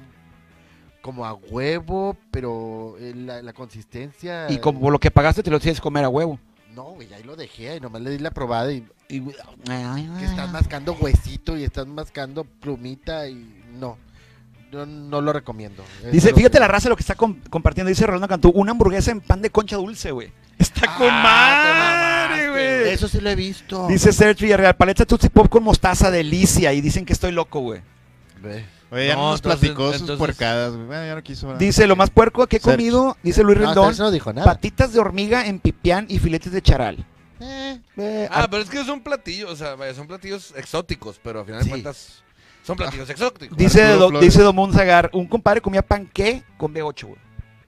Speaker 4: como a huevo, pero eh, la, la consistencia.
Speaker 1: Y como lo que pagaste te lo tienes que comer a huevo.
Speaker 4: No, güey, ahí lo dejé y nomás le di la probada y
Speaker 1: Y- Ah.
Speaker 4: que estás mascando huesito y estás mascando plumita y no. No, no lo recomiendo. Es
Speaker 1: Dice,
Speaker 4: algo
Speaker 1: fíjate
Speaker 4: que-
Speaker 1: la raza lo que está com- compartiendo. Dice Rolando Cantú, una hamburguesa en pan de concha dulce, güey. Está con
Speaker 2: Ah, te
Speaker 1: madre,
Speaker 2: mamaste,
Speaker 1: güey.
Speaker 4: Eso sí lo he visto.
Speaker 1: Dice Sergio Villarreal, paleta Tootsie Pop con mostaza, delicia. Y dicen que estoy loco, güey.
Speaker 4: Ve.
Speaker 3: Oye, ya
Speaker 2: No,
Speaker 3: no, nos
Speaker 2: entonces-
Speaker 3: platicó sus
Speaker 2: entonces-
Speaker 3: puercadas, güey. Bueno, ya no quiso. ¿verdad?
Speaker 1: Dice, lo más puerco que he
Speaker 3: Sergio.
Speaker 1: comido, dice Luis
Speaker 4: No, hasta
Speaker 1: Rendón,
Speaker 4: eso no dijo nada.
Speaker 1: patitas de hormiga en pipián y filetes de charal.
Speaker 4: Eh,
Speaker 1: Eh,
Speaker 2: Ah, pero es que son platillos, o sea, vaya, son platillos exóticos, pero al final de
Speaker 4: Sí. Ah,
Speaker 2: cuentas son platillos exóticos.
Speaker 1: Dice,
Speaker 3: Arturo
Speaker 1: do-
Speaker 3: Flores.
Speaker 1: dice Domón Zagar, un compadre comía panqué con B8, güey.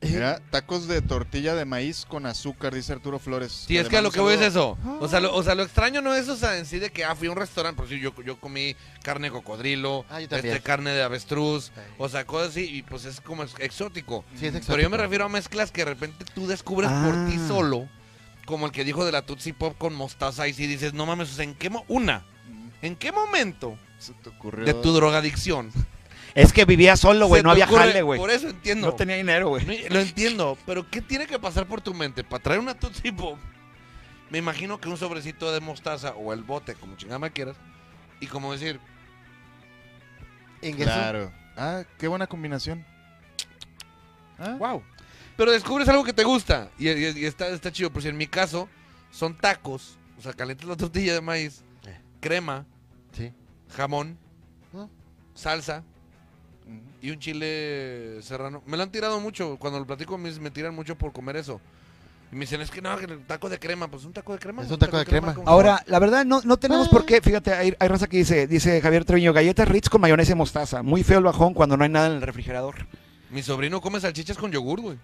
Speaker 2: eh,
Speaker 3: Mira, tacos de tortilla de maíz con azúcar, dice Arturo Flores.
Speaker 2: Sí, es
Speaker 3: le
Speaker 2: que a
Speaker 3: mando
Speaker 2: lo
Speaker 3: un
Speaker 2: que voy es
Speaker 3: saludo.
Speaker 2: eso. O sea, lo, o sea, lo extraño no es, o sea, en sí de que, ah, fui a un restaurante, por si yo, yo comí carne de cocodrilo,
Speaker 4: Ah, yo también.
Speaker 2: este, carne de avestruz,
Speaker 4: Ay.
Speaker 2: o sea, cosas así, y pues es como ex- exótico.
Speaker 4: sí,
Speaker 2: Pero yo
Speaker 4: es
Speaker 2: me
Speaker 4: exótico.
Speaker 2: refiero a mezclas que de repente tú descubres por ti
Speaker 1: Ah.
Speaker 2: solo, como el que dijo de la Tootsie Pop con mostaza, y si dices, no mames, o sea, ¿en qué, mo- una, ¿en qué momento
Speaker 3: Mm, Se te ocurrió.
Speaker 2: de tu drogadicción?
Speaker 1: Es que vivía solo, güey,
Speaker 2: se
Speaker 1: no
Speaker 2: te
Speaker 1: había
Speaker 2: ocurre?
Speaker 1: jale, güey.
Speaker 2: Por eso entiendo.
Speaker 1: No tenía dinero, güey.
Speaker 2: No, Lo entiendo, pero ¿qué tiene que pasar por tu mente para traer una Tootsie Pop? Me imagino que un sobrecito de mostaza o el bote, como chingada me quieras, y como decir,
Speaker 4: Ingresó.
Speaker 3: Claro. Ah, qué buena combinación. Ah,
Speaker 2: wow. Pero descubres algo que te gusta y, y- y está, está chido. Por si en mi caso son tacos, o sea, calientas la tortilla de maíz,
Speaker 4: Eh.
Speaker 2: crema,
Speaker 4: Sí. Ah.
Speaker 2: jamón,
Speaker 4: ¿No?
Speaker 2: salsa
Speaker 3: ujú.
Speaker 2: y un chile serrano. Me lo han tirado mucho, cuando lo platico me, me tiran mucho por comer eso. Y me dicen, es que no, que el taco de crema, pues un taco de crema.
Speaker 4: Es un taco de crema.
Speaker 2: con
Speaker 1: Ahora, la verdad, no, no tenemos por qué. Fíjate, hay, hay raza que dice, dice Javier Treviño, galletas Ritz con mayonesa y mostaza. Muy feo el bajón cuando no hay nada en el refrigerador.
Speaker 2: Mi sobrino come salchichas con yogur, güey.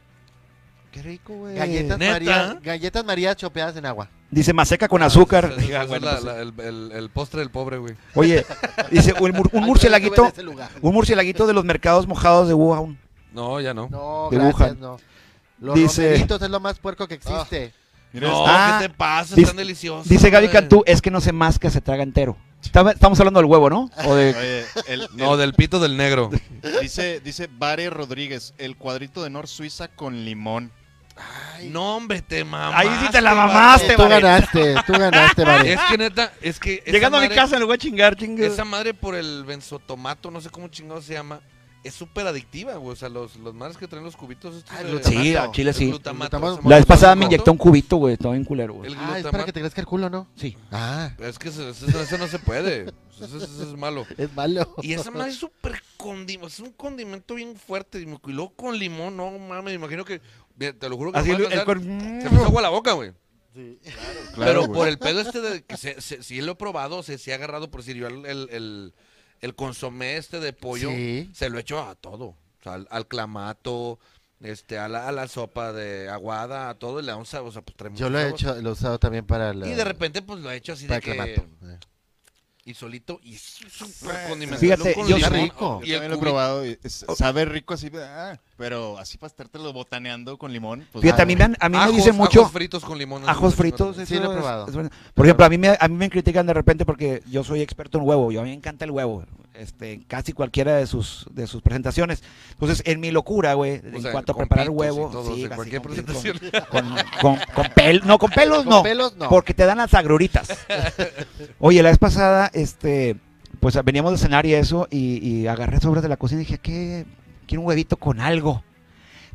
Speaker 1: Qué rico, güey.
Speaker 4: eh, Galletas
Speaker 2: ¿Neta?
Speaker 4: María, galletas María chopeadas en agua.
Speaker 1: Dice, maseca con azúcar.
Speaker 2: Eso es- eso
Speaker 1: Ah,
Speaker 2: es
Speaker 1: bueno,
Speaker 2: la-
Speaker 1: pues,
Speaker 2: la- el, el- el postre del pobre, güey.
Speaker 1: Oye, dice, un, mur- [LAUGHS] un
Speaker 4: Ay, yo
Speaker 1: murcielaguito,
Speaker 4: estuve en ese lugar.
Speaker 1: un murcielaguito de los mercados mojados de Wuhan.
Speaker 2: No, ya no. No,
Speaker 4: No,
Speaker 1: de
Speaker 4: gracias,
Speaker 1: Wuhan.
Speaker 4: no. Los
Speaker 1: Dice-
Speaker 4: romeritos es lo más puerco que existe.
Speaker 3: Mira,
Speaker 1: Ah,
Speaker 2: ¿qué te pasa?
Speaker 1: dice-
Speaker 2: Están deliciosos.
Speaker 1: Dice Gaby
Speaker 2: güey.
Speaker 1: Cantú, es que no se masca, se traga entero. Estaba- Estamos hablando del huevo, ¿no? O [LAUGHS] de...
Speaker 3: este, Oye, el-
Speaker 2: [LAUGHS] No, del pito del negro.
Speaker 3: el- dice, dice Vare Rodríguez, el cuadrito de Nor Suiza con limón.
Speaker 2: No, hombre, te mamaste.
Speaker 1: Ahí sí te la
Speaker 2: güey.
Speaker 1: mamaste,
Speaker 4: Eh, tú
Speaker 1: Vare.
Speaker 4: ganaste, tú ganaste, vale.
Speaker 2: Es que neta, es que. esa
Speaker 1: Llegando a mi
Speaker 2: madre-
Speaker 1: casa le voy a chingar, chingue.
Speaker 2: Esa madre por el benzotomato, no sé cómo chingado se llama, es súper adictiva, güey. O sea, los, los madres que traen los cubitos. Estos
Speaker 4: Ah, el
Speaker 2: de-
Speaker 4: glutamato.
Speaker 1: Sí, a Chile
Speaker 2: el
Speaker 1: sí.
Speaker 2: glutamato,
Speaker 4: glutamato.
Speaker 2: esa madre.
Speaker 1: La vez pasada me
Speaker 2: Glutamato,
Speaker 1: inyectó un cubito, güey. Estaba bien culero, güey.
Speaker 2: El
Speaker 4: Ah, es para que
Speaker 2: glutamato.
Speaker 4: te crezca el culo, ¿no?
Speaker 1: Sí.
Speaker 4: Ah,
Speaker 2: Es que eso, eso- eso no se puede. Eso- eso- eso es malo.
Speaker 4: es malo.
Speaker 2: Y esa madre es súper condimento, es un condimento bien fuerte. Y me- y luego con limón, no mames, me imagino que. Mira, Te lo juro que
Speaker 1: Así
Speaker 2: no
Speaker 1: el,
Speaker 2: puedo
Speaker 1: el
Speaker 2: alcanzar.
Speaker 1: cuer-
Speaker 2: Se me hizo agua la boca, güey. Pero
Speaker 3: güey.
Speaker 2: por el pedo este de que se, se- si lo he probado, se, se ha agarrado, por si yo el, el, el- el consomé este de pollo,
Speaker 4: Sí.
Speaker 2: se lo he hecho a todo. O sea, al, al clamato, este, a la, a la sopa de aguada, a todo, y le da un sabor, o sea, pues, trae mucho
Speaker 4: Yo lo he
Speaker 2: sabor.
Speaker 4: hecho, lo he usado también para la.
Speaker 2: Y de repente, pues lo he hecho así
Speaker 4: para
Speaker 2: de
Speaker 4: el
Speaker 2: que...
Speaker 4: clamato. Eh.
Speaker 2: Y solito, y súper condimentado.
Speaker 1: Fíjate,
Speaker 2: con
Speaker 1: yo-
Speaker 2: limón,
Speaker 4: Está rico.
Speaker 3: Yo
Speaker 2: Y el Oh.
Speaker 3: también lo he
Speaker 2: cubito.
Speaker 3: probado y es- sabe rico así, ah, pero así para estártelo botaneando con limón. Pues,
Speaker 1: Fíjate,
Speaker 3: ah,
Speaker 1: a mí me, han- a mí me
Speaker 2: Ajos-
Speaker 1: dicen mucho.
Speaker 2: Ajos fritos con limón.
Speaker 1: Ajos fritos,
Speaker 4: Sí,
Speaker 1: eso
Speaker 4: lo he
Speaker 1: es-
Speaker 4: probado.
Speaker 1: es bueno. Por ejemplo, a mí, me, a mí me critican de repente porque yo soy experto en huevo, yo a mí me encanta el huevo, este, en casi cualquiera de sus, de sus presentaciones. Entonces, en mi locura, güey,
Speaker 2: O
Speaker 1: en
Speaker 2: sea,
Speaker 1: cuanto a
Speaker 2: con
Speaker 1: preparar
Speaker 2: pitos y
Speaker 1: huevo,
Speaker 2: todo,
Speaker 1: sí,
Speaker 2: en
Speaker 1: así
Speaker 2: cualquier
Speaker 1: con pitos,
Speaker 2: presentación.
Speaker 1: con, con, con pel- no, con
Speaker 2: [LAUGHS]
Speaker 1: pelos
Speaker 4: Con
Speaker 1: no,
Speaker 4: pelos no.
Speaker 1: porque te dan las agruritas. Oye, la vez pasada, este, pues veníamos de cenar y eso, y, y agarré sobras de la cocina y dije, ¿qué? Quiero un huevito con algo.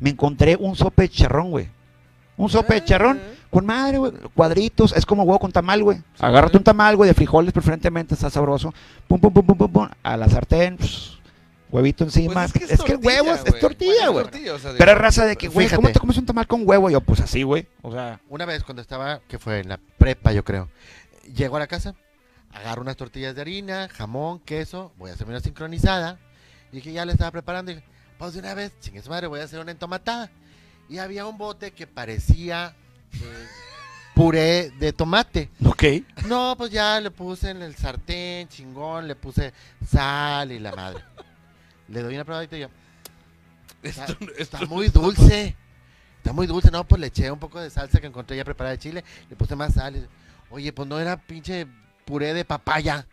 Speaker 1: Me encontré un sope de charrón, güey. Un sope de charrón
Speaker 2: Ah.
Speaker 1: con madre, güey. Cuadritos, es como huevo con tamal, güey. Agárrate un tamal, güey, de frijoles preferentemente, está sabroso. Pum, pum, pum, pum, pum, pum. A la sartén, pss, huevito encima.
Speaker 2: Pues
Speaker 1: es, que el
Speaker 2: tortilla,
Speaker 1: huevo es, es
Speaker 2: güey. Pues
Speaker 1: tortilla,
Speaker 2: Es
Speaker 1: güey.
Speaker 2: tortilla, o sea,
Speaker 1: Pero es
Speaker 2: digo,
Speaker 1: raza de que, güey, ¿cómo
Speaker 4: Fíjate.
Speaker 1: te comes un tamal con huevo? Yo, pues así, güey. O sea,
Speaker 4: Una vez cuando estaba, que fue en la prepa, yo creo, llego a la casa, agarro unas tortillas de harina, jamón, queso, voy a hacerme una sincronizada. Y dije, ya la estaba preparando. Y dije, pues de una vez, sin su madre, voy a hacer una entomatada. Y había un bote que parecía eh, puré de tomate.
Speaker 1: ok.
Speaker 4: No, pues ya le puse en el sartén, chingón, le puse sal y la madre. Le doy una probadita y yo,
Speaker 2: esto- esto-
Speaker 4: Está muy dulce. Está muy dulce. No, pues le eché un poco de salsa que encontré ya preparada de chile. Le puse más sal. y- Oye, pues no era pinche puré de papaya.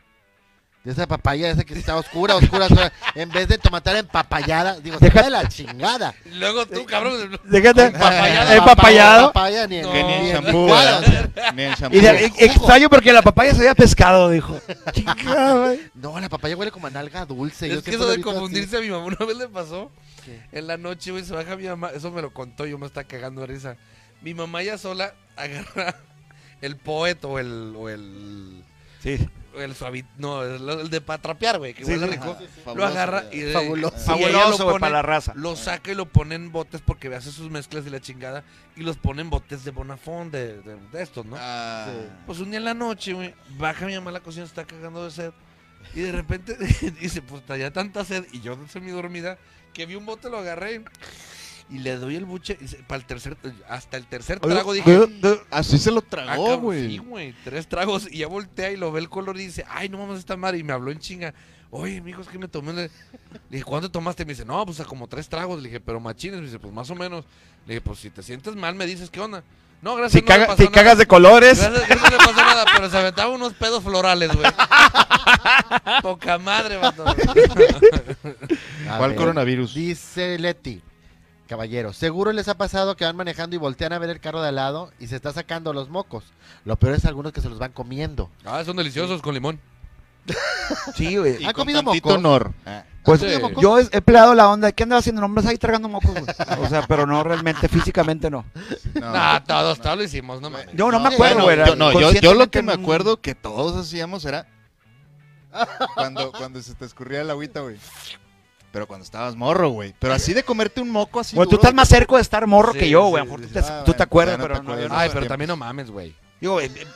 Speaker 4: De esa papaya esa que está oscura, oscura, oscura. En vez de tomatar en papayada, digo,
Speaker 1: Deja-
Speaker 4: de la chingada.
Speaker 2: Luego tú, cabrón.
Speaker 1: Déjate.
Speaker 2: Empapallada.
Speaker 1: Empapallado.
Speaker 4: Papaya ni en,
Speaker 2: No,
Speaker 3: que ni en
Speaker 4: ni en
Speaker 3: champú,
Speaker 4: licuado, o sea,
Speaker 3: ¿verdad? ni en champú.
Speaker 1: Y de- e- extraño porque la papaya se había pescado, dijo. [LAUGHS] Chingada, güey.
Speaker 4: No, la papaya huele como a nalga dulce. yo
Speaker 2: es que
Speaker 4: siempre
Speaker 2: eso
Speaker 4: lo he
Speaker 2: de
Speaker 4: visto así.
Speaker 2: confundirse a mi mamá una vez le pasó.
Speaker 4: ¿Qué?
Speaker 2: En la noche, güey, se baja mi mamá. Eso me lo contó, yo me estaba cagando de risa. Mi mamá ya sola [LAUGHS] agarra el poeta o el. O el
Speaker 1: Sí.
Speaker 2: o el suavi- no, el, el de para trapear, güey, que
Speaker 1: Sí,
Speaker 2: huele
Speaker 1: sí.
Speaker 2: rico. lo
Speaker 3: Fabuloso,
Speaker 2: agarra
Speaker 3: güey.
Speaker 2: y de-
Speaker 4: Fabuloso.
Speaker 2: y ella lo
Speaker 1: Fabuloso, güey,
Speaker 2: pone-
Speaker 1: para la raza.
Speaker 2: Lo saca y lo pone en botes porque hace sus mezclas y la chingada. Y los pone en botes de Bonafón, de, de- de estos, ¿no?
Speaker 3: Ah,
Speaker 2: Pues un día en la noche, güey, baja mi mamá a la cocina, se está cagando de sed. Y de repente [LAUGHS] dice, pues traía tanta sed. Y yo soy mi dormida, que vi un bote, lo agarré. Y le doy el buche. Y se- para el tercer, hasta el tercer trago dije.
Speaker 3: Pues, Así se lo
Speaker 2: "Ah,
Speaker 3: tragó,
Speaker 2: cabrón,
Speaker 3: güey.
Speaker 2: sí, güey. Tres tragos. Y ya voltea y lo ve el color y dice, ay, no mames esta madre. Y me habló en chinga. Oye, mijo, es que me tomé. Le le dije, ¿cuánto tomaste? Me dice, no, pues a como tres tragos. Le dije, pero machines. Me dice, pues más o menos. Le dije, pues si te sientes mal, me dices, ¿qué onda? No, gracias.
Speaker 1: Si,
Speaker 2: no me
Speaker 1: caga-
Speaker 2: pasó
Speaker 1: si
Speaker 2: nada".
Speaker 1: cagas de colores.
Speaker 2: Gracias, que no le pasó nada, pero se aventaba unos pedos florales,
Speaker 1: [LAUGHS]
Speaker 2: güey. Poca madre, vato.
Speaker 4: A
Speaker 3: ¿Cuál
Speaker 4: ver.
Speaker 3: coronavirus?
Speaker 4: Dice Leti. Caballero, seguro les ha pasado que van manejando y voltean a ver el carro de al lado y se está sacando los mocos. Lo peor es algunos que se los van comiendo.
Speaker 2: Ah, son deliciosos con limón.
Speaker 1: Sí, güey.
Speaker 3: Y
Speaker 4: ¿Ha
Speaker 3: con
Speaker 4: comido
Speaker 3: tantito
Speaker 4: moco?
Speaker 3: honor. Ah,
Speaker 1: Pues
Speaker 2: Sí.
Speaker 1: yo he empleado la onda de que andaba haciendo nombres ahí tragando mocos, güey. O sea, pero no realmente, físicamente no.
Speaker 3: no.
Speaker 2: Nah, todos, todos lo hicimos, no mames.
Speaker 1: Yo no, me acuerdo,
Speaker 3: bueno,
Speaker 1: güey. era
Speaker 3: yo, no, yo, yo lo
Speaker 1: conscientemente
Speaker 3: que me
Speaker 1: no-
Speaker 3: acuerdo que todos hacíamos era cuando, cuando se te escurría el agüita, güey. Pero cuando estabas morro, güey. Pero así de comerte un moco así.
Speaker 1: Güey, tú
Speaker 3: duro,
Speaker 1: estás más cerca de estar morro
Speaker 2: Sí,
Speaker 1: que yo, güey.
Speaker 2: sí,
Speaker 1: a lo mejor
Speaker 2: sí,
Speaker 1: tú te-
Speaker 3: sí. Ah,
Speaker 1: tú te
Speaker 3: bueno,
Speaker 1: acuerdas,
Speaker 3: ya no
Speaker 1: pero
Speaker 3: te
Speaker 1: no, yo
Speaker 3: acuerdas.
Speaker 1: no.
Speaker 2: Ay,
Speaker 3: sé.
Speaker 2: pero también no mames, güey.
Speaker 1: Digo, eh, eh,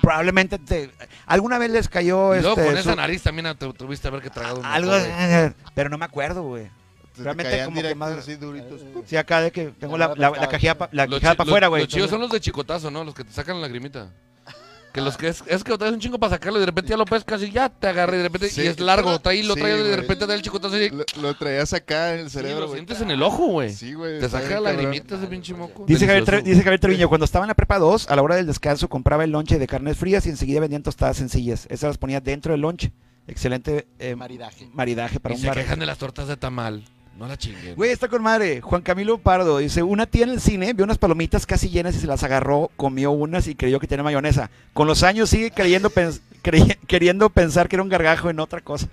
Speaker 1: probablemente te- alguna vez les cayó
Speaker 2: Y luego
Speaker 1: este,
Speaker 2: con esa
Speaker 1: su-
Speaker 2: nariz también ah, te- tuviste haber que tragado un moco,
Speaker 1: algo,
Speaker 2: güey.
Speaker 1: pero no me acuerdo, güey.
Speaker 3: se te
Speaker 1: realmente
Speaker 3: caían
Speaker 1: como que
Speaker 3: directos
Speaker 1: más-
Speaker 3: así duritos.
Speaker 1: Sí, acá de que tengo la, la, la cajilla pa- la
Speaker 2: Los
Speaker 1: quijada
Speaker 2: chi-
Speaker 1: para
Speaker 2: los-
Speaker 1: afuera, güey.
Speaker 2: Los chivos son los de chicotazo, ¿no? Los que te sacan la lagrimita. Que los que es, es que lo traes un chingo para sacarlo y de repente ya lo pescas y ya te agarra y de repente
Speaker 3: Sí.
Speaker 2: y es largo, trae y lo
Speaker 3: Sí,
Speaker 2: trae y de
Speaker 3: güey.
Speaker 2: repente da el chicotazo y,
Speaker 3: Lo, lo traías acá en el
Speaker 2: y
Speaker 3: cerebro,
Speaker 2: lo
Speaker 3: güey.
Speaker 2: sientes en el ojo, güey.
Speaker 3: Sí, güey.
Speaker 2: Te
Speaker 3: está
Speaker 2: saca la
Speaker 3: bien, cabrón.
Speaker 2: lagrimita ese pinche moco.
Speaker 1: Dice Javier, Tre-
Speaker 2: Delicioso.
Speaker 1: dice Javier Treviño, cuando estaba en la prepa 2, a la hora del descanso compraba el lonche de carnes frías y enseguida vendían tostadas sencillas. Esas las ponía dentro del lonche. Excelente eh,
Speaker 4: Maridaje.
Speaker 1: maridaje para
Speaker 2: y
Speaker 1: un
Speaker 2: se
Speaker 1: bar.
Speaker 2: quejan de las tortas de tamal. No la chinguen.
Speaker 1: Güey, está con madre. Juan Camilo Pardo dice, una tía en el cine vio unas palomitas casi llenas y se las agarró, comió unas y creyó que tenía mayonesa. Con los años sigue creyendo pens- crey- [LAUGHS] queriendo pensar que era un gargajo en otra cosa.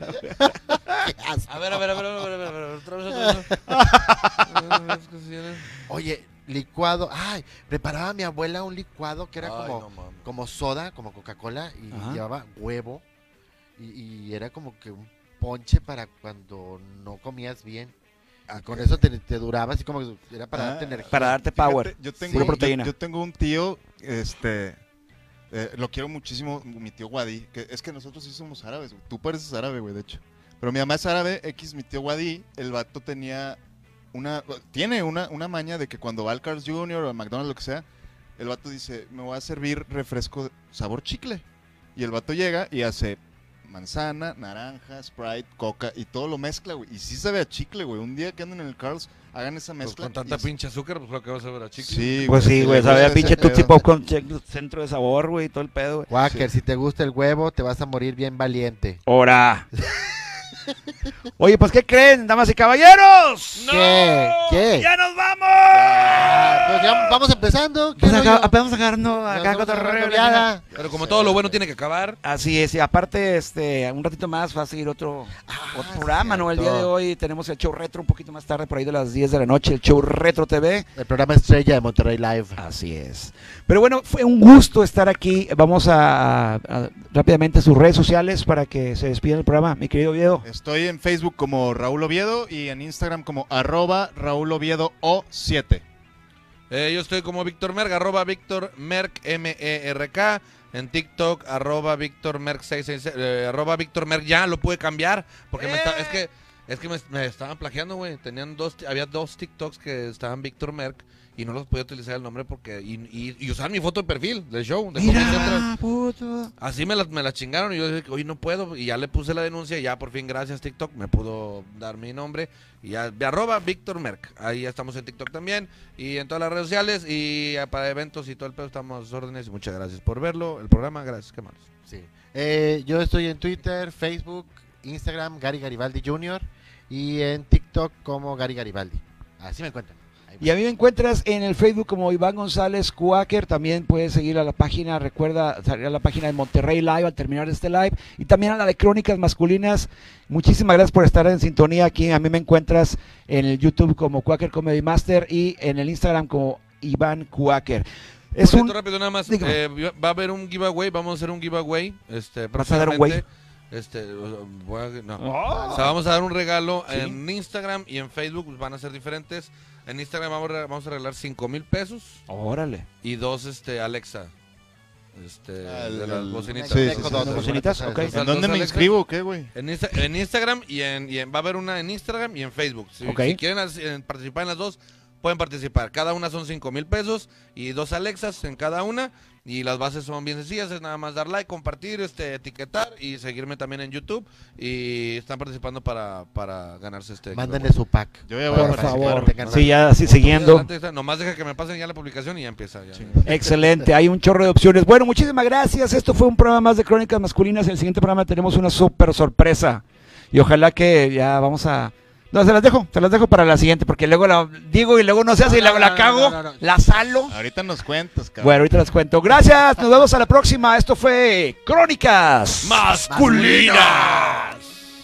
Speaker 2: A ver, a ver, a ver, a ver, a ver, a ver, otra vez, otra [LAUGHS] vez. Ah, es que sí, ¿eh?
Speaker 4: Oye, licuado. Ay, preparaba mi abuela un licuado que era
Speaker 2: Ay,
Speaker 4: como,
Speaker 2: no mames.
Speaker 4: como soda, como Coca-Cola, y
Speaker 1: Ajá.
Speaker 4: llevaba huevo. Y, y era como que un ponche para cuando no comías bien. Y con eso te, te duraba así como que era para
Speaker 3: Ah,
Speaker 4: darte energía.
Speaker 1: Para darte power.
Speaker 3: Fíjate, yo tengo,
Speaker 1: pura
Speaker 3: yo-
Speaker 1: proteína.
Speaker 3: Yo, tengo un tío, este, eh, lo quiero muchísimo, mi tío Wadi, que es que nosotros sí somos árabes, güey. Tú pareces árabe, güey, de hecho. Pero mi mamá es árabe, X, mi tío Wadi, el vato tenía una, tiene una, una maña de que cuando va al Carl's Jr. o al McDonald's, lo que sea, el vato dice, me voy a servir refresco sabor chicle. Y el vato llega y hace manzana, naranja, Sprite, coca y todo lo mezcla, güey. Y sí sabe a chicle, güey. Un día que anden en el Carl's, hagan esa
Speaker 2: Pues
Speaker 3: mezcla.
Speaker 2: con tanta
Speaker 3: y-
Speaker 2: pinche azúcar, pues lo que vas a ver a chicle.
Speaker 3: Sí,
Speaker 1: Pues sí, güey,
Speaker 3: le
Speaker 1: sabía
Speaker 3: gusta
Speaker 1: pinche
Speaker 3: ese
Speaker 1: Tootsie
Speaker 3: pedo.
Speaker 1: Popcorn, che- centro de sabor, güey, todo el pedo, güey.
Speaker 4: Wacker, si te gusta el huevo, te vas a morir bien valiente.
Speaker 1: Ora. Oye, pues ¿qué creen, damas y caballeros?
Speaker 4: ¡No! ¿Qué? ¿Qué?
Speaker 1: ¡Ya nos vamos!
Speaker 4: Ah, pues ya vamos empezando. ¿qué
Speaker 1: Pues acá,
Speaker 4: rollo?
Speaker 1: apenas agarrando
Speaker 4: Nos
Speaker 1: acá
Speaker 4: vamos a
Speaker 1: cotorreo,
Speaker 4: una
Speaker 1: Lina.
Speaker 4: goleada.
Speaker 2: Pero como todo lo bueno tiene que acabar.
Speaker 1: Así es, y aparte, este, un ratito más va a seguir otro, otro programa, ¿no? El día de
Speaker 4: Ah, cierto.
Speaker 1: hoy tenemos el show retro un poquito más tarde, por ahí de las 10 de la noche, el show retro TV.
Speaker 4: El programa estrella de Monterrey Live.
Speaker 1: Así es. Pero bueno, fue un gusto estar aquí. Vamos a, a- rápidamente sus redes sociales para que se despida el programa, mi querido Diego.
Speaker 3: Estoy en Facebook como Raúl Oviedo y en Instagram como arroba Raúl Oviedo O7.
Speaker 2: Eh, yo estoy como Víctor Merck, arroba Víctor Merck, M-E-R-K. En TikTok, arroba Víctor Merck 666, eh, arroba Víctor Merck, ya lo pude cambiar. Porque me está- es que, es que me, me estaban plagiando, güey. Tenían dos, ti- había dos TikToks que estaban Víctor Merck y no los podía utilizar el nombre porque, y, y, y usaban mi foto de perfil del show. de Comedy Central.
Speaker 1: Mira, puto.
Speaker 2: Así me la, me la chingaron y yo dije, oye, no puedo. Y ya le puse la denuncia y ya por fin, gracias TikTok, me pudo dar mi nombre. Y ya, de arroba Víctor Merck. Ahí ya estamos en TikTok también y en todas las redes sociales. Y eh, para eventos y todo el pedo estamos a sus órdenes. Y muchas gracias por verlo. El programa, gracias, qué más.
Speaker 4: Sí. Eh, yo estoy en Twitter, Facebook, Instagram, Gary Garibaldi Jr. y en TikTok como Gary Garibaldi. Así me encuentran. Ahí
Speaker 1: Y a mí me encuentras en el Facebook como Iván González Cuáquer. También puedes seguir a la página, recuerda salir a la página de Monterrey Live al terminar este live. Y también a la de Crónicas Masculinas. Muchísimas gracias por estar en sintonía aquí. A mí me encuentras en el YouTube como Cuáquer Comedy Master y en el Instagram como Iván Cuáquer. Es
Speaker 2: Por cierto,
Speaker 1: un...
Speaker 2: rápido nada más.
Speaker 1: Dígame.
Speaker 2: eh, va a haber un giveaway, vamos a hacer un giveaway. Este,
Speaker 1: ¿Vas a dar un güey?
Speaker 2: próximamente. Este, o- o- voy a- no.
Speaker 1: Oh.
Speaker 2: O sea, vamos a dar un regalo
Speaker 1: Sí.
Speaker 2: en Instagram y en Facebook, pues, van a ser diferentes. En Instagram vamos a, vamos a regalar 5 mil pesos
Speaker 1: Órale.
Speaker 2: y dos este, Alexa. Este,
Speaker 3: Ah, el-
Speaker 2: de las
Speaker 3: el-
Speaker 4: me-
Speaker 2: bocinitas.
Speaker 3: Sí, sí,
Speaker 4: Echo
Speaker 3: sí,
Speaker 4: Dot,
Speaker 3: sí.
Speaker 4: alguna
Speaker 1: Bocinitas,
Speaker 4: cosa de
Speaker 1: ok.
Speaker 4: esas.
Speaker 2: Las
Speaker 3: ¿En dónde
Speaker 2: dos
Speaker 3: me
Speaker 2: Alexas.
Speaker 3: inscribo? o ¿Qué, güey?
Speaker 2: En, Insta- en Instagram y en, y en- va a haber una en Instagram y en Facebook. Si,
Speaker 1: Ok.
Speaker 2: si quieren as- eh, participar en las dos, pueden participar. Cada una son 5 mil pesos y dos Alexas en cada una. Y las bases son bien sencillas, es nada más dar like, compartir, este, etiquetar y seguirme también en YouTube. Y están participando para, para ganarse este.
Speaker 4: Mándenle su pack.
Speaker 3: Yo ya voy
Speaker 4: Para
Speaker 3: a
Speaker 1: Por
Speaker 4: participar,
Speaker 1: favor.
Speaker 4: tengan-
Speaker 1: Sí, ya así siguiendo.
Speaker 2: Adelante, está. Nomás deja que me pasen ya la publicación y ya empieza. ya.
Speaker 1: Excelente, hay un chorro de opciones. Bueno, muchísimas gracias. Esto fue un programa más de Crónicas Masculinas. En el siguiente programa tenemos una súper sorpresa. Y ojalá que ya vamos a... No, se las dejo, se las dejo para la siguiente, porque luego la digo y luego no Ah, se hace y luego la cago, la salo.
Speaker 3: Ahorita nos cuentas, cabrón.
Speaker 1: Bueno, ahorita les cuento. Gracias, nos vemos a la próxima. Esto fue Crónicas
Speaker 2: ¡Masculinas!